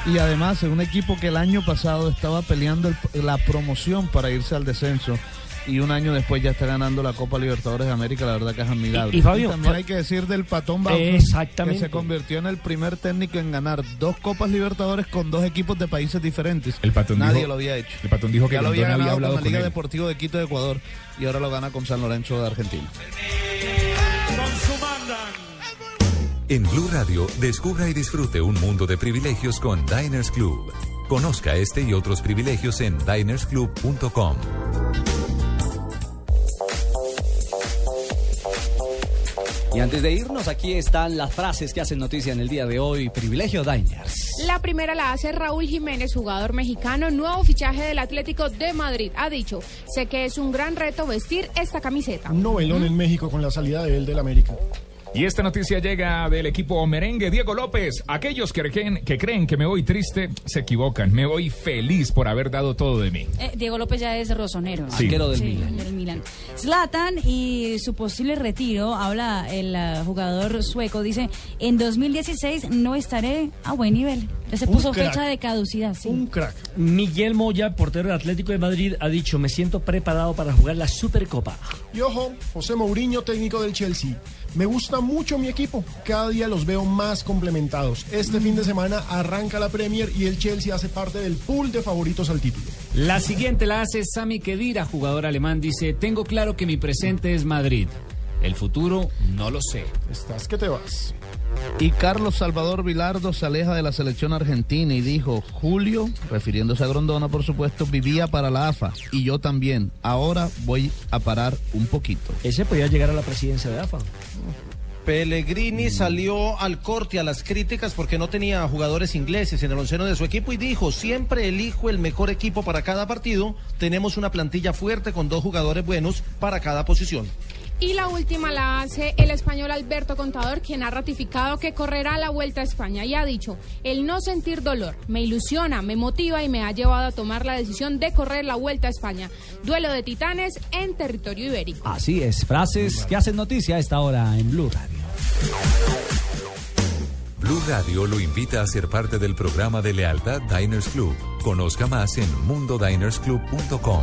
Speaker 12: Y además, en un equipo que el año pasado estaba peleando el- la promoción para irse al descenso y un año después ya está ganando la Copa Libertadores de América, la verdad que es admirable.
Speaker 9: Y- y Fabio,
Speaker 12: también
Speaker 9: Fa-
Speaker 12: hay que decir del Patón Bauer,
Speaker 9: Exactamente.
Speaker 12: que se convirtió en el primer técnico en ganar dos Copas Libertadores con dos equipos de países diferentes.
Speaker 8: El Patón
Speaker 12: Nadie
Speaker 8: dijo-
Speaker 12: lo había hecho.
Speaker 8: el Patón dijo que
Speaker 12: ya lo había
Speaker 8: Grondona había
Speaker 12: ganado
Speaker 8: hablado
Speaker 12: con la
Speaker 8: con
Speaker 12: Liga
Speaker 8: él.
Speaker 12: Deportivo de Quito de Ecuador y ahora lo gana con San Lorenzo de Argentina.
Speaker 3: En Blue Radio, descubra y disfrute un mundo de privilegios con Diners Club. Conozca este y otros privilegios en dinersclub.com.
Speaker 5: Y antes de irnos, aquí están las frases que hacen noticia en el día de hoy. Privilegio Diners.
Speaker 24: La primera la hace Raúl Jiménez, jugador mexicano, nuevo fichaje del Atlético de Madrid. Ha dicho, sé que es un gran reto vestir esta camiseta.
Speaker 10: Un novelón en México con la salida de él del América.
Speaker 8: Y esta noticia llega del equipo merengue Diego López. Aquellos que creen, que creen que me voy triste se equivocan. Me voy feliz por haber dado todo de mí.
Speaker 13: Eh, Diego López ya es rosonero. ¿no?
Speaker 8: Sí. Arquero del Milan.
Speaker 13: del Milan. Zlatan y su posible retiro, habla el ah, jugador sueco, dice, en 2016 no estaré a buen nivel. Ya Se
Speaker 9: Un
Speaker 13: puso
Speaker 9: crack.
Speaker 13: fecha de caducidad. sí.
Speaker 9: crack. Miguel Moya, portero del Atlético de Madrid, ha dicho, me siento preparado para jugar la Supercopa.
Speaker 10: Y ojo, José Mourinho, técnico del Chelsea. Me gusta mucho mi equipo, cada día los veo más complementados. Este fin de semana arranca la Premier y el Chelsea hace parte del pool de favoritos al título.
Speaker 23: La siguiente la hace Sami Khedira, jugador alemán. Dice: Tengo claro que mi presente es Madrid. El futuro no lo sé.
Speaker 10: Estás que te vas.
Speaker 12: Y Carlos Salvador Vilardo se aleja de la selección argentina y dijo, Julio, refiriéndose a Grondona por supuesto, vivía para la AFA y yo también. Ahora voy a parar un poquito.
Speaker 9: Ese podía llegar a la presidencia de AFA.
Speaker 22: Pellegrini salió al corte a las críticas porque no tenía jugadores ingleses en el onceno de su equipo y dijo, siempre elijo el mejor equipo para cada partido, tenemos una plantilla fuerte con dos jugadores buenos para cada posición.
Speaker 24: Y la última la hace el español Alberto Contador, quien ha ratificado que correrá la Vuelta a España y ha dicho, el no sentir dolor me ilusiona, me motiva y me ha llevado a tomar la decisión de correr la Vuelta a España. Duelo de titanes en territorio ibérico.
Speaker 5: Así es, frases que hacen noticia a esta hora en Blue Radio.
Speaker 3: Blue Radio lo invita a ser parte del programa de lealtad Diners Club. Conozca más en mundodinersclub.com.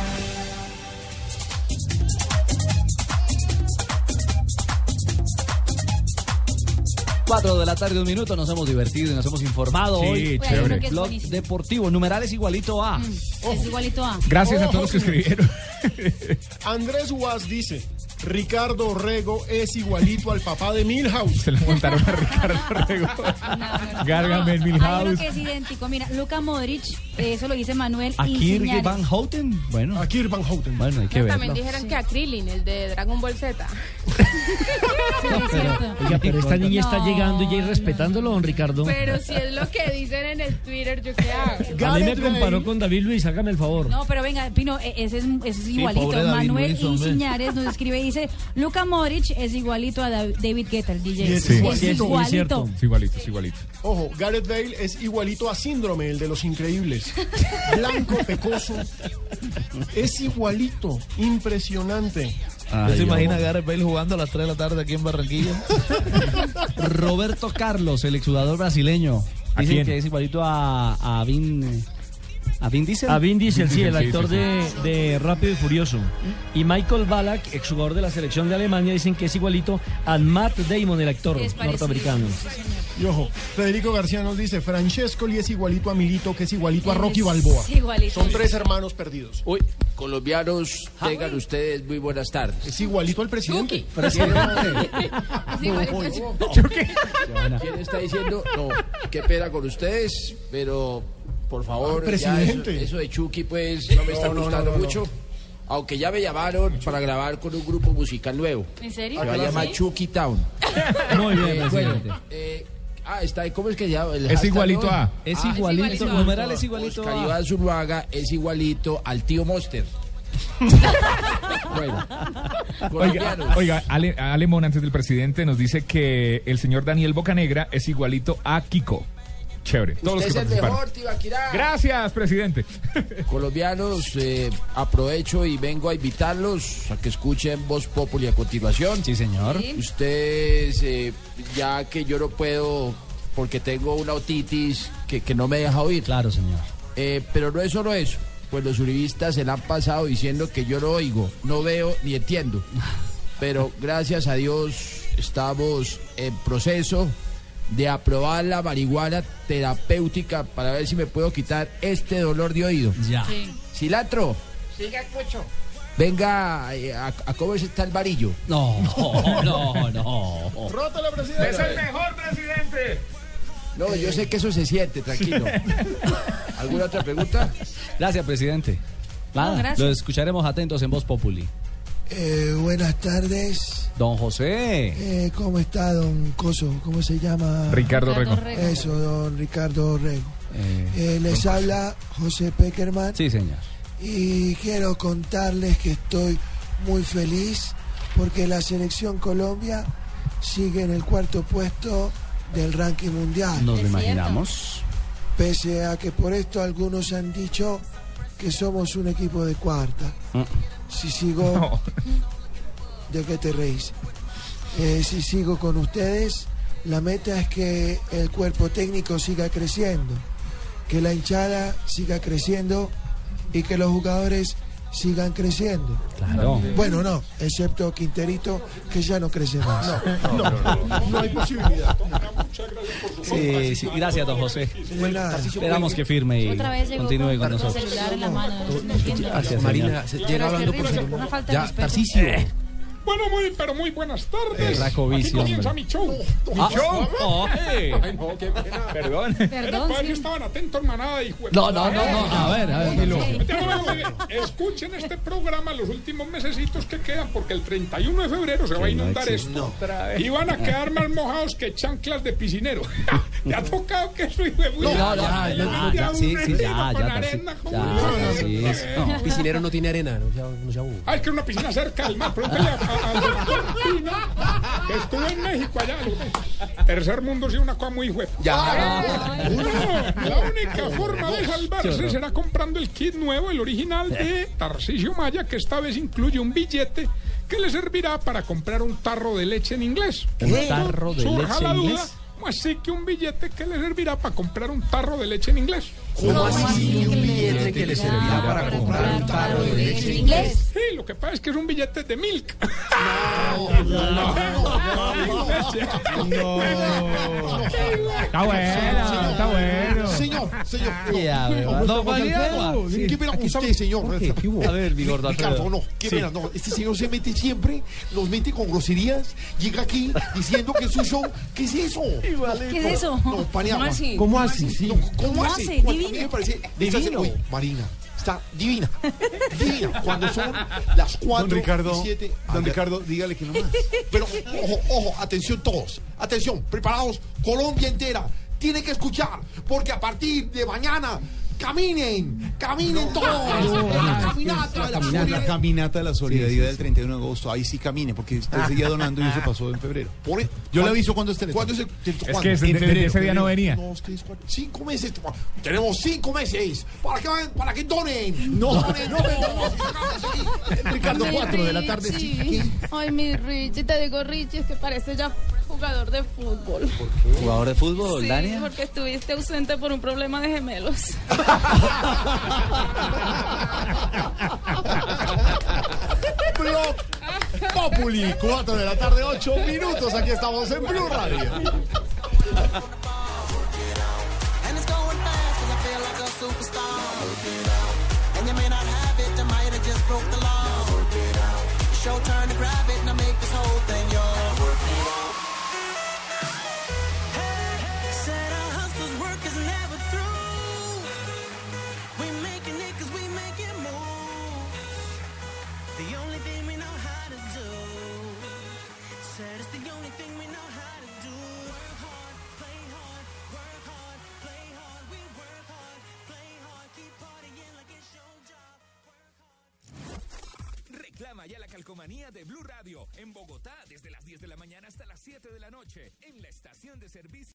Speaker 5: Cuatro de la tarde, un minuto, nos hemos divertido y nos hemos informado
Speaker 8: Sí,
Speaker 5: hoy.
Speaker 8: Uy, hay chévere. uno que es Mm.
Speaker 5: Blog deportivo, numerales igualito a.
Speaker 13: Es igualito a...
Speaker 8: Gracias a todos los que escribieron.
Speaker 10: Andrés Guas dice, Ricardo Orrego es igualito al papá de Milhouse. Se
Speaker 8: le montaron a Ricardo Orrego. Gárgame en
Speaker 13: Hay uno que es idéntico. Mira, Luca Modric, eh, eso lo dice Manuel
Speaker 5: ¿A Kirk
Speaker 13: Insiñares.
Speaker 5: Van Houten? Bueno. ¿A
Speaker 10: Kirk Van Houten?
Speaker 5: Bueno, hay que
Speaker 24: También
Speaker 5: verlo.
Speaker 24: dijeron que a Krillin, el de Dragon Ball Z.
Speaker 9: Oiga, pero esta niña está
Speaker 24: No,
Speaker 9: llegando y ya ir respetándolo, don Ricardo.
Speaker 24: Pero si es lo que dicen en el Twitter, ¿yo qué hago?
Speaker 9: A mí me comparó con David Luis, hágame el favor.
Speaker 13: No, pero venga, Pino, e- ese es, ese es igualito.
Speaker 9: pobre David
Speaker 13: Manuel
Speaker 9: Luis, hombre.
Speaker 13: Insiñares nos escribe y dice, Luca Modric es igualito a Dav- David Guetta, el DJ.
Speaker 8: Es igualito, es igualito.
Speaker 10: Ojo, Gareth Bale es igualito a Síndrome, el de los increíbles. Blanco, pecoso. Es igualito, impresionante.
Speaker 12: ¿Usted se imagina a Gareth Bale jugando a las 3 de la tarde aquí en Barranquilla?
Speaker 5: Roberto Carlos, el exjugador brasileño.
Speaker 9: ¿A
Speaker 5: Dicen
Speaker 9: quién?
Speaker 5: que es igualito a, a Vin. eh, ¿A Vin Diesel?
Speaker 9: A Vin Diesel, sí, el actor
Speaker 5: sí,
Speaker 9: de,
Speaker 5: sí.
Speaker 9: de Rápido y Furioso. Y Michael Ballack, exjugador de la selección de Alemania, dicen que es igualito a Matt Damon, el actor
Speaker 10: Es parecido,
Speaker 9: norteamericano.
Speaker 10: Y ojo, Federico García nos dice, Francesco Lee es igualito a Milito, que es igualito a Rocky Balboa. Son tres hermanos perdidos.
Speaker 44: Uy, colombianos, tengan ustedes muy buenas tardes.
Speaker 10: Es igualito al presidente.
Speaker 44: ¿Quién está diciendo? No, qué pena con ustedes, pero por favor,
Speaker 10: Al
Speaker 44: ya eso,
Speaker 10: presidente.
Speaker 44: eso de Chucky pues no me está
Speaker 10: No, no, no,
Speaker 44: gustando
Speaker 10: no, no.
Speaker 44: mucho. Aunque ya me llamaron para grabar con un grupo musical nuevo.
Speaker 13: ¿En serio?
Speaker 44: Se va a llamar
Speaker 13: ¿Sí?
Speaker 44: Chucky Town.
Speaker 5: Muy bien,
Speaker 44: Eh, bueno,
Speaker 5: presidente.
Speaker 44: eh, ah, está ahí, ¿cómo es que se llama? El
Speaker 5: Es
Speaker 44: hashtag Ah,
Speaker 5: igualito
Speaker 44: hoy.
Speaker 5: a.
Speaker 7: Ah,
Speaker 5: Es igualito, numeral es igualito
Speaker 44: Oscar
Speaker 5: a.
Speaker 44: Iván Zuluaga es igualito al tío Monster. bueno,
Speaker 8: Oiga,
Speaker 44: colombianos.
Speaker 8: oiga Ale, Alemón, antes del presidente, nos dice que el señor Daniel Bocanegra es igualito a Kiko. Chévere. Todos
Speaker 44: Usted
Speaker 8: los que
Speaker 44: es el
Speaker 8: participaron.
Speaker 44: mejor, Tibaquirá.
Speaker 8: Gracias, presidente.
Speaker 44: Colombianos, eh, aprovecho y vengo a invitarlos a que escuchen Voz Populi a continuación. Sí,
Speaker 5: señor.
Speaker 44: Sí. Ustedes, eh, ya que yo no puedo, porque tengo una otitis que, que no me deja oír. Eh,
Speaker 5: Claro, señor.
Speaker 44: pero no es solo eso. Pues los uribistas se la han pasado diciendo que yo no oigo, no veo ni entiendo. Pero gracias a Dios estamos en proceso de aprobar la marihuana terapéutica para ver si me puedo quitar este dolor de oído.
Speaker 5: Ya.
Speaker 44: Cilantro,
Speaker 42: Siga, escucho.
Speaker 44: venga eh, a, a comerse tal varillo.
Speaker 5: No, no, no.
Speaker 10: Rótala, presidente.
Speaker 44: Es el
Speaker 10: mejor presidente. No, yo sé que eso se siente, tranquilo. ¿Alguna otra pregunta?
Speaker 5: Gracias, presidente.
Speaker 10: No,
Speaker 5: Nada,
Speaker 10: gracias.
Speaker 5: lo escucharemos atentos en Voz Populi.
Speaker 45: Eh, buenas tardes.
Speaker 5: Don José.
Speaker 45: Eh, ¿Cómo está don Coso? ¿Cómo se llama?
Speaker 5: Ricardo Ricardo Rego. Rego.
Speaker 45: Eso, don Ricardo Rego.
Speaker 5: Eh,
Speaker 45: Eh, les habla José Peckerman.
Speaker 5: sí, señor.
Speaker 45: Y quiero contarles que estoy muy feliz porque la selección Colombia sigue en el cuarto puesto del ranking
Speaker 18: Nos
Speaker 45: mundial.
Speaker 18: lo Es cierto. imaginamos.
Speaker 45: Pese a que por esto algunos han dicho que somos un equipo de cuarta. Si sigo. ¿De qué te reís? Eh, si sigo con ustedes, la meta es que el cuerpo técnico siga creciendo, que la hinchada siga creciendo y que los jugadores sigan creciendo.
Speaker 5: Claro.
Speaker 45: Bueno, no, excepto Quinterito, que ya no crece más.
Speaker 14: No, no hay posibilidad.
Speaker 5: Sí, sí, gracias, don José. Esperamos que firme y
Speaker 9: Otra vez llegó
Speaker 5: continúe con
Speaker 9: con el
Speaker 5: nosotros.
Speaker 9: celular en la mano. no entiendo.
Speaker 5: Gracias,
Speaker 10: Marina,
Speaker 5: señor.
Speaker 10: se-
Speaker 9: Pero
Speaker 10: llega
Speaker 9: es
Speaker 10: hablando por
Speaker 9: terrible,
Speaker 10: teléfono.
Speaker 9: una falta de
Speaker 10: Ya,
Speaker 9: respeto.
Speaker 10: Tarcicio.
Speaker 4: Eh,
Speaker 46: Bueno, muy, pero muy buenas tardes.
Speaker 5: El racovicio,
Speaker 46: Aquí comienza
Speaker 5: hombre.
Speaker 46: mi show.
Speaker 5: Ah, oh, eh.
Speaker 46: Ay, no, qué pena.
Speaker 5: Perdón.
Speaker 46: Era para ver que estaban atentos, manada. Y jue-
Speaker 5: No, no, no, no, a ver, a ver,
Speaker 46: Bueno,
Speaker 5: continúe.
Speaker 46: bueno, bueno, Escuchen este programa los últimos mesecitos que quedan, porque el 31 de febrero se va a
Speaker 40: Que no
Speaker 46: inundar
Speaker 40: existe.
Speaker 46: esto.
Speaker 40: Otra vez.
Speaker 46: Y van a quedar más mojados que chanclas de piscinero. Te ha tocado que soy de
Speaker 40: No, no, ya, ya, ya, ya, sí, sí, ya, ya, Tarcisio, ya, Tarcisio. No, piscinero no tiene arena, no sea- no sea bobo.
Speaker 46: Ah, es que una piscina cerca del mar. Pregúntale a, a- al doctor Pino, que estuvo en México allá. Tercer mundo sí, una cosa muy juez.
Speaker 40: Ya. Ah,
Speaker 46: No, Ah, la única forma de
Speaker 40: Qué
Speaker 46: salvarse
Speaker 40: horror.
Speaker 46: será comprando el kit nuevo, el original de Tarcisio Maya, que esta vez incluye un billete que le servirá para comprar un tarro de leche en inglés.
Speaker 5: ¿Un
Speaker 46: Esto
Speaker 5: tarro de
Speaker 46: surja
Speaker 5: leche
Speaker 46: la
Speaker 5: en
Speaker 46: duda,
Speaker 5: inglés?
Speaker 46: ¿cómo Así que un billete que le servirá para comprar un tarro de leche en inglés.
Speaker 40: ¿Cómo así un billete
Speaker 46: que le
Speaker 40: servirá para comprar un tarro de leche en inglés?
Speaker 46: Sí, lo que pasa es que es un billete de milk.
Speaker 8: Está bueno, está bueno.
Speaker 14: Señor, señor.
Speaker 5: Ya,
Speaker 14: No,
Speaker 5: ¿verdad?
Speaker 14: no,
Speaker 5: Don Juan Diego. Sí.
Speaker 14: Qué pena con usted, señor.
Speaker 5: A ver, mi gordo
Speaker 14: Ricardo,
Speaker 5: Alfredo.
Speaker 14: no, qué
Speaker 5: Sí.
Speaker 14: pena, no. Este señor se mete siempre, nos mete con groserías, llega aquí diciendo que es un show. ¿Qué es eso?
Speaker 9: ¿Qué es eso?
Speaker 14: No,
Speaker 9: ¿Cómo
Speaker 14: paneagua.
Speaker 9: así?
Speaker 14: ¿Cómo así? No, ¿Cómo
Speaker 9: ¿Cómo
Speaker 14: así?
Speaker 9: así?
Speaker 14: Cuando a mí
Speaker 9: Divino.
Speaker 14: me parece- esta se-
Speaker 9: Divino.
Speaker 14: Uy, Marina, está divina. Divina. Cuando son las 4
Speaker 47: Don Ricardo,
Speaker 14: y 7.
Speaker 47: don Ricardo, dígale que no más.
Speaker 14: Pero ojo, ojo, atención todos. Atención, preparados, Colombia entera. Tiene que escuchar, porque a partir de mañana caminen, caminen todos. La caminata de la
Speaker 47: Caminata, la
Speaker 14: solidaridad.
Speaker 47: caminata de la solidaridad del 31 de agosto. Ahí sí camine, porque usted seguía donando y eso pasó en febrero. Yo le aviso cuando esté.
Speaker 14: e- ¿Cuándo es el- el- cuándo?
Speaker 47: que ese-
Speaker 14: En
Speaker 47: ese-
Speaker 14: febrero,
Speaker 47: ese día no
Speaker 14: febrero.
Speaker 47: venía.
Speaker 14: No, ustedes, ¿cuándo? cinco meses. toma. Tenemos cinco meses para que, vayan- para que donen. No, no, Ricardo,
Speaker 47: Mi
Speaker 14: 4 de la tarde.
Speaker 47: Richie.
Speaker 14: sí.
Speaker 47: Ay, mi Richie, te digo Richie, es que parece ya jugador de fútbol.
Speaker 5: Jugador de fútbol,
Speaker 47: Sí,
Speaker 5: Dania.
Speaker 47: porque estuviste ausente por un problema de gemelos.
Speaker 14: Blog Populi, 4 de la tarde, 8 minutos. Aquí estamos en Blue Radio.
Speaker 20: And it's going fast because I feel like a superstar. And you may not have it, I might have just broke the law. Show turn to grab it and I make this whole thing yours. Hey, said our hustler's work is never through. We making it 'cause we make it move. The only thing we know how to do. Said it's the only thing we know how to do. Work hard, play hard, work hard, play hard. We work hard, play hard, keep partying like it's your job.
Speaker 23: Reclama ya la calcomanía de Blue Radio en Bogotá desde las 10 de la mañana hasta las 7 de la noche en la estación de servicio.